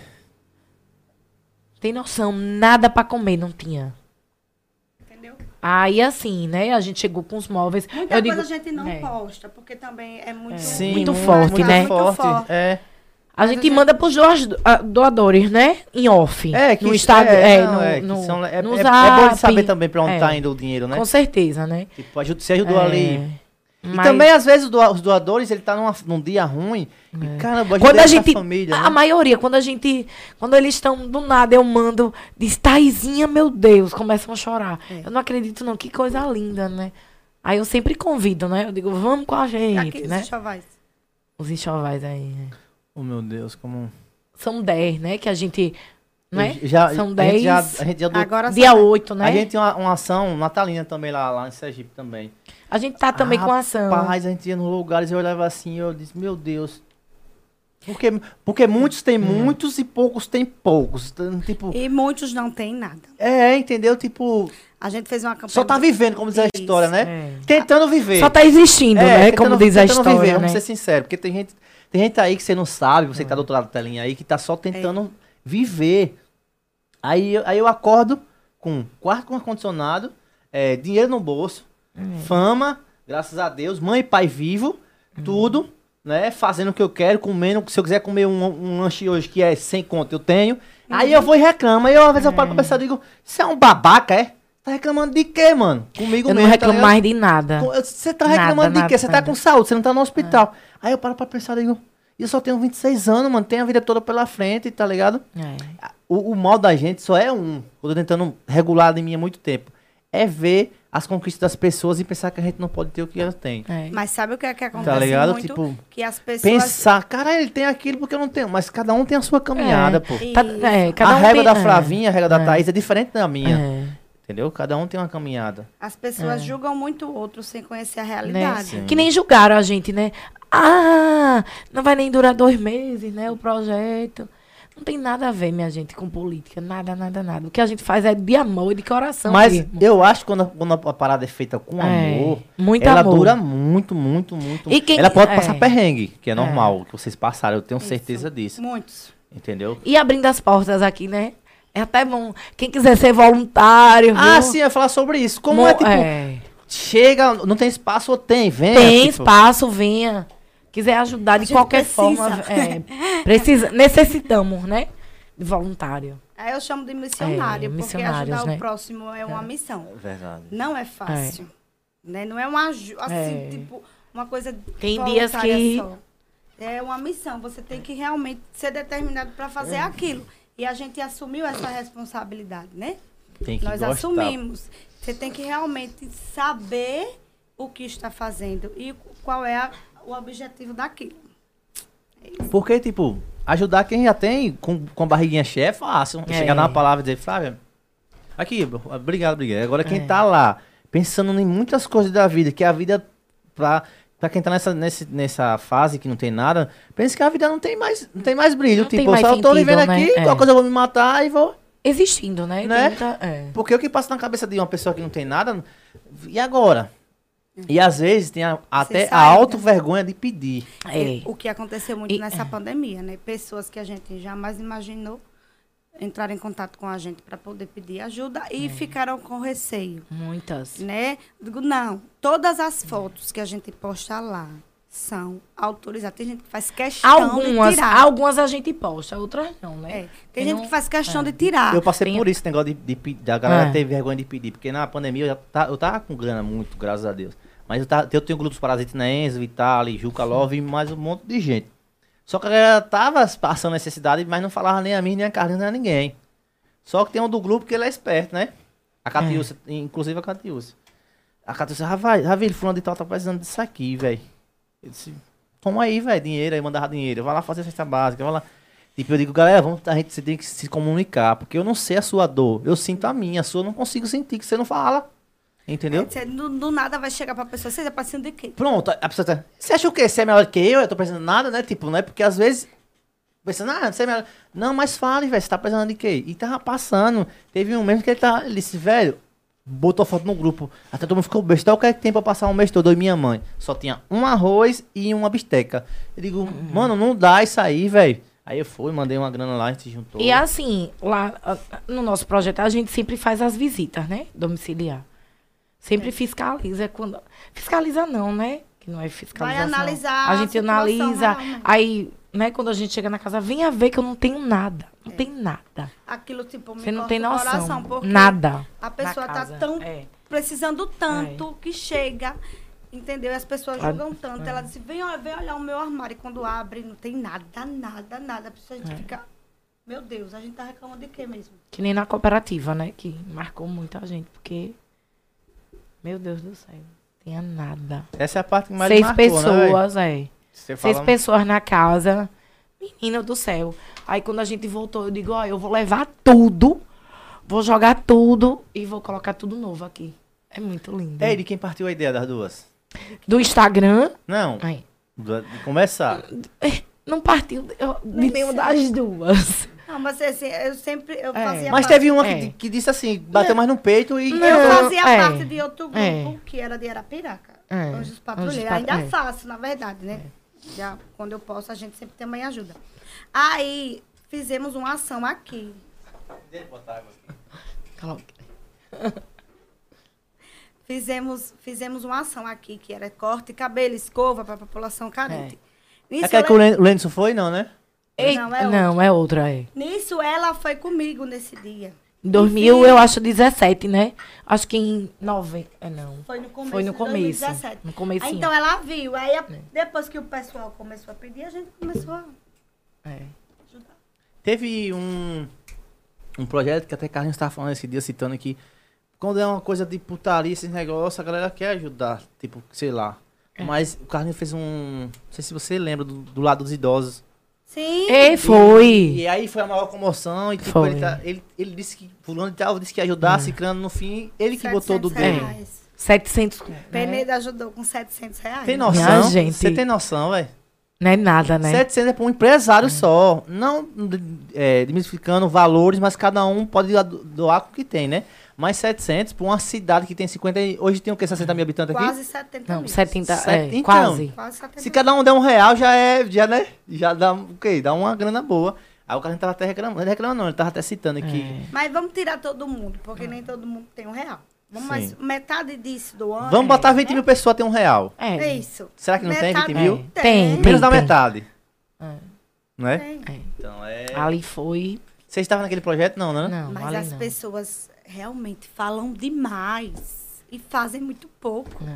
S4: Tem noção, nada pra comer não tinha.
S3: Entendeu?
S4: Aí assim, né? A gente chegou com os móveis.
S3: Muita
S4: eu
S3: coisa
S4: digo,
S3: a gente não
S4: é.
S3: posta, porque também é muito... é
S2: Sim,
S4: Muito forte,
S2: muito
S4: né?
S2: Forte,
S3: Muito forte.
S2: É.
S4: a gente
S3: é
S4: manda pros doas- ah, doadores, né? Em off.
S2: É, que
S4: no
S2: isso-
S4: Instagram,
S2: é,
S4: é,
S2: não,
S4: no,
S2: é, que
S4: no,
S2: são- é,
S4: no
S2: é- é
S4: Zap.
S2: bom de saber também pra onde
S4: É,
S2: tá indo o dinheiro, né?
S4: Com certeza, né?
S2: Tipo, ajuda, você ajudou
S4: É.
S2: ali
S4: Mas-
S2: E também, às vezes, o doa- os doadores, ele tá numa- num dia ruim. E, caramba, ajudei
S4: É. Quando a
S2: essa
S4: gente. Ah,
S2: família,
S4: a
S2: né?
S4: maioria, quando a gente. Quando eles estão do nada, eu mando. Diz, Taizinha, meu Deus, começam a chorar.
S2: É.
S4: Eu não acredito, não. Que coisa linda, né? Aí eu sempre convido, né? Eu digo, vamos com a gente,
S3: Aqui,
S4: né?
S3: os chavais.
S4: Os enxovais aí. né?
S2: Oh, meu Deus, como...
S4: São 10, né? Que a gente. Né?
S2: Eu Já,
S4: São
S2: A gente
S4: 10.
S2: já, a gente já doou-
S3: Agora
S4: Dia
S3: sabe.
S4: 8, né?
S2: A gente tem uma, uma ação natalina também lá, lá em Sergipe também.
S4: tá também com ação.
S2: Rapaz, a gente ia nos lugares e eu olhava assim eu disse, meu Deus. Porque, porque muitos
S4: Hum.
S2: têm muitos e poucos têm poucos. Então, Tipo,
S3: E muitos não têm nada.
S2: é, entendeu? Tipo,
S3: A gente fez uma campanha.
S2: só tá
S3: do-
S2: vivendo, como diz a
S3: Isso,
S2: história, né?
S4: é.
S2: Tentando viver.
S4: Só tá existindo,
S2: É,
S4: né?
S2: tentando-
S4: Como diz a
S2: tentando
S4: história.
S2: viver,
S4: né? É.
S2: Vamos ser sinceros, porque tem gente, tem gente aí que você não sabe, você que tá do outro lado da telinha aí, que tá só tentando viver. Aí, eu- aí eu acordo com quarto com ar-condicionado, é, dinheiro no bolso,
S4: É
S2: fama, graças a Deus, mãe e pai vivo,
S4: Uhum.
S2: tudo, né? Fazendo o que eu quero, comendo. Se eu quiser comer um, um lanche hoje que é sem conta, eu tenho.
S4: É
S2: Aí eu vou e reclamo. Aí eu, às vezes, eu paro pra pensar e digo, você é um babaca, é? Tá reclamando de quê, mano? Comigo
S4: Eu não
S2: mesmo. tá
S4: reclamo
S2: ligado?
S4: mais de nada.
S2: Com- Você tá
S4: Nada,
S2: reclamando de
S4: nada,
S2: quê? Você tá
S4: nada. É.
S2: com saúde, você não tá no hospital. Aí eu paro pra pensar, digo, eu só tenho 26 anos, mano, tenho a vida toda pela frente, tá ligado?
S4: É.
S2: O, o mal da gente só é um, eu tô tentando regular em mim há muito tempo, é ver as conquistas das pessoas e pensar que a gente não pode ter o que elas têm.
S4: é.
S3: Mas sabe o que é que acontece
S2: Tá ligado?
S3: muito?
S2: Tipo,
S3: que as pessoas...
S2: pensar, cara, ele tem aquilo porque eu não tenho, mas cada um tem a sua caminhada, pô.
S3: E-
S4: Tá- é, cada
S2: a
S4: um
S2: regra
S4: tem-
S2: da
S4: é.
S2: Flavinha, a regra da Thaís é diferente da minha,
S4: É.
S2: entendeu? Cada um tem uma caminhada.
S3: As pessoas julgam muito o outro sem conhecer a
S4: né?
S3: realidade.
S4: Que nem julgaram a gente, né? Ah, não vai nem durar dois meses, né? O projeto. Não tem nada a ver, minha gente, com política. Nada, nada, nada. O que a gente faz é de amor e de coração.
S2: Mas
S4: mesmo.
S2: eu acho que quando a, quando a parada é feita com
S4: É,
S2: amor,
S4: muito
S2: ela
S4: amor.
S2: dura muito, muito, muito.
S4: E quem-
S2: ela pode
S4: é.
S2: passar perrengue, que é normal, que vocês passaram, eu tenho certeza disso.
S3: Muitos.
S2: Entendeu?
S4: E abrindo as portas aqui, né? É até bom. Quem quiser ser voluntário.
S2: Ah,
S4: viu?
S2: sim, eu ia falar sobre isso. Como
S4: Mo-
S2: é, tipo,
S4: é.
S2: chega, não tem espaço ou tem, vem.
S4: Tem
S2: tipo,
S4: espaço, venha. Quiser ajudar de
S3: gente
S4: qualquer
S3: precisa.
S4: forma.
S2: <laughs>
S4: é, precisa, necessitamos, né? De voluntário.
S3: Aí É, eu chamo de missionário,
S4: É,
S3: porque
S4: missionários,
S3: ajudar
S4: né?
S3: o próximo é uma missão.
S2: Verdade.
S3: Não é fácil. Né? Não é uma aju- assim,
S4: É.
S3: tipo, uma coisa
S4: Tem dias
S3: voluntária
S4: que-
S3: só. É uma missão, você tem que realmente ser determinado para fazer
S4: É.
S3: aquilo. E a gente assumiu essa responsabilidade, né?
S2: Tem que
S3: Nós
S2: gostar.
S3: assumimos. Você tem que realmente saber o que está fazendo e qual é a- o objetivo daquilo.
S2: Porque, tipo, ajudar quem já tem com, com a barriguinha cheia é fácil.
S4: É.
S2: Chegar na palavra e dizer, Flávia, aqui, bo- obrigado, obrigado. Agora quem
S4: É.
S2: tá lá, pensando em muitas coisas da vida, que a vida, pra, pra quem tá nessa, nesse, nessa fase que não tem nada, pensa que a vida não tem mais, não tem mais brilho.
S4: Não tem
S2: tipo,
S4: mais
S2: só eu tô
S4: sentido,
S2: vivendo
S4: né?
S2: aqui,
S4: É.
S2: qualquer coisa eu vou me matar e vou...
S4: Existindo, né? Tem
S2: Né?
S4: muita- é.
S2: Porque o que passa na cabeça de uma pessoa que não tem nada, e agora?
S4: Hum.
S2: E às vezes tem a- até a
S3: sabe, né?
S2: auto-vergonha de pedir.
S4: É.
S3: O que aconteceu muito
S4: E- é.
S3: nessa pandemia, né? Pessoas que a gente jamais imaginou entrar em contato com a gente para poder pedir ajuda e
S4: É.
S3: ficaram com receio,
S4: Muitas.
S3: né? Digo, não, todas as fotos que a gente posta lá são autorizadas. Tem gente que faz questão de
S4: Algumas,
S3: tirar.
S4: algumas a gente posta, outras não, né?
S3: É, Tem
S4: Eu
S3: gente
S4: não-
S3: que faz
S4: É.
S3: questão de tirar.
S2: Eu passei
S4: tem-
S2: por isso, esse negócio de, de pe- da galera
S4: É.
S2: ter vergonha de pedir, porque na pandemia eu, já tá- eu tava com grana muito, graças a Deus. Mas eu, tava- eu tenho grupos parasitas na Enzo, Vitali, Juca Love e mais um monte de gente. Só que a galera tava passando necessidade, mas não falava nem a mim, nem a Carlinhos, nem a ninguém. Só que tem um do grupo que ele é esperto, né? A Catiúcia, inclusive a Catiúcia. A Catiúcia, ah, vai, Ravilho, fulano de tal tá precisando disso aqui, velho. Eu disse, toma aí, velho, dinheiro, aí mandava dinheiro. Vai lá fazer a cesta básica, vai lá. Tipo, eu digo, galera, vamos, a gente você tem que se comunicar, porque eu não sei a sua dor, eu sinto a minha, a sua eu não consigo sentir, que você não fala. Entendeu?
S3: Você do, do nada vai chegar para a pessoa, você tá passando de quê?
S2: Pronto, a pessoa tá. Você acha o quê? Você é melhor que eu? Eu tô pensando nada, né? Tipo, não é porque às vezes. Pensando, ah, você é melhor. Não, mas fale, velho, você tá pensando de quê? E tava passando. Teve um mês que ele tá. Ele disse, velho, botou foto no grupo. Até todo mundo ficou besta. O que é que tem pra passar um mês todo? E minha mãe só tinha um arroz e uma bisteca. Eu digo, mano, não dá isso aí, velho. Aí eu fui, mandei uma grana lá, a gente juntou.
S4: E assim, lá ah, no nosso projeto, a gente sempre faz as visitas, né? Domiciliar.
S3: É.
S4: Sempre fiscaliza é quando. Fiscaliza não, né? Que não é fiscalização.
S3: analisar
S4: A
S3: a
S4: gente
S3: situação
S4: analisa.
S3: realmente.
S4: Aí, né, quando a gente chega na casa, venha ver que eu não tenho nada. Não tem nada.
S3: Aquilo, tipo, É. me
S4: Você não
S3: corta
S4: tem
S3: o
S4: noção.
S3: coração, porque
S4: nada.
S3: A pessoa
S4: na
S3: tá
S4: casa.
S3: tão
S4: É.
S3: precisando tanto que chega Entendeu? E as pessoas
S4: Ah,
S3: julgam tanto. Ela disse, vem, ó- vem olhar o meu armário. E quando abre, não tem nada, nada, nada. A pessoa a
S4: É.
S3: gente fica, meu Deus, a gente tá reclamando de quê mesmo?
S4: Que nem na cooperativa, né? Que marcou muita gente, porque. Meu Deus do céu. Tinha nada.
S2: Essa é a parte que mais
S4: Seis
S2: marcou, né, véi?
S4: pessoas, é.
S2: Você
S4: Seis
S2: fala...
S4: pessoas na casa. Menina do céu. Aí quando a gente voltou, eu digo, ó, eu vou levar tudo, vou jogar tudo e vou colocar tudo novo aqui. É muito lindo.
S2: É de quem partiu a ideia das duas?
S4: Do Instagram.
S2: Não,
S4: Ai,
S2: do- de começar.
S4: não partiu de eu- de <laughs> nenhuma das duas.
S3: Não, mas assim, eu sempre, eu
S4: É.
S3: fazia
S2: Mas
S3: parte-
S2: teve uma que,
S4: É.
S2: di- que disse assim, bateu mais no peito e...
S4: Não.
S3: Eu fazia
S4: é,
S3: parte de outro grupo
S4: é.
S3: que era de Arapiraca.
S4: É,
S3: Anjos
S4: Anjos
S3: Patrulheiros.
S4: Pat-
S3: Ainda
S4: é.
S3: faço, na verdade, né? Já, quando eu posso, a gente sempre também ajuda. Aí, fizemos uma ação aqui.
S4: Coloca.
S3: Fizemos, fizemos uma ação aqui, que era corte, cabelo, escova para a população carente. Nisso,
S2: É. Aquela que o
S3: ela,
S4: é.
S2: Len- o Lenson foi, não, né?
S4: Ei,
S3: Não, é
S4: não, é outra, é.
S3: nisso, ela foi comigo nesse dia.
S4: Em 2000, eu acho 17, né? Acho que em 90. É, não.
S3: Foi no começo
S4: Foi no
S3: de
S4: começo.
S3: 2017.
S4: No comecinho.
S3: Aí, então, ela viu. Aí, a-
S2: É.
S3: depois que o pessoal começou a pedir, a gente começou a
S4: É.
S3: ajudar.
S2: Teve um, um projeto que até Carlinhos estava falando esse dia, citando que quando é uma coisa de putaria, esses negócios, a galera quer ajudar, tipo, sei lá.
S4: É.
S2: Mas o Carlinhos fez um. Não sei se você lembra, do, do lado dos idosos.
S3: Sim.
S4: Ei,
S2: E,
S4: foi.
S2: aí foi a maior comoção e tipo,
S4: Foi. É.
S2: ele, tá- ele, ele disse que fulano e tal, disse que ia ajudar, ciclano no fim, ele que botou do
S3: 700
S2: dele.
S3: reais.
S4: 700. Né?
S3: Peneda ajudou com 700 reais.
S2: Tem
S4: Minha
S2: noção?
S4: gente.
S2: Você tem noção, velho?
S4: Não é nada, né?
S2: 700 é pra um empresário só. Não é, desmistificando valores, mas cada um pode do- doar com o que tem, né? Mas 700 pra uma cidade que tem 50. e- Hoje tem o quê? 60 mil habitantes aqui?
S3: Quase 70
S4: Não,
S3: mil.
S4: 70.
S2: Set-
S4: É,
S2: então.
S4: quase.
S3: Quase 70
S2: Se cada um der um real, já é. Já, né? já dá, o quê? dá uma grana boa. Aí o cara tava até reclamando. Não é reclamando, não, ele tava até citando aqui.
S4: É.
S3: Mas vamos tirar todo mundo,
S2: Ah.
S3: porque nem todo mundo tem um real. Vamos mais,
S2: Sim.
S3: metade disso do ano.
S2: Vamos botar 20 mil pessoas ter um real.
S3: É
S4: É.
S3: isso.
S2: Será que não tem 20 mil?
S4: É. Tem.
S2: Menos da
S4: tem.
S2: metade.
S4: É.
S2: Né?
S3: tem.
S2: Então é.
S4: Ali foi.
S2: Vocês estavam naquele projeto? Não, né?
S4: Não,
S3: Mas
S4: ali
S3: as
S4: não.
S3: pessoas realmente falam demais e fazem muito pouco.
S4: É.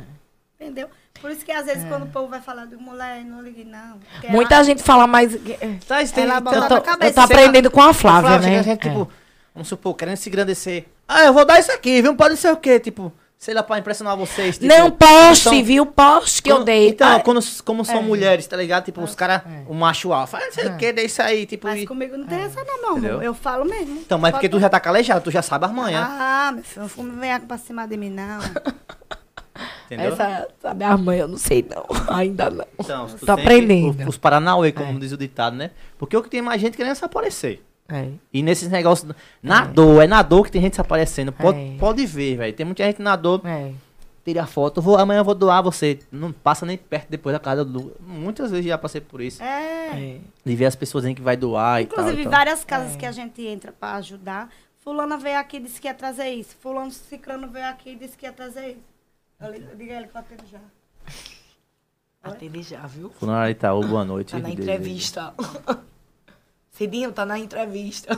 S3: Entendeu? Por isso que às vezes quando o povo vai falar de mulher, não ligue não. porque
S4: Muita
S3: ela-
S4: gente fala mais. é,
S2: Tá, isso tem-
S3: Ela
S2: então-
S4: Eu
S3: bota
S4: tô,
S3: na cabeça.
S4: eu tô aprendendo com a Flávia,
S2: Flávia,
S4: né?
S2: A gente, tipo, vamos supor, querendo se engrandecer. Ah, eu vou dar isso aqui, viu? Pode ser o quê? Tipo, sei lá, pra impressionar vocês.
S4: É.
S2: Tipo,
S4: Não, poste,
S2: então-
S4: viu? Poste que eu
S2: quando-
S4: dei.
S2: Então,
S4: Ah,
S2: quando, como são
S4: É.
S2: mulheres, tá ligado? Tipo, os caras,
S4: É.
S2: o macho alfa, ah, não sei o quê, dê isso aí, tipo...
S3: Mas
S2: e-
S3: comigo não tem essa não, meu
S2: Entendeu?
S3: amor. Eu falo mesmo.
S2: Então, mas porque
S3: Pode-
S2: tu já tá calejado, tu já sabe as manhas,
S3: Ah, meu filho, não fume venha pra cima de
S4: <laughs>
S3: mim, não.
S2: entendeu?
S4: Essa, essa minha mãe, eu não sei não. <laughs> Ainda não.
S2: Então, tu
S4: tô
S2: sempre-
S4: aprendendo.
S2: o- Os Paranauê, como
S4: É.
S2: diz o ditado, né? Porque o que tem mais gente querendo é se aparecer.
S4: É.
S2: E nesses negócios, na dor, é na dor que tem gente se aparecendo. Pode,
S4: É.
S2: pode ver, velho. Tem muita gente na dor,
S4: É.
S2: tirei a foto, vou, amanhã eu vou doar você. Não passa nem perto depois da casa do. Muitas vezes já passei por isso.
S3: É.
S4: é.
S2: De ver as pessoas em que vai doar e
S3: Inclusive,
S2: tal. e tal.
S3: várias casas que a gente entra para ajudar. Fulana veio aqui e disse que ia trazer isso. Fulano Cicrano veio aqui e disse que ia trazer isso. Eu li- eu digo a ele que eu atendo já.
S4: Atende já, viu?
S2: Fulano de Itaú, boa noite.
S4: Tá na
S2: Que desejo.
S4: entrevista. Cidinho, tá na entrevista.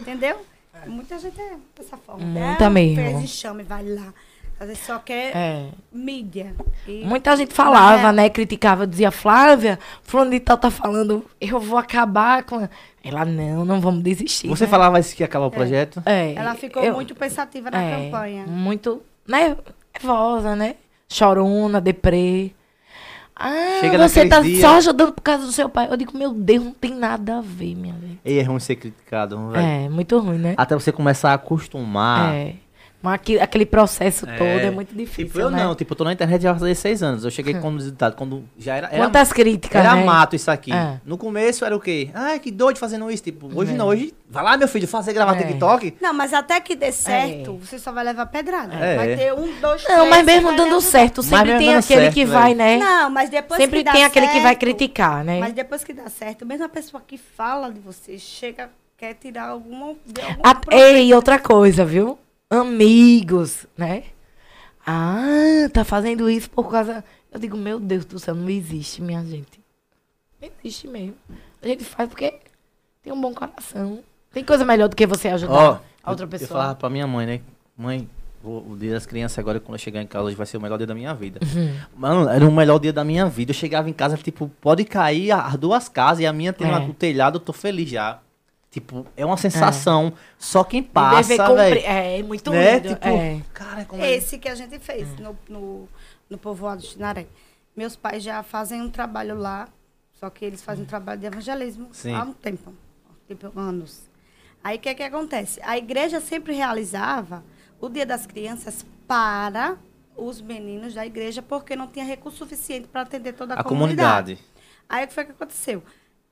S3: Entendeu? Muita gente é dessa forma.
S4: Muita
S3: Ah,
S4: mesmo.
S3: Fez e chama e vai lá. Às vezes só quer
S4: É.
S3: mídia. E
S4: Muita gente falava,
S3: Mas é-
S4: né? Criticava, dizia, Flávia, fulano de tal tá falando, eu vou acabar com... a-". Ela, não, não vamos desistir.
S2: Você
S4: né?
S2: falava isso que ia acabar o projeto?
S4: É,
S3: Ela ficou
S4: eu-
S3: muito pensativa na
S4: é,
S3: campanha.
S4: Muito, né? Nervosa, né? Chorona, deprê. Ah,
S2: Chega
S4: você
S2: naqueles
S4: tá
S2: dias-
S4: só ajudando por causa do seu pai. Eu digo, meu Deus, não tem nada a ver, minha vida.
S2: E é ruim ser criticado, não, velho.
S4: É, muito ruim, né?
S2: Até você começar a acostumar.
S4: É. Mas aquele, aquele processo todo é muito difícil,
S2: Tipo, eu
S4: né? Hum.
S2: não, tipo, eu tô na internet já faz seis anos. Eu cheguei como resultado, quando já era. era
S4: Quantas críticas,
S2: Era
S4: né?
S2: mato isso aqui.
S4: É.
S2: No começo era o quê? Ai, que doido fazendo isso. Tipo, hoje não, hoje. Vai lá, meu filho, fazer gravar
S4: É.
S2: TikTok.
S3: Não, mas até que dê certo, você só vai levar pedrada.
S2: É.
S3: Vai ter um, dois, três.
S4: Não, mas mesmo
S3: que vai
S4: dando
S3: levar-
S4: certo, sempre
S2: mesmo
S4: tem
S2: dando
S4: aquele
S2: certo,
S4: que
S2: velho.
S4: vai, né?
S3: é Não, mas depois
S4: sempre
S3: que dá
S4: tem aquele que vai
S3: certo,
S4: criticar, né?
S3: Mas depois que dá certo, mesmo a pessoa que fala de você chega, quer tirar alguma. de algum
S4: A- é,
S3: proveito.
S4: Ah, Ei, outra coisa, viu? Amigos, né? Ah, tá fazendo isso por causa. Eu digo, meu Deus do céu, não existe, minha gente. Não existe mesmo. A gente faz porque tem um bom coração. Tem coisa melhor do que você ajudar
S2: Ó,
S4: a outra
S2: eu- Eu
S4: pessoa.
S2: falava pra minha mãe, né? Mãe, vou vou- o dia das crianças agora, quando eu chegar em casa, hoje vai ser o melhor dia da minha vida.
S4: Uhum.
S2: Mano, era o melhor dia da minha vida. Eu chegava em casa, tipo, pode cair as duas casas e a minha tem
S4: É.
S2: lá o telhado, eu tô feliz já. Tipo, é uma sensação. Só quem passa,
S4: Dever cumpri-
S2: velho.
S4: É, é muito
S2: Né?
S4: lindo.
S2: Tipo,
S4: é.
S2: cara, como é...
S3: Esse que a gente fez no, no, no povoado de Chinaré. Meus pais já fazem um trabalho lá, só que eles fazem um trabalho de evangelismo
S2: Hum. Sim.
S3: há um tempo, tipo, anos. Aí o que, é que acontece? A igreja sempre realizava o Dia das Crianças para os meninos da igreja, porque não tinha recurso suficiente para atender toda a,
S2: A comunidade.
S3: Aí o que foi que aconteceu?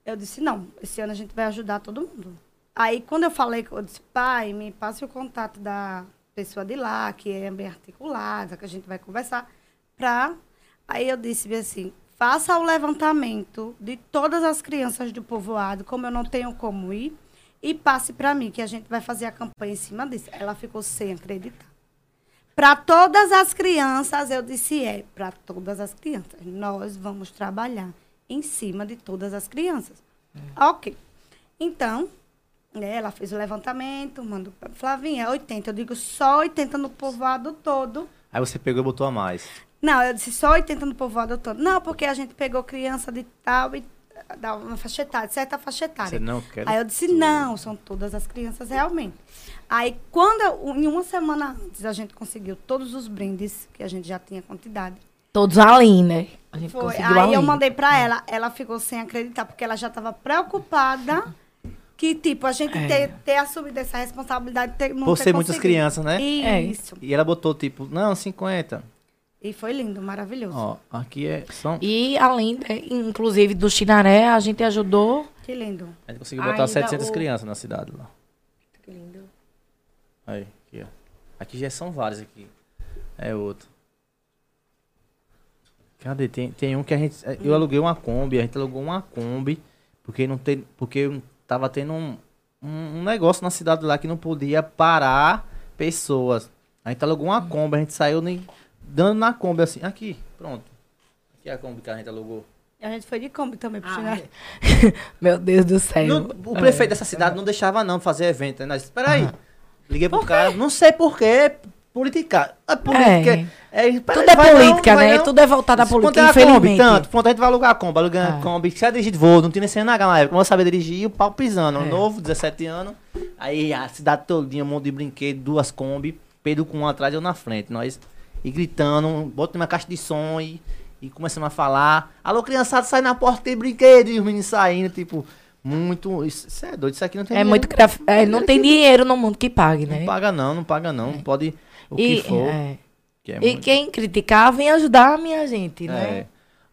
S3: Eu disse, não, esse ano a gente vai ajudar todo mundo. Aí quando eu falei, eu disse, pai, me passe o contato da pessoa de lá, que é bem articulada, que a gente vai conversar, pra... Aí eu disse bem assim, faça o levantamento de todas as crianças do povoado, como eu não tenho como ir, e passe para mim, que a gente vai fazer a campanha em cima disso. Ela ficou sem acreditar. Para todas as crianças, eu disse é, para todas as crianças. Nós vamos trabalhar em cima de todas as crianças. Ok. Então, né, ela fez o levantamento, mandou para Flavinha, 80. Eu digo só 80 no povoado todo.
S2: Aí você pegou e botou a mais.
S3: Não, eu disse só 80 no povoado todo. Não, porque a gente pegou criança de tal e da uma faixa etária, certa faixa etária.
S2: Você não quer.
S3: Aí eu disse, não, são todas as crianças realmente. Aí, quando, eu- em uma semana antes, a gente conseguiu todos os brindes, que a gente já tinha quantidade.
S4: Todos ali, né? A gente
S3: Foi.
S4: conseguiu
S3: Aí é
S4: ali.
S3: eu mandei pra ela, ela ficou sem acreditar, porque ela já estava preocupada que, tipo, a gente ter, ter assumido essa responsabilidade. Ter, não
S2: É. Por
S3: ter
S2: ser muitas
S3: conseguido.
S2: crianças, né?
S4: É.
S3: Isso.
S2: E ela botou, tipo, não, 50.
S3: E foi lindo, maravilhoso.
S2: Ó, aqui é... São...
S4: E além, né, inclusive, do Chinaré, a gente ajudou.
S3: Que lindo.
S2: A gente conseguiu botar
S4: Ainda
S2: 700
S4: o-
S2: crianças na cidade lá. Aí, aqui, ó. Aqui já são vários aqui. É outro. Cadê? Tem, tem um que a gente. eh, Eu aluguei uma Kombi, a gente alugou uma Kombi, porque não tem. Porque não tava tendo um, um, um negócio na cidade lá que não podia parar pessoas. A gente alugou uma Kombi, a gente saiu nem, dando na Kombi assim. Aqui, pronto. Aqui é a Kombi que a gente alugou.
S3: A gente foi de Kombi também pro Chinaré.
S4: Meu Deus do céu.
S2: Não- o prefeito dessa cidade não deixava não fazer evento. né? Aí nós, espera aí. Liguei pro cara, não sei porquê, politicar. É política. É, espera
S4: Tudo
S2: aí,
S4: é
S2: vai não,
S4: política,
S2: vai
S4: né?
S2: não.
S4: Tudo é voltado à
S2: Quanto
S4: política,
S2: é a Kombi,
S4: infelizmente.
S2: tanto, é quanto a gente vai alugar a Kombi, alugando a
S4: Ah.
S2: Kombi, se é dirigir voo, não tinha nem CNH na época, não sabia dirigir, o pau pisando, Um
S4: É.
S2: novo, 17 anos, aí a cidade todinha, um monte de brinquedo, duas Kombi, Pedro com um atrás, eu na frente, nós, e gritando, um, bota uma caixa de som e, e começamos a falar, alô criançada, sai na porta, tem brinquedo, e os meninos saindo, tipo, muito, isso, isso é doido, isso aqui não tem
S4: É
S2: dinheiro,
S4: muito graf... é, não tem dinheiro no mundo que pague,
S2: não,
S4: né? É.
S2: paga não, não paga não, pode, o
S4: e,
S2: que for,
S4: é.
S2: que é
S4: E
S2: muito-
S4: quem criticar vem ajudar a minha gente, né?
S2: É.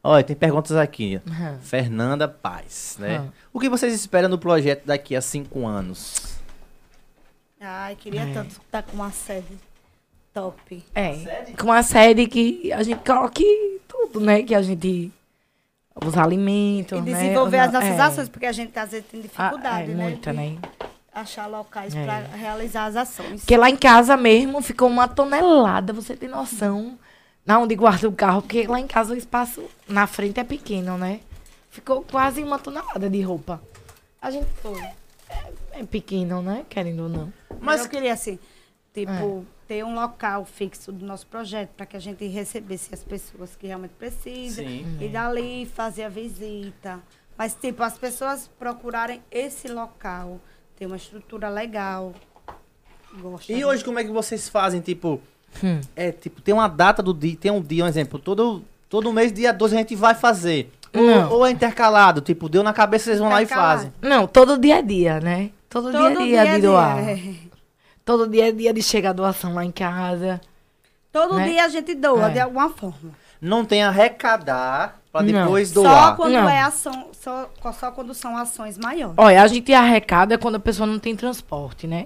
S2: Olha, tem perguntas aqui.
S4: Aham.
S2: Fernanda Paz, né?
S4: Aham.
S2: O que vocês esperam do projeto daqui a cinco anos?
S3: Ai, queria
S2: É.
S3: tanto estar com uma sede top.
S4: É, com a série que a gente coloque tudo, né? Que a gente. Os alimentos.
S3: E
S4: né?
S3: desenvolver
S4: Os-
S3: as nossas
S4: é.
S3: ações, porque a gente às vezes tem
S4: Ah,
S3: dificuldade,
S4: é,
S3: né?
S4: Muita,
S3: de
S4: né?
S3: Achar locais
S4: É.
S3: para realizar as ações.
S4: Porque lá em casa mesmo ficou uma tonelada, você tem noção. Na onde guarda o carro, porque lá em casa o espaço na frente é pequeno, né? Ficou quase uma tonelada de roupa. A gente foi. É, é pequeno, né? Querendo ou não.
S3: Mas eu queria, assim, tipo,
S4: É.
S3: ter um local fixo do nosso projeto para que a gente recebesse as pessoas que realmente precisam.
S2: Sim.
S3: E dali fazer a visita. Mas, tipo, as pessoas procurarem esse local. Ter uma estrutura legal. Gosto.
S2: E
S4: Tá.
S3: né?
S2: hoje como é que vocês fazem, tipo,
S4: Hum.
S2: é tipo, tem uma data do dia, tem um dia, um exemplo, todo todo mês dia 12 a gente vai fazer. Ou,
S4: Não.
S2: ou é intercalado, tipo, deu na cabeça, vocês vão lá e
S3: Intercalado.
S2: fazem.
S4: Não, todo dia a dia, né? Todo,
S3: Todo
S4: dia a dia, de doar.
S3: é.
S4: Todo dia a dia de chegar a doação lá em casa.
S3: Todo
S4: Né?
S3: dia a gente doa,
S4: É.
S3: de alguma forma.
S2: Não tem arrecadar pra
S4: Não.
S2: depois
S3: Só
S2: doar.
S3: quando
S4: Não.
S3: é ação, só, só quando são ações maiores.
S4: Olha, a gente arrecada quando a pessoa não tem transporte, né?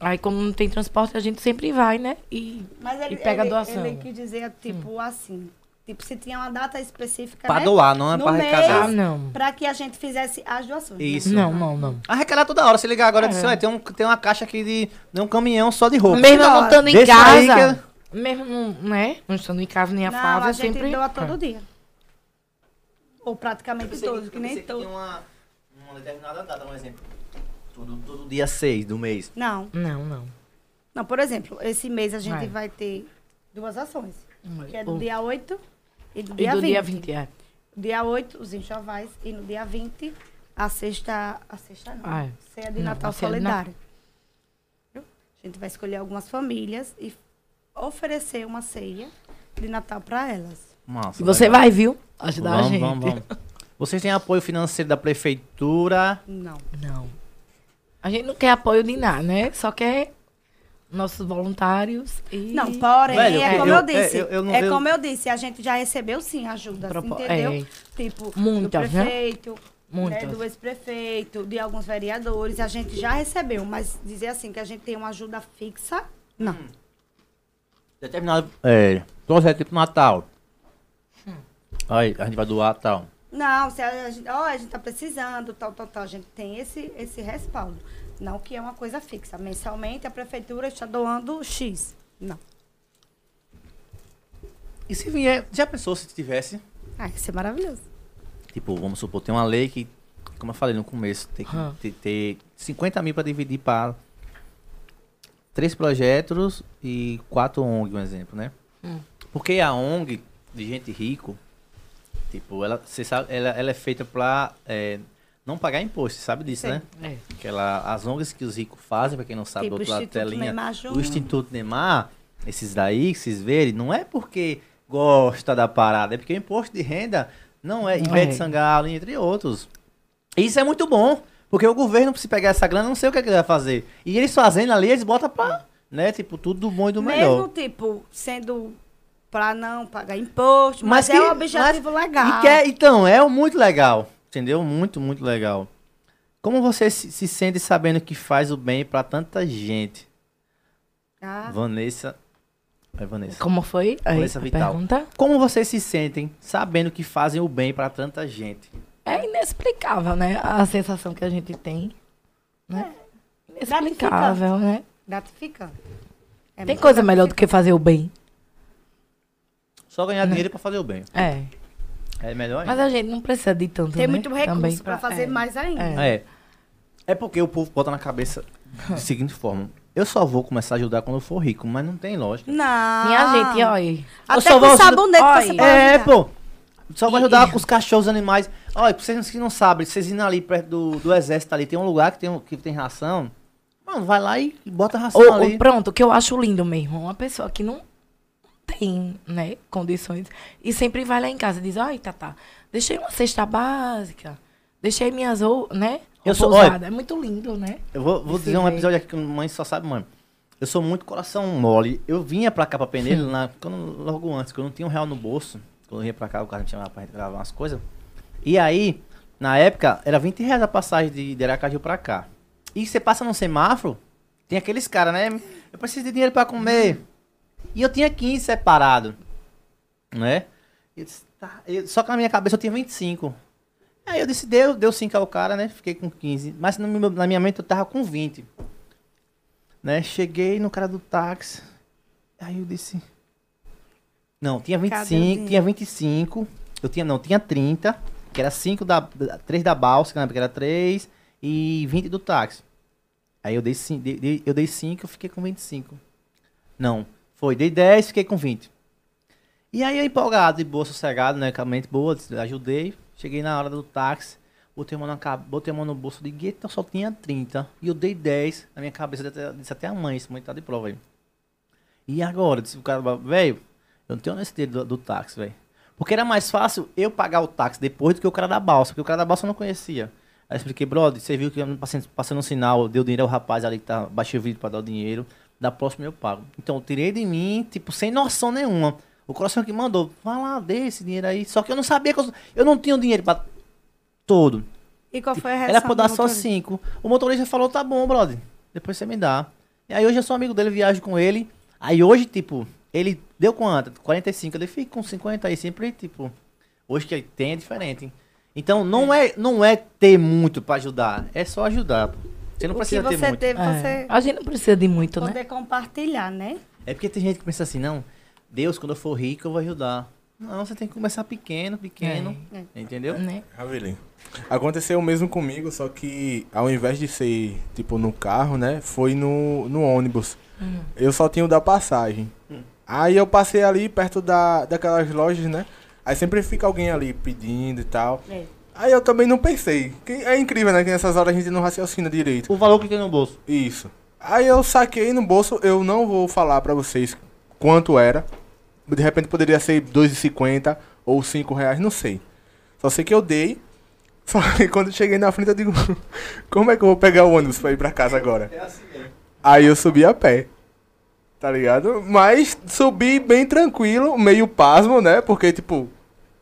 S4: Aí, como não tem transporte, a gente sempre vai, né? E,
S3: Mas ele,
S4: e pega
S3: ele,
S4: a doação.
S3: ele quis dizer, tipo, assim. Tipo, se tinha uma data específica.
S2: Pra
S3: né?
S2: doar, não é
S3: No
S2: pra
S3: mês,
S2: arrecadar.
S4: Ah, não.
S3: Pra que a gente fizesse as doações. né?
S2: Isso.
S4: Não, não, não.
S2: Arrecadar toda hora, se ligar agora,
S4: É.
S2: disse, "Ué, tem, um, tem uma caixa aqui de. Tem um caminhão só de roupa.
S4: Mesmo eu
S3: Toda
S4: não estando em
S2: Desse aí
S4: casa, mesmo não, né? Não estando em casa nem a
S3: Não,
S4: Flávia,
S3: a
S4: eu
S3: gente
S4: é sempre... Ah.
S3: doa todo dia. Ou praticamente todos, que nem
S2: tem
S3: todos.
S2: uma, um uma determinada data, um exemplo. Todo, todo dia 6 do mês.
S3: Não,
S4: Não, não.
S3: Não, por exemplo, esse mês a gente
S4: Vai.
S3: vai, ter duas ações.
S4: Vai.
S3: Que é do
S4: Um.
S3: dia 8 e do
S4: E
S3: dia
S4: do
S3: 20.
S4: dia 20, é.
S3: Dia 8, os enxovais. E no dia 20, a sexta... A sexta não.
S4: Ah, é.
S3: Ceia de
S4: Não, a
S3: Natal
S4: ceia de
S3: Solidária. Viu? A gente vai escolher algumas famílias e oferecer uma ceia de Natal para elas.
S2: Massa,
S4: E você
S2: legal.
S4: vai, viu? Ajudar a gente.
S2: Vamos, vamos, vamos. Vocês têm apoio financeiro da prefeitura?
S3: Não.
S4: Não. A gente não quer apoio de nada, né? Só quer nossos voluntários e.
S3: Não, porém,
S2: Velho,
S3: é
S2: eu-
S3: como
S2: eu-
S3: eu,
S2: é,
S3: disse. É,
S2: eu- eu não- eu-
S3: como eu disse, a gente já recebeu sim ajuda,
S4: Propo-
S3: entendeu?
S4: é.
S3: Tipo,
S4: Muitas,
S3: do
S4: né?
S3: prefeito,
S4: Muitas.
S3: né, do ex-prefeito, de alguns vereadores, a gente já recebeu, mas dizer assim que a gente tem uma ajuda fixa, não.
S2: Determinado. É. Projeto tipo Natal.
S4: Hum.
S2: Aí, a gente vai doar tal.
S3: Não, se a, a gente, ó, a gente tá precisando, tal, tal, tal, a gente tem esse esse respaldo. Não que é uma coisa fixa, mensalmente a prefeitura está doando X. Não.
S2: E se vier. Já pensou se tivesse?
S3: Ah, isso é maravilhoso.
S2: Tipo, vamos supor, tem uma lei que, como eu falei no começo, tem que
S3: Ah.
S4: Hã.
S2: te- ter 50 mil pra dividir para três projetos e quatro ONG, um exemplo, né?
S3: Hum.
S2: Porque a ONG de gente rico, tipo, ela, você sabe, ela, ela é feita pra é, não pagar imposto, você sabe disso,
S3: Sim.
S2: né?
S4: É.
S2: Aquela, as ONGs que os ricos fazem, pra quem não sabe, Tá
S3: Tipo
S2: do outro lado da
S3: Instituto
S2: telinha.
S3: Neymar
S2: O
S3: Júnior.
S2: Instituto Neymar, esses daí que vocês verem, não é porque gosta da parada, é porque o imposto de renda não é.
S4: Não
S2: Ivete
S4: é.
S2: Sangalo, entre outros. Isso é muito bom, porque o governo, se pegar essa grana, não sei o que, é que ele vai fazer. E eles fazendo ali, eles botam pra. Né, tipo, tudo do bom e do
S3: Mesmo
S2: melhor.
S3: tipo sendo para não pagar imposto, mas,
S2: que-
S3: é um objetivo
S2: mas-
S3: legal.
S2: E quer- então, é muito legal. Entendeu? Muito, muito legal. Como você se, se sente sabendo que faz o bem pra tanta gente?
S3: Ah,
S2: Vanessa. É Vanessa.
S4: Como foi aí,
S2: Polícia
S4: a
S2: Vital.
S4: pergunta?
S2: Como vocês se sentem sabendo que fazem o bem pra tanta gente?
S4: É inexplicável, né? A sensação que a gente tem. Né?
S3: É.
S4: Inexplicável, né?
S3: gratificante. É
S4: Tem
S3: muito
S4: coisa melhor do que fazer o bem.
S2: Só ganhar dinheiro pra fazer o bem.
S4: É.
S2: É melhor
S4: Mas
S2: ainda.
S4: a gente não precisa de tanto,
S3: Tem
S4: né?
S3: muito
S4: Também
S3: recurso para fazer
S4: é.
S3: mais ainda.
S4: É.
S2: É. É porque o povo bota na cabeça
S4: <laughs>
S2: de seguinte forma. Eu só vou começar a ajudar quando eu for rico, mas não tem lógica.
S3: Não.
S4: Minha gente, olha.
S2: Eu
S3: Ah. Até
S2: só vou
S3: com
S2: ajudar-
S3: sabonete
S4: Olha,
S3: você pode
S2: É,
S3: ajudar.
S2: pô. Só vai
S4: E-
S2: ajudar
S4: e-
S2: com os cachorros, os animais. Olha, pra vocês que não sabem, vocês indo ali perto do, do exército ali, tem um lugar que tem, um- que tem ração. Mano, vai lá e e bota a ração
S4: Ou,
S2: ali.
S4: ou pronto, o que eu acho lindo mesmo, uma pessoa que não tem, né, condições e sempre vai lá em casa e diz: "Ai, Tata, deixei uma cesta básica, deixei minhas ou, né,
S2: Eu sou-
S4: roupa usada." É muito lindo, né?
S2: Eu vou, vou
S4: Se
S2: dizer um
S4: vê.
S2: episódio aqui que mãe só sabe, mãe. Eu sou muito coração mole. Eu vinha pra cá pra Peneiro na, quando- logo antes, que eu não tinha um real no bolso. Quando eu vinha pra cá, o cara me chamava pra gente gravar umas coisas. E aí, na época, era 20 reais a passagem de, de Aracaju pra cá. E você passa num semáforo, tem aqueles caras, né? Eu preciso de dinheiro pra comer. E eu tinha 15 separado. Né? E eu disse, tá, eu- só que na minha cabeça eu tinha 25. Aí eu disse, deu, deu 5 ao cara, né? Fiquei com 15. Mas no meu- na minha mente eu tava com 20. Né? Cheguei no cara do táxi. Aí eu disse. Não, tinha 25,
S3: Cadeuzinho?
S2: tinha 25. Eu tinha, não, tinha 30, que era 5 da. 3 da balsa, que na época era 3, e 20 do táxi. Aí eu dei 5, eu dei 5, eu fiquei com 25. Não, foi, dei 10, fiquei com 20. E aí eu empolgado, de boa, sossegado, né? Com a mente boa, ajudei. Cheguei na hora do táxi, botei a mão, na, ca- botei a mão no bolso de gueto, só tinha 30. E eu dei 10. Na minha cabeça disse até- disse até a mãe, isso mãe tá de prova aí. E agora? Disse o cara, velho, eu não tenho nesse dinheiro do, do táxi, velho. Porque era mais fácil eu pagar o táxi depois do que o cara da balsa, porque o cara da balsa eu não conhecia. Aí eu expliquei, brother, você viu que eu passei- passando um sinal, deu dinheiro ao rapaz ali que tá baixei o vídeo pra dar o dinheiro, da próxima eu pago. Então eu tirei de mim, tipo, sem noção nenhuma. O coração que mandou, vai lá, dê esse dinheiro aí. Só que eu não sabia que eu, eu não tinha o dinheiro pra todo.
S3: E qual foi a reação?
S2: Era é pra eu dar
S3: do
S2: só
S3: motorista?
S2: cinco. O motorista falou, tá bom, brother. Depois você me dá. E aí hoje eu sou amigo dele, viajo com ele. Aí hoje, tipo, ele deu quanto? 45. Ele fica com 50 aí sempre, tipo. Hoje que ele tem é diferente. hein? Então não é, não é ter muito pra ajudar. É só ajudar. pô. Você não
S3: O que
S2: precisa ter
S3: você
S2: muito.
S3: teve,
S4: É.
S3: você
S4: A gente não precisa de muito, né?
S3: poder compartilhar, né?
S2: É porque tem gente que pensa assim, não, Deus, quando eu for rico, eu vou ajudar. Não, você tem que começar pequeno, pequeno. Entendeu?
S4: Né?
S5: Ravelinho. Aconteceu o mesmo comigo, só que ao invés de ser, tipo, no carro, né? Foi no, no ônibus. Eu só tinha o da passagem. Aí eu passei ali perto da, daquelas lojas, né? Aí sempre fica alguém ali pedindo e tal.
S3: É.
S5: Aí eu também não pensei. Que é incrível, né? Que nessas horas a gente não raciocina direito.
S2: O valor que tem no bolso.
S5: Isso. Aí eu saquei no bolso, eu não vou falar pra vocês quanto era. De repente poderia ser 2,50 ou 5 reais, não sei. Só sei que eu dei. <laughs> Só que quando eu cheguei na frente eu digo, <laughs> como é que eu vou pegar o ônibus pra ir pra casa agora? Aí eu subi a pé. Tá ligado? Mas subi bem tranquilo, meio pasmo, né? Porque, tipo,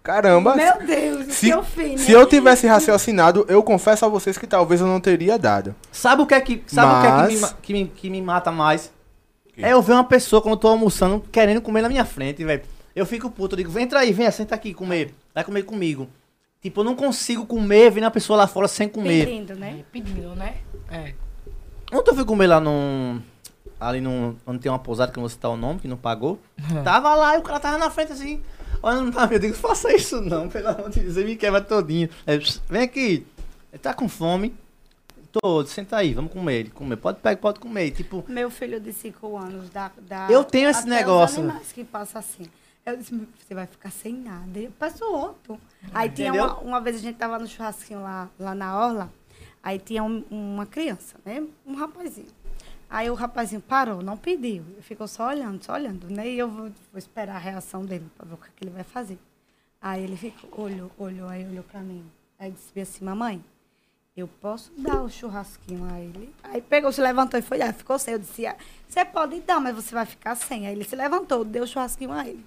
S5: caramba.
S3: Meu Deus, o
S5: se,
S3: que eu fiz,
S5: se
S3: né?
S5: eu tivesse raciocinado, eu confesso a vocês que talvez eu não teria dado.
S2: Sabe o que é que, sabe o que, é que, me
S5: Mas-
S2: ma- que, me, que me mata mais? É eu ver uma pessoa quando eu tô almoçando querendo comer na minha frente, velho. Eu fico puto, eu digo, entra aí, vem, senta aqui, comer. Vai comer comigo. Tipo, eu não consigo comer, vendo a pessoa lá fora sem comer.
S3: Pedindo, né?
S4: É, Pedindo, né? É.
S2: Ontem eu fui comer lá num. Ali num. Onde tem uma pousada que eu não vou citar o nome, que não pagou. Tava lá e o cara tava na frente assim. Olhando pra mim, eu digo, faça isso não, pelo amor de Deus, você me quebra todinho. Aí, "Pss, vem aqui. Ele tá com fome. Tô, senta aí, vamos comer. Ele comer. Pode pegar, pode comer. E, Tipo,
S3: Meu filho de 5 anos da, da.
S2: Eu tenho esse
S3: até
S2: negócio.
S3: Os animais que passa assim. Eu disse, "Meu, você vai ficar sem nada. Eu passo outro. Aí tinha
S2: Entendeu?
S3: uma, uma vez a gente tava no churrasquinho lá, lá na orla. Aí tinha um- uma criança, né? Um rapazinho. Aí o rapazinho parou, não pediu. Ficou só olhando, só olhando, né? E eu vou, vou esperar a reação dele pra ver o que, que ele vai fazer. Aí ele ficou, olhou, olhou, aí olhou pra mim. Aí disse bem assim, mamãe, eu posso dar o churrasquinho a ele? Aí pegou, se levantou e foi, ah, ficou sem. Eu disse, ah, você pode dar, mas você vai ficar sem. Aí ele se levantou, deu o churrasquinho a ele.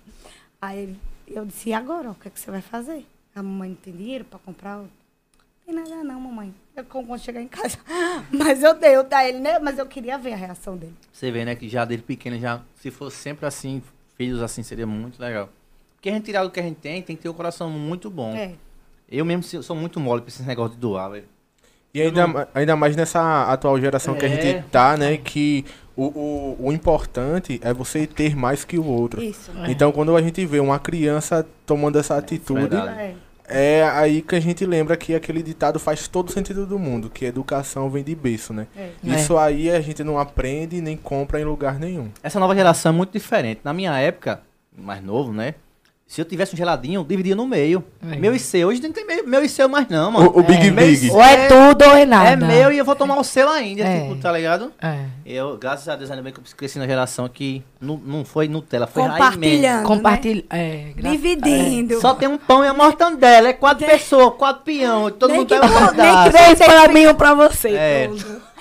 S3: Aí ele- eu disse, e agora? O que, é que você vai fazer? A mamãe não tem dinheiro pra comprar outro? Não tem nada não, mamãe. Eu como quando chegar em casa. <laughs> Mas eu dei, eu dei a ele, né? Mas eu queria ver a reação dele.
S2: você vê, né, que já dele pequeno, já. Se fosse sempre assim, filhos assim, seria muito legal. Porque a gente tirar do que a gente tem, tem que ter o coração muito bom.
S3: É.
S2: Eu mesmo se- sou muito mole pra esse negócio de doar, velho.
S5: E ainda, ma- ainda mais nessa atual geração que a
S2: É.
S5: gente tá, né? Que o, o, o importante é você ter mais que o outro.
S3: Isso.
S5: Então, quando a gente vê uma criança tomando essa atitude,
S2: verdade.
S3: É.
S5: é aí que a gente lembra que aquele ditado faz todo sentido do mundo, que educação vem de berço, né?
S3: É.
S5: Isso aí a gente não aprende nem compra em lugar nenhum.
S2: Essa nova geração é muito diferente. Na minha época, mais novo, né? Se eu tivesse um geladinho, eu dividia no meio.
S4: É.
S2: Meu e seu. Hoje não tem meio, meu e seu mais não, mano.
S5: O, o Big Big.
S4: Ou é, tudo ou é nada.
S2: É meu e eu vou tomar o seu ainda,
S4: É.
S2: tipo, tá ligado?
S4: É.
S2: Eu, graças a Deus, ainda bem que eu cresci na geração que não, não foi Nutella, foi Raimé.
S3: Compartilhando.
S4: Compartilha. É, gra-
S3: Dividindo.
S2: Só tem um pão e a mortandela. É quatro pessoas, quatro peão. Todo
S3: Nem
S2: mundo
S3: que
S2: pega
S3: tu-
S2: um
S3: nem
S2: pedaço.
S4: Três pra mim, um pra você.
S2: É.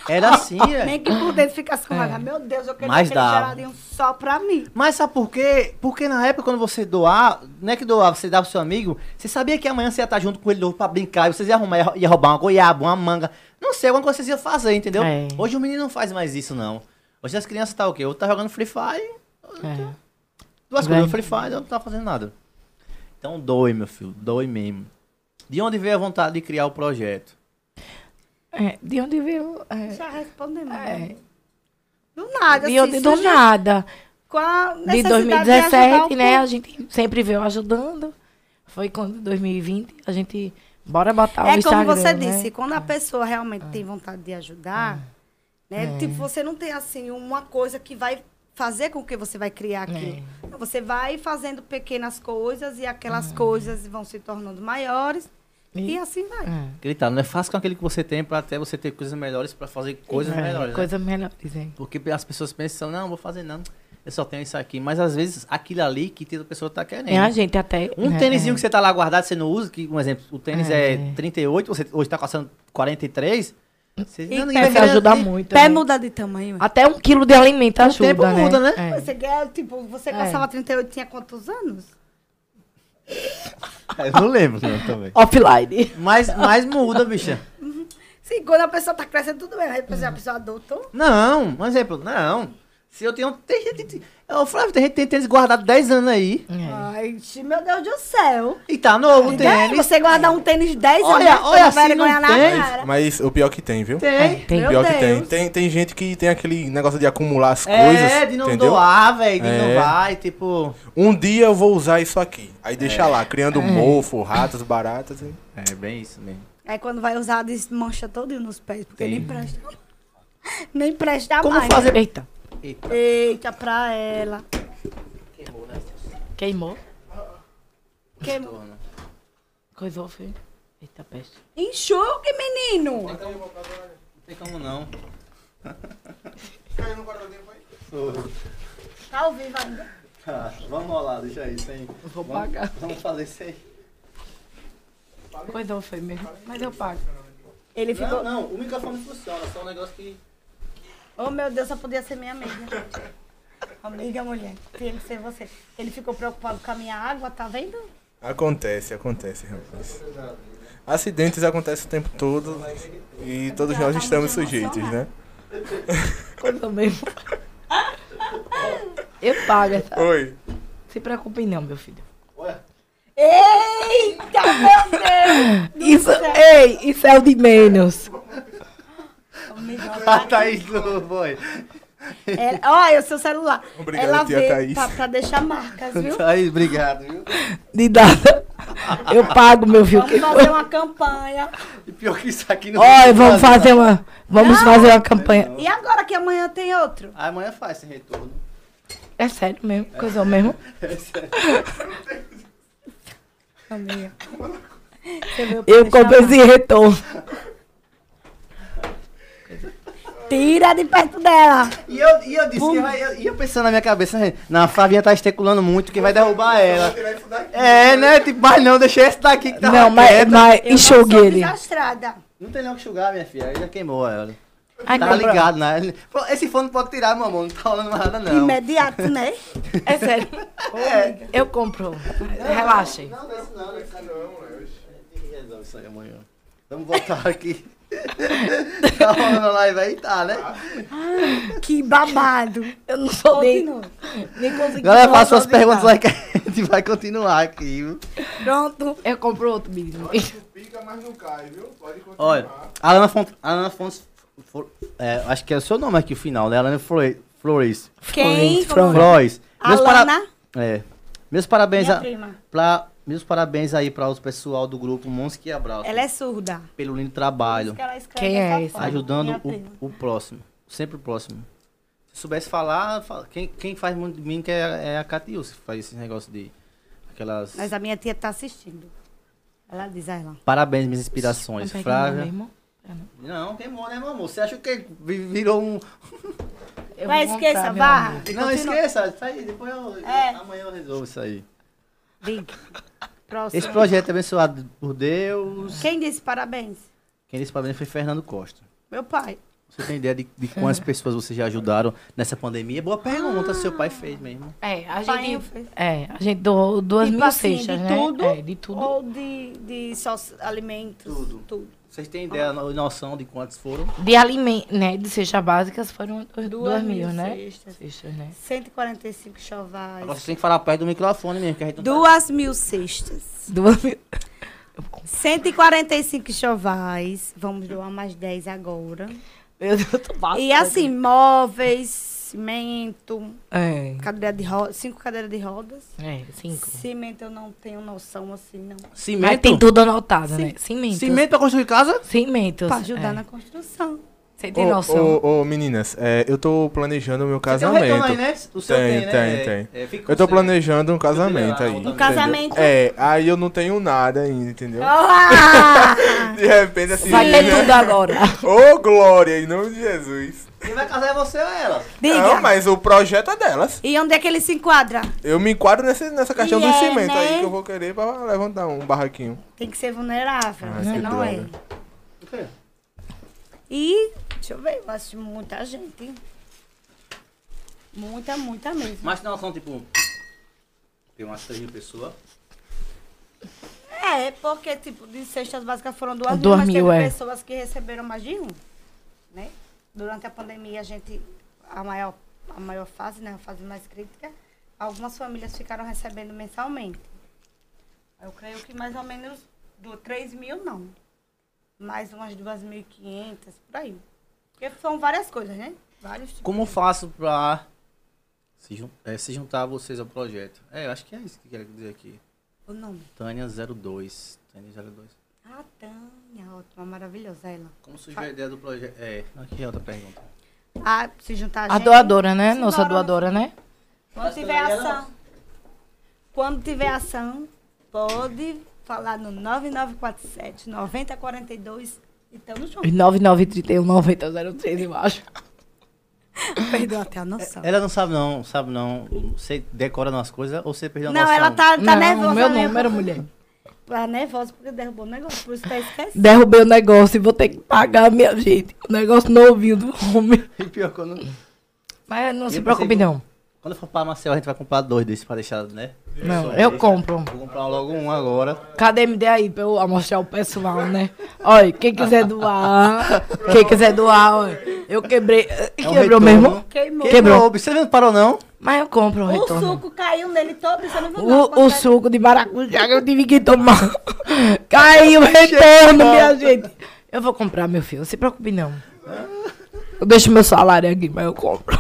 S2: Era assim, é.
S3: Nem que por dentro ficasse com raiva. Meu Deus, eu quero
S2: Mas
S3: aquele
S2: dá.
S3: geladinho só pra mim.
S2: Mas sabe por quê? Porque na época, quando você doar, não é que doar, você dava pro seu amigo, você sabia que amanhã você ia estar junto com ele de novo pra brincar, e vocês iam arrumar, ia- ia roubar uma goiaba, uma manga, não sei, alguma coisa vocês iam fazer, entendeu?
S4: É.
S2: Hoje o menino não faz mais isso, não. Hoje as crianças tá o quê? Outro tá jogando Free Fire,
S4: É.
S2: duas
S4: Vai.
S2: coisas, Free Fire, outro não tá fazendo nada. Então doe, meu filho, doe mesmo. De onde veio a vontade de criar o projeto?
S4: É, De onde veio? é,
S3: Já respondemos.
S4: É.
S3: Do nada.
S4: De onde
S3: assim,
S4: do
S3: surgiu
S4: nada.
S3: Com a
S4: De
S3: necessidade de ajudar
S4: 2017,
S3: o
S4: né? A
S3: povo.
S4: gente sempre veio ajudando. Foi quando 2020 a gente. Bora botar o
S3: É como
S4: Instagram, né?
S3: você disse, quando a pessoa realmente tem vontade de ajudar,
S4: É.
S3: né? Tipo, você não tem, assim, uma coisa que vai fazer com que você vai criar
S4: É.
S3: aquilo. Então, Você vai fazendo pequenas coisas e aquelas coisas vão se tornando maiores e,
S4: É. E-
S3: assim vai.
S4: É.
S2: Gritar, não é fácil com aquele que você tem pra até você ter coisas melhores, pra fazer coisas
S4: É,
S2: melhores. né?
S4: Coisa melhor, dizem.
S2: Porque as pessoas pensam, não, vou fazer não, eu só tenho isso aqui. Mas às vezes aquilo ali que a pessoa tá querendo.
S4: É a gente até.
S2: Um
S4: né,
S2: tênisinho
S4: é.
S2: que você tá lá guardado, você não usa, que um exemplo, o tênis é,
S4: É.
S2: 38, você hoje tá passando 43, você
S3: E
S2: ninguém
S4: Pé
S2: vai querer-
S4: ajuda
S2: e-
S4: muito.
S3: Pé
S4: né?
S3: mudar de tamanho.
S4: Até um quilo de alimento ajuda.
S2: tempo
S4: né?
S2: muda, né?
S4: É.
S3: Você quer, tipo, você
S4: É.
S3: calçava 38, tinha quantos anos?
S2: Eu não lembro não, também.
S4: Offline.
S2: Mas, mas muda, bicha.
S3: Sim, quando a pessoa tá crescendo, tudo bem. Aí depois é a pessoa adulta.
S2: Não, um exemplo, não. Se eu tenho. Tem gente. tem- Eu Flávio, tem gente que tem tênis guardado 10 anos aí.
S4: É.
S3: Ai, meu Deus do céu.
S2: E tá novo o
S3: Tênis.
S2: tênis.
S3: Você guardar um tênis 10 anos,
S2: Olha,
S3: toda
S2: olha, assim
S3: vergonha
S2: não
S3: na
S2: tem.
S3: cara.
S5: Mas o pior que tem, viu?
S2: Tem.
S4: Tem.
S5: O
S3: Meu
S5: pior que tem.
S3: Deus.
S5: tem. Tem gente que tem aquele negócio de acumular as coisas.
S2: É, de não
S5: entendeu?
S2: doar, velho. De não
S5: É.
S2: vai, tipo.
S5: Um dia eu vou usar isso aqui. Aí deixa lá, criando mofo, ratos, baratas. hein?
S2: É, bem isso mesmo.
S3: Aí quando vai usar, desmancha todo nos pés, porque
S2: Tem.
S3: nem presta. Nem presta
S2: Como
S3: mais.
S2: fazer-
S4: Eita,
S3: Eita, pra ela.
S4: queimou.
S3: Que...
S2: né?
S4: Coisou, filho. Eita, peste.
S3: Enxugue, menino!
S2: Não tem como não.
S3: Tá ao vivo ainda.
S2: Tá, vamos lá, deixa isso aí. Vou
S4: pagar.
S2: Vamos fazer isso aí.
S4: Coisou, foi mesmo. Mas eu pago.
S3: Ele
S2: Não,
S3: ficou.
S2: não, o microfone funciona, só um negócio que.
S3: Oh, meu Deus, só podia ser minha amiga. Amiga, mulher. Tinha que ser você. Ele ficou preocupado com a minha água, tá vendo?
S5: Acontece, acontece, rapaz. Acidentes acontecem o tempo todo e todos nós estamos sujeitos, né?
S4: Coisou mesmo. eu pago essa.
S5: Oi.
S4: Se preocupem não, meu filho.
S3: Eita, meu Deus!
S4: <laughs> Isso, ei, isso é o de menos. Tá,
S2: Ah, Thaís Lu, foi.
S3: Ela- Olha, o seu celular.
S5: Obrigado,
S3: ela
S5: tia
S3: vê
S5: Thaís.
S3: Pra, pra deixar
S2: <laughs>
S3: marcas, viu?
S4: Tá
S2: Thaís, obrigado, viu?
S4: De nada. Eu pago, meu filho.
S3: Vamos fazer uma campanha.
S2: E pior que isso aqui não.
S4: Olha,
S2: tem
S4: vamos
S2: nada.
S4: fazer um- uma. Vamos fazer uma campanha.
S3: E agora que amanhã tem outro?
S2: Ah, Amanhã faz esse retorno. <laughs>
S4: É sério mesmo, coisou mesmo.
S3: Amiga. Você veio pra
S4: Eu
S3: deixar
S4: compro esse retorno.
S3: marca. Tira de perto dela.
S2: E eu, e eu disse, que vai, eu, e eu pensando na minha cabeça, né? na Flavinha tá especulando muito, que vai derrubar ela. É, né? Tipo, mas não, deixei esse daqui que tava
S4: Não, mas, é-
S2: quieta.
S4: mas
S3: Eu não
S4: enxugue
S3: sou
S4: ele.
S3: desastrada.
S2: Não tem não que enxugar, minha filha, aí já queimou ela.
S4: Ai,
S2: Tá
S4: não,
S2: ligado, né? Pô, Esse fone pode tirar, mamão, não tá rolando mais nada não.
S3: Imediato, né?
S4: pronto. É sério. Eu compro. Relaxem.
S2: Não, não, não, não. Resolve isso aí amanhã. Vamos voltar aqui. <laughs> tá rolando a live aí, tá, né?
S3: Que babado.
S4: Eu não sou nem,
S3: Continua.
S4: nem consegui.
S2: Galera, faça
S4: falar
S2: suas perguntas
S4: nada.
S2: lá que a gente vai continuar aqui, viu?
S3: Pronto.
S4: Eu compro outro, menino.
S5: Pica, mas não cai, viu? Pode
S2: Olha, a Ana Font... a Ana Fons... Fo- é, acho que é o seu nome aqui o final, né? Alana Flores. Flores.
S3: Quem?
S4: Florence, Florence.
S2: Flores. Meus para...
S3: Alana,
S2: É. Meus parabéns
S3: minha
S2: a...
S3: prima.
S2: pra... Meus parabéns aí para os pessoal do grupo Mons que abraço
S3: Ela é surda.
S2: pelo lindo trabalho,
S3: Ela escreve
S4: Quem é
S3: dessa
S4: esse?
S3: forma.
S2: ajudando
S3: Minha prima.
S2: o, o próximo, sempre o próximo. Se soubesse falar, fala- quem, quem faz muito de mim que é, é a Catius, que faz esse negócio de aquelas
S3: Mas a minha tia tá assistindo. Ela diz a ela.
S2: Parabéns minhas inspirações,
S4: Não pega
S2: Flávia.
S4: mesmo.
S2: Não, queimou, né, meu amor? Você acha que vi- virou um.
S4: Eu
S3: Vai,
S4: vou
S3: esqueça,
S4: comprar, meu
S3: vá.
S4: amor.
S2: Não, esqueça, isso aí, depois eu.
S3: É.
S2: Amanhã eu resolvo isso aí.
S3: Big. Próximo.
S2: Esse projeto é abençoado por Deus.
S3: Quem disse parabéns?
S2: Quem disse parabéns foi Fernando Costa.
S3: Meu pai.
S2: Você tem ideia de, de quantas pessoas vocês já ajudaram nessa pandemia? Boa
S3: Ah.
S2: pergunta, seu pai fez mesmo.
S4: É, a
S3: Pai, eu
S4: gente.
S3: fiz.
S4: É, a gente doou duas
S3: Tipo
S4: mil
S3: assim,
S4: cestas,
S3: de
S4: né?
S3: tudo?
S4: É, de tudo.
S3: Ou de, de só alimentos.
S2: Tudo.
S3: Tudo.
S2: Vocês têm
S3: Ah.
S2: ideia, no- noção de quantos foram?
S4: De alimento, né? De cestas básicas foram duas, duas mil,
S3: mil
S4: né?
S3: cestas.
S4: Cestas, né?
S3: 145 chovais.
S2: Agora vocês têm que falar perto do microfone mesmo, que a gente não tá-
S3: Duas mil cestas.
S4: Duas mil.
S3: 145 chovais. Vamos doar mais 10 agora.
S4: Meu Deus, eu tô básica. né?
S3: E assim, móveis, cimento,
S4: É.
S3: cadeira de rodas, cinco cadeiras de rodas.
S4: É, cinco.
S3: Cimento eu não tenho noção assim, não.
S4: Mas
S2: tá- Cimento?
S4: tem tudo anotado, né? Cimento.
S2: Cimento pra construir casa?
S4: Cimentos.
S3: Pra ajudar
S4: é.
S3: na construção.
S4: Você tem
S5: Ô,
S4: noção?
S5: ô, ô, meninas, é, eu tô planejando o meu
S2: Você tem um retorno aí,
S5: casamento.
S2: né? O seu tem,
S5: Tem,
S2: né?
S5: tem,
S2: É, é, fica com
S5: Eu tô
S2: você.
S5: planejando um casamento aí.
S2: Um
S5: entendeu?
S3: casamento?
S5: É, aí eu não tenho nada ainda, entendeu? De repente assim.
S4: Ah. <laughs> Vai ter
S5: né?
S4: tudo agora.
S5: Ô, glória, em nome de Jesus.
S2: Quem vai casar é você ou ela?
S3: Diga.
S5: Não, mas o projeto é delas.
S3: E onde é que ele se enquadra?
S5: Eu me enquadro nesse, nessa questão
S3: E
S5: do
S3: é, né?
S5: cimento aí que eu vou querer pra levantar um barraquinho.
S3: Tem que ser vulnerável.
S5: Ah,
S3: você
S5: que
S3: não
S5: droga.
S3: é. E, deixa eu ver, eu acho muita gente. hein? Muita, muita mesmo.
S2: Mas não são tipo. Tem umas 3 mil pessoas.
S3: É, porque, tipo, de cestas básicas foram duas,
S4: Duas
S3: mas
S4: mil,
S3: teve
S4: é.
S3: pessoas que receberam mais de um, né? Durante a pandemia, a gente, a maior a maior fase, né, a fase mais crítica, algumas famílias ficaram recebendo mensalmente. Eu creio que mais ou menos do 3 mil, não. Mais umas 2.500, por aí. Porque são várias coisas, né? Vários tipos.
S2: Como eu faço pra se, jun- eh, se juntar vocês ao projeto? É, eu acho que é isso que eu quero dizer aqui.
S3: O nome?
S2: Tânia02. Tânia02.
S3: Ah, Tânia, ótima, maravilhosa ela.
S2: Como surgiu a ideia do projeto? É, aqui é outra pergunta.
S3: Ah, se juntar
S4: A doadora, né?
S3: Se
S4: Nossa
S3: doadora-
S4: doadora, né?
S3: Quando tiver ação. Quando tiver ação, pode falar no 9947 9042 e tamo junto.
S4: 9931 9003, eu acho.
S3: Perdeu até a noção.
S2: Ela não sabe não, sabe não. Você decora nas coisas ou você perdeu a
S3: Não,
S2: noção?
S3: ela tá, tá
S4: Não,
S3: nervosa.
S4: meu
S3: mesmo.
S4: número, mulher.
S3: Tá nervosa porque derrubou o negócio, por isso
S4: <laughs>
S3: tá esquecendo.
S4: Derrubei o negócio e vou ter que pagar, minha gente. O negócio novinho do homem.
S2: <laughs> E pior, quando,
S4: Mas não
S2: Eu
S4: se
S2: pensei
S4: preocupe,
S2: que-
S4: não.
S2: quando for pra Marcel, a gente vai comprar dois desses pra deixar, né?
S4: Não, eu compro.
S2: Vou comprar logo um agora.
S4: Cadê me dê aí pra eu mostrar o pessoal, né? Olha, quem quiser doar, quem quiser doar, olha. Eu quebrei. eh, quebrou
S2: É um retorno. né?
S4: mesmo?
S3: Queimou.
S4: Quebrou.
S2: Quebrou. Você não parou não?
S4: Mas eu compro o
S3: O
S4: retorno.
S3: suco caiu nele todo, você não viu não.
S4: O, o suco de maracujá que eu tive que tomar.
S2: <laughs>
S4: Caiu o retorno, minha gente. Eu vou comprar, meu filho. Não se preocupe, não. Eu deixo meu salário aqui, mas eu compro.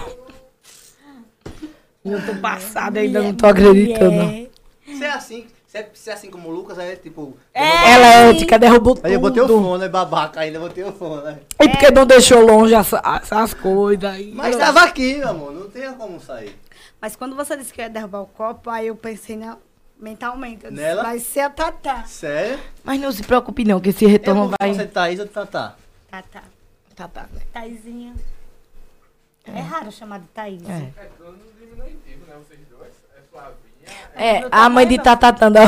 S4: Eu tô passada ainda, não tô acreditando.
S2: Você é assim, você é, você é assim como o Lucas, aí é tipo...
S4: Ela é ética, derrubou tudo.
S2: Aí eu botei o fone, é babaca ainda, botei o fone. né?
S4: E porque não deixou longe essa- essas coisas aí.
S2: Mas tá tava aqui, meu amor, não tinha como sair.
S3: Mas quando você disse que ia derrubar o copo, aí eu pensei na... mentalmente. Eu disse,
S2: Nela?
S3: Vai ser a Tatá.
S2: Sério?
S4: Mas não se preocupe não, que esse
S2: Eu
S4: retorno
S2: vou
S4: Então vai...
S2: Você tá aí, você tá, tá.
S3: Tatá.
S4: Tá, tá.
S3: Taizinha. É, raro chamar de Thaís.
S4: É.
S5: Flavinha.
S4: É, a mãe de Tatatanda.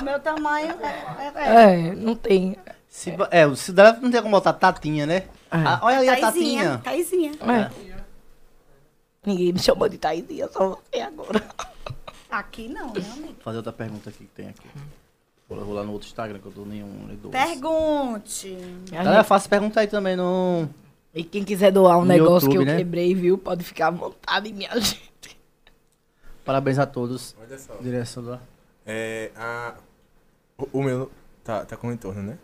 S3: O meu tamanho <laughs> é. é, é.
S4: É, não tem.
S2: Se, ba- é, o Cidadão não tem como botar Tatinha, né? Ah, olha ali a Tatinha.
S3: Taizinha. Taizinha.
S4: É. Ninguém me chamou de Taizinha, só você agora.
S3: Aqui não, né, amigo?
S2: Vou fazer outra pergunta aqui que tem aqui. Vou eu vou lá no outro Instagram que eu dou nenhum, nem dois.
S3: Pergunte.
S2: Galera, faça pergunta aí também no...
S4: E quem quiser doar um
S2: No
S4: negócio que
S2: YouTube,
S4: eu
S2: né?
S4: quebrei, viu? Pode ficar à vontade, minha gente.
S2: Parabéns a todos.
S5: Olha só.
S2: Direção do...
S5: É, a... o, o meu tá, tá com retorno, né?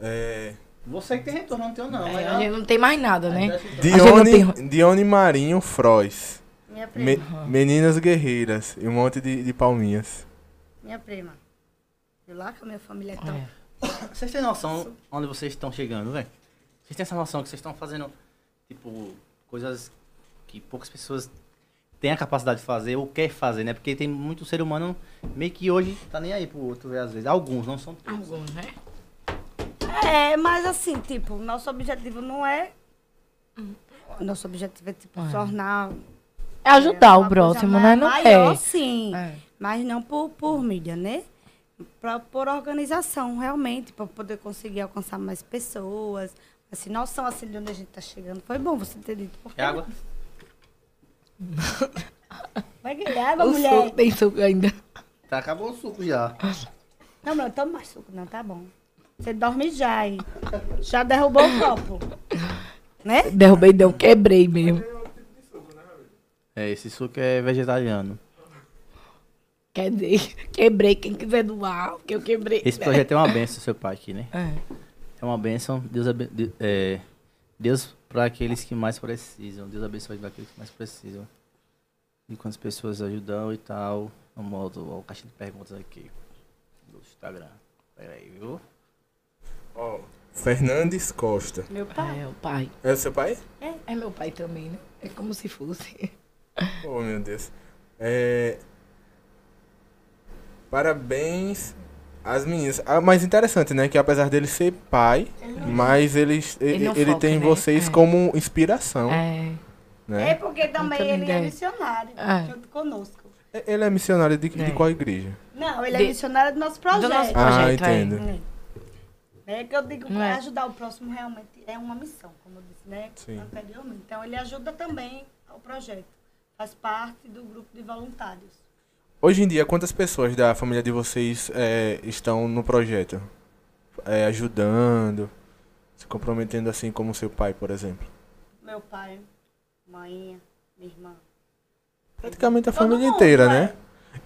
S5: É...
S2: Você que tem retorno, não tem não.
S4: É, a gente não tem mais nada, né? não
S5: Dione, Dione Marinho Frois.
S3: Minha prima.
S5: Me- meninas guerreiras e um monte de, de palminhas.
S3: Minha prima. Viu lá que a minha família é tão.
S2: Vocês têm noção onde vocês estão chegando, velho? Vocês têm essa noção que vocês estão fazendo, tipo, coisas que poucas pessoas têm a capacidade de fazer ou quer fazer, né? Porque tem muito ser humano meio que hoje tá nem aí pro outro, velho, às vezes. Alguns, não são todos.
S4: Alguns, né?
S3: É, mas assim, tipo, nosso objetivo não é. Nosso objetivo Hum. é, tipo, tornar.
S4: É ajudar
S3: uma
S4: o próximo,
S3: coisa
S4: né? Não
S3: maior,
S4: é.
S3: sim.
S4: É.
S3: Mas não por, por mídia, né? Pra, por organização, realmente, para poder conseguir alcançar mais pessoas. Assim, noção assim de onde a gente tá chegando. Foi bom você ter dito. Porque
S2: É água.
S3: <laughs> Vai ganhar água,
S4: O
S3: mulher.
S4: suco tem suco ainda.
S2: Tá, acabou o suco já.
S3: Não, não, eu tomo mais suco, não, tá bom. Você dorme já aí. Já derrubou o copo. Né?
S4: Derrubei, não. Quebrei mesmo.
S2: É, esse suco é vegetariano.
S4: Quer dizer, <laughs> quebrei quem quiser doar, porque eu quebrei.
S2: Esse
S4: né?
S2: projeto é uma benção, seu pai aqui, né?
S4: É.
S2: É uma benção. Deus, aben- de- é, Deus para aqueles que mais precisam. Deus abençoe para aqueles que mais precisam. E quantas pessoas ajudam e tal. Vamos ao- ao caixa de perguntas aqui. Do Instagram. Pera aí, viu?
S5: Ó, Fernandes Costa.
S3: Meu pai.
S4: É o pai.
S5: É o seu pai?
S4: É meu pai também, né? É como se fosse.
S5: Oh, meu Deus. É... Parabéns às meninas. Ah, mas interessante, né? Que apesar dele ser pai, mas ele, ele,
S4: não
S5: ele
S4: foca,
S5: tem
S4: né?
S5: vocês
S4: É.
S5: como inspiração,
S4: É.
S5: né?
S3: É porque também
S4: Eu também
S3: ele é
S4: dei.
S3: missionário,
S4: É.
S3: junto conosco.
S5: Ele é missionário de, de
S4: É.
S5: qual igreja?
S3: Não, ele é
S4: De-
S3: missionário do nosso projeto.
S4: Do nosso
S5: Ah,
S4: projeto, é.
S5: entendo.
S3: É Né? que eu digo,
S4: Não é?
S3: ajudar o próximo realmente é uma missão, como eu disse, né?
S5: Sim.
S3: Anteriormente. Então ele ajuda também ao projeto. Faz parte do grupo de voluntários.
S5: Hoje em dia, quantas pessoas da família de vocês é, estão no projeto? É, ajudando, se comprometendo assim como seu pai, por exemplo.
S3: Meu pai, mãe, minha irmã.
S5: Praticamente a
S3: Todo
S5: família
S3: mundo,
S5: inteira,
S3: é.
S5: né?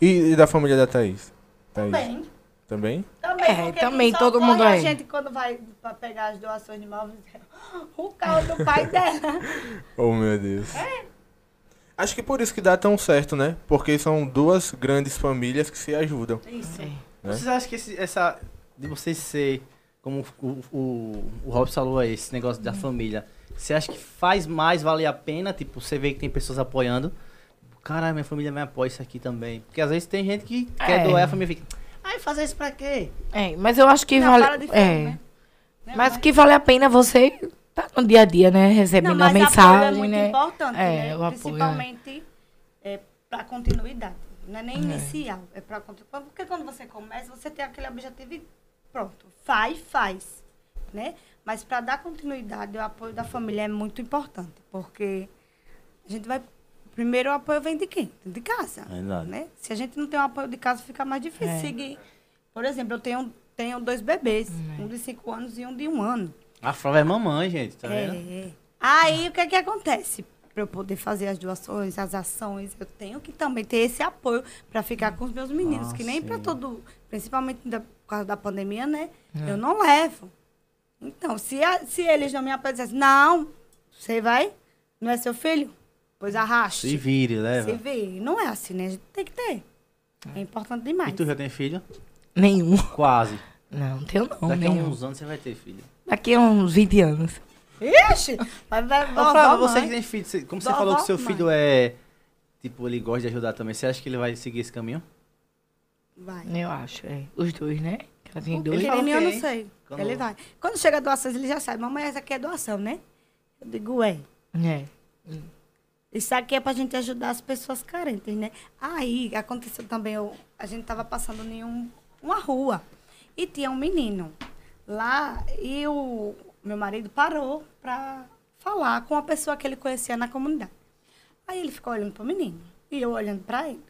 S5: E, e da família da Thaís? Thaís.
S3: Também.
S5: Também?
S3: Também,
S4: É,
S3: porque
S4: também,
S3: quem
S4: todo
S3: socorre
S4: mundo
S3: a
S4: aí.
S3: gente quando vai pra pegar as doações de móveis, o carro do
S4: <laughs>
S3: pai dela.
S5: Oh, meu Deus. Acho que por isso que dá tão certo, né? Porque são duas grandes famílias que se ajudam.
S3: Isso.
S5: Né?
S2: Vocês acham que esse- essa. De vocês ser. Como o, o, o Robson falou aí, esse negócio da família. Você acha que faz mais valer a pena? Tipo, você vê que tem pessoas apoiando. Caralho, minha família me apoia isso aqui também. Porque às vezes tem gente que quer
S4: É.
S2: doar e a família fica. Ai, fazer isso pra quê?
S4: É, mas eu acho que
S3: Não,
S4: vale.
S3: fala de fome,
S4: é.
S3: né?
S4: Mas o que vale a pena é você tá no dia a dia, né?
S3: Não,
S4: Recebendo
S3: mas
S4: a
S3: apoio é
S4: mensagem,
S3: muito
S4: né?
S3: importante,
S4: É,
S3: né?
S4: o apoio, é.
S3: Principalmente é, para continuidade. Não é nem inicial, é para continuidade. Porque quando você começa, você tem aquele objetivo e pronto, faz, faz, né? Mas para dar continuidade, o apoio da família é muito importante, porque a gente vai primeiro o apoio vem de quem? De casa,
S2: Verdade.
S3: né? Se a gente não tem o apoio de casa, fica mais difícil
S4: É.
S3: seguir. Por exemplo, eu tenho tenho dois bebês,
S4: Hum, é.
S3: um de cinco anos e um de um ano.
S2: A Flávia é mamãe, gente, tá vendo?
S3: É. Aí o que é que acontece? Para eu poder fazer as doações, as ações, eu tenho que também ter esse apoio para ficar com os meus meninos,
S2: Ah,
S3: que nem para
S2: sim.
S3: todo, principalmente da- por causa da pandemia, né?
S2: É.
S3: Eu não levo. Então, se, a- se eles não me apresentassem, não, você vai, não é seu filho? Pois
S2: Se
S3: arraste.
S2: vire,
S3: Você
S2: leva.
S3: vê, não é assim, né? A gente tem que ter. É importante demais.
S2: E tu já tem filho?
S4: Nenhum.
S2: Quase.
S4: Não, tenho não,
S2: Daqui a
S4: nenhum.
S2: uns anos você vai ter filho.
S4: Daqui a uns 20 anos.
S3: Ixi, mas vai
S2: Ô,
S3: vovó,
S2: Flávia, você que
S3: mãe.
S2: tem filho, você- como você
S3: Vovó,
S2: falou que seu
S3: mãe.
S2: filho é. Tipo, ele gosta de ajudar também. Você acha que ele vai seguir esse caminho?
S3: Vai.
S4: Eu acho, é. Os dois, né? Que Ela tem
S3: O
S4: dois.
S2: fala o
S3: pequenininho eu
S2: quê,
S3: não
S2: hein?
S3: sei.
S2: Quando-
S3: Ele vai. Quando chega doações, ele já sabe. Mamãe, essa aqui é doação, né? Eu digo, é.
S4: É.
S3: Isso aqui é pra gente ajudar as pessoas carentes, né? Aí, aconteceu também, eu- a gente tava passando em um, uma rua e tinha um menino lá e o meu marido parou pra falar com uma pessoa que ele conhecia na comunidade. Aí ele ficou olhando pro menino e eu olhando pra ele.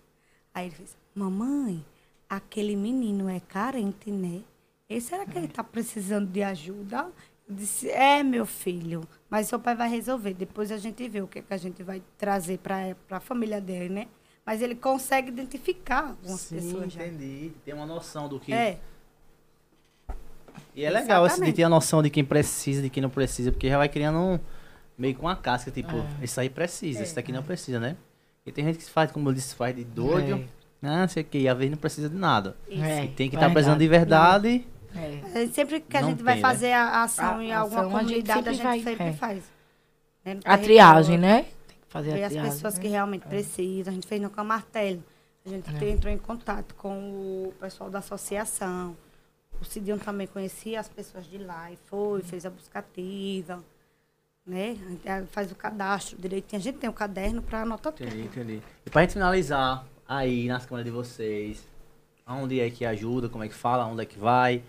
S3: Aí ele fez, mamãe, aquele menino é carente, né? E será que ele tá precisando de ajuda? Eu disse, é, meu filho, mas seu pai vai resolver. Depois a gente vê o que, que a gente vai trazer pra a família dele, né? Mas ele consegue identificar algumas pessoas já.
S2: entendi. Tem uma noção do que.
S3: É,
S2: E é legal esse de
S3: Exatamente.
S2: ter a noção de quem precisa, de quem não precisa, porque já vai criando um, meio com uma casca, tipo,
S4: É.
S2: esse aí precisa,
S3: É.
S2: esse daqui não precisa, né? E tem gente que faz, como eu disse, faz de doido, ah, sei o que, às vezes não precisa de nada.
S4: É,
S2: E tem que estar
S4: verdade.
S2: precisando de verdade.
S4: É.
S3: É, sempre que a
S2: Não
S3: gente
S2: tem,
S3: vai
S2: né?
S3: fazer a ação
S4: A-
S3: em
S4: a
S3: alguma
S4: ação a gente
S3: comunidade, a gente
S4: sempre
S3: sempre,
S4: vai, é.
S3: faz. né? No
S4: A
S3: território,
S4: triagem, né? Tem que
S2: É,
S4: fazer
S3: Ver
S4: a
S3: as
S4: triagem.
S3: pessoas
S4: né?
S3: que realmente precisam. A gente fez no Camartelo. A gente
S2: É.
S3: te- entrou em contato com o pessoal da associação. O Cidion também conhecia as pessoas de lá e
S2: Hum.
S3: foi, fez a buscativa. Né? A gente, ah, Faz o cadastro direitinho. A gente tem um caderno para anotar tudo.
S2: Entendi, entendi. E pra gente finalizar, aí nas câmeras de vocês, aonde é que ajuda, como é que fala, aonde é que vai,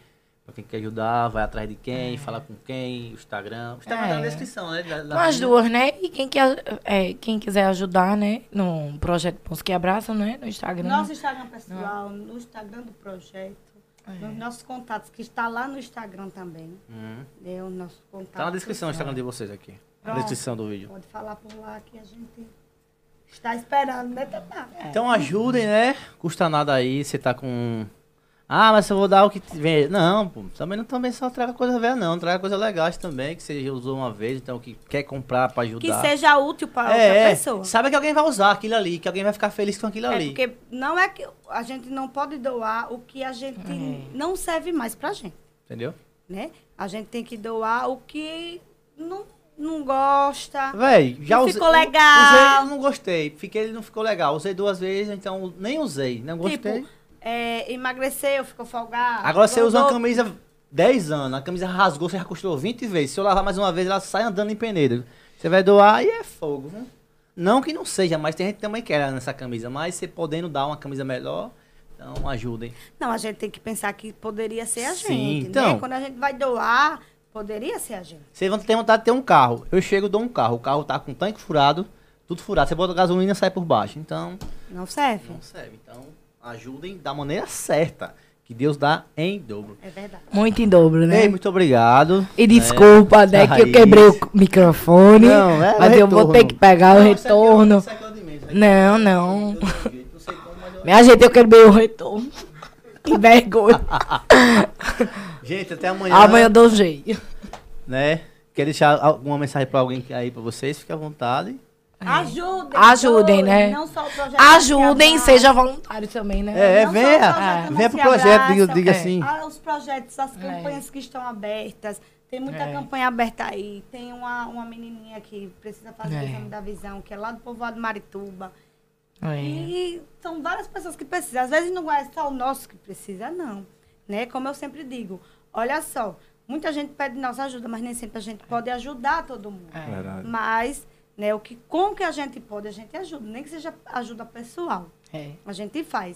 S2: pra quem quer ajudar, vai atrás de quem, fala com quem, o Instagram. É. O Instagram tá na
S4: É.
S2: descrição, né? da- da-
S4: Com as duas, né? E quem, quer, é, quem quiser ajudar, né? No projeto Pons que Abraçam, né? No Instagram.
S3: Nosso Instagram pessoal, no Instagram do projeto, nos nossos contatos, que está lá no Instagram também.
S2: É. Hum.
S3: Né? O nosso contato.
S2: Tá na descrição o Instagram de vocês aqui. Na
S3: Pronto.
S2: descrição do vídeo.
S3: Pode falar por lá que a gente está esperando, né, Tatá?
S2: Então ajudem, né? Custa nada aí, você tá com. Ah, mas eu vou dar o que vem. Não, pô, também não também só traga coisa velha, não. Traga coisa legais também, que você já usou uma vez, então que quer comprar pra ajudar.
S3: Que seja útil para outra
S2: é, é.
S3: pessoa.
S2: Sabe que alguém vai usar aquilo ali, que alguém vai ficar feliz com aquilo
S3: É
S2: ali.
S3: porque não é que a gente não pode doar o que a gente
S4: É.
S3: não serve mais pra gente,
S2: Entendeu?
S3: né? A gente tem que doar o que não, não gosta.
S2: Véi, já
S3: Ah, Não
S2: usei.
S3: ficou legal.
S2: Usei, eu não gostei. Fiquei, ele não ficou legal. Usei duas vezes, então nem usei. Não gostei.
S3: Tipo, ah, é, emagreceu, ficou folgado.
S2: Agora você usa uma
S3: engordou.
S2: camisa 10 anos, a camisa rasgou, você já costurou 20 vezes. Se eu lavar mais uma vez, ela sai andando em peneira. Você vai doar e é fogo, viu? Não que não seja, mas tem gente que também quer né, nessa camisa. Mas você podendo dar uma camisa melhor, então ajudem.
S3: Não, a gente tem que pensar que poderia ser a
S2: Sim,
S3: gente,
S2: então.
S3: né? Quando a gente vai doar, poderia ser a gente.
S2: Vocês vão ter vontade de ter um carro. Eu chego, dou um carro. O carro tá com o tanque furado, tudo furado. Você bota gasolina e sai por baixo. Então,
S3: Não serve.
S2: não serve. Então, ajudem da maneira certa. Que Deus dá em dobro.
S3: É verdade.
S4: Muito em dobro, né?
S2: Ei, muito obrigado.
S4: E desculpa, né, que eu quebrei
S2: Aí.
S4: o microfone.
S2: É. Não, é o
S4: mas eu vou
S2: retorno.
S4: ter que pegar o
S2: Não, isso aqui é o-
S4: retorno.
S2: isso aqui é o de menos, isso aqui
S4: Não, não.
S2: é o de menos. Não sei como, mas eu-
S4: Minha gente, eu quebrei o retorno. <laughs> Que vergonha.
S2: Gente, até amanhã.
S4: Amanhã eu dou um jeito.
S2: Né? Quer deixar alguma mensagem pra alguém que- aí pra vocês? Fique à vontade.
S3: Ajudem.
S4: É. Ajudem,
S3: doem,
S4: né?
S3: Não só o projeto
S4: Ajudem,
S3: Nasce Abraça.
S4: sejam voluntários também, né?
S2: É, é
S3: Não só o
S2: venha.
S3: projeto
S2: Venha pro
S3: Nasce
S2: projeto,
S3: Abraça.
S2: diga, diga
S4: É.
S2: assim.
S3: Ah, os projetos, as campanhas que estão abertas. Tem muita
S4: É.
S3: campanha aberta aí. Tem uma, uma menininha que precisa fazer
S4: É.
S3: o exame da visão, que é lá do povoado Marituba.
S4: É.
S3: E são várias pessoas que precisam. Às vezes não é só o nosso que precisa, não. Né? Como eu sempre digo, olha só, muita gente pede nossa ajuda, mas nem sempre a gente pode ajudar todo mundo.
S2: É.
S6: Verdade.
S3: Mas, né, o que, com o que a gente pode, a gente ajuda. Nem que seja ajuda pessoal,
S4: É.
S3: a gente faz.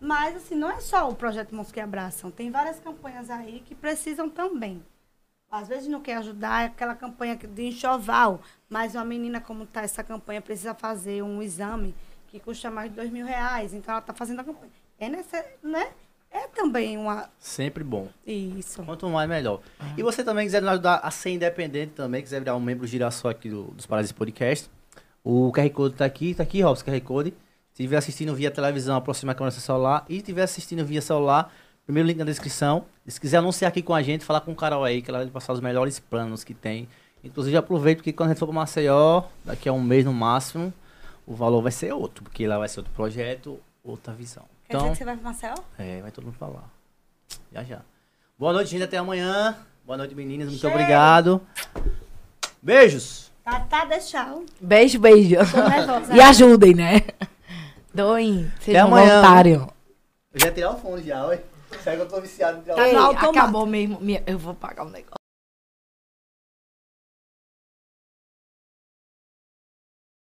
S3: Mas, assim, não é só o Projeto Mãos que Abraçam. Tem várias campanhas aí que precisam também. Às vezes não quer ajudar, é aquela campanha que- de enxoval. Mas uma menina, como está essa campanha, precisa fazer um exame que custa mais de dois mil reais. Então, ela está fazendo a campanha. É, nessa, né? é também uma...
S2: Sempre bom.
S3: Isso.
S2: Quanto mais, melhor. E você também quiser nos ajudar a ser independente também, quiser virar um membro girassol aqui do- dos Paraíso Podcast, o QR Code tá aqui, tá aqui, Robson, QR Code. Se estiver assistindo via televisão, aproxima a câmera do seu celular. E estiver assistindo via celular, primeiro link na descrição. E se quiser anunciar aqui com a gente, falar com o Carol aí, que ela vai passar os melhores planos que tem. Inclusive, aproveito que quando a gente for para Maceió, daqui a um mês no máximo, o valor vai ser outro, porque lá vai ser outro projeto, outra visão. Então,
S3: Quer dizer que você vai para Marcel?
S2: É, vai todo mundo pra lá. Já já. Boa noite, gente. Até amanhã. Boa noite, meninas. Muito
S3: Cheiro.
S2: obrigado. Beijos.
S3: Tá, tá, deixando.
S4: Beijo, beijo.
S3: nervosa.
S4: E ajudem, né? Doem, sejam
S2: amanhã. né?
S4: voluntários.
S2: Eu já ia tirar o fone já, ué. Sabe que eu tô viciado em tirar o
S4: Ei,
S3: automático.
S4: acabou mesmo. Minha- eu vou pagar o negócio.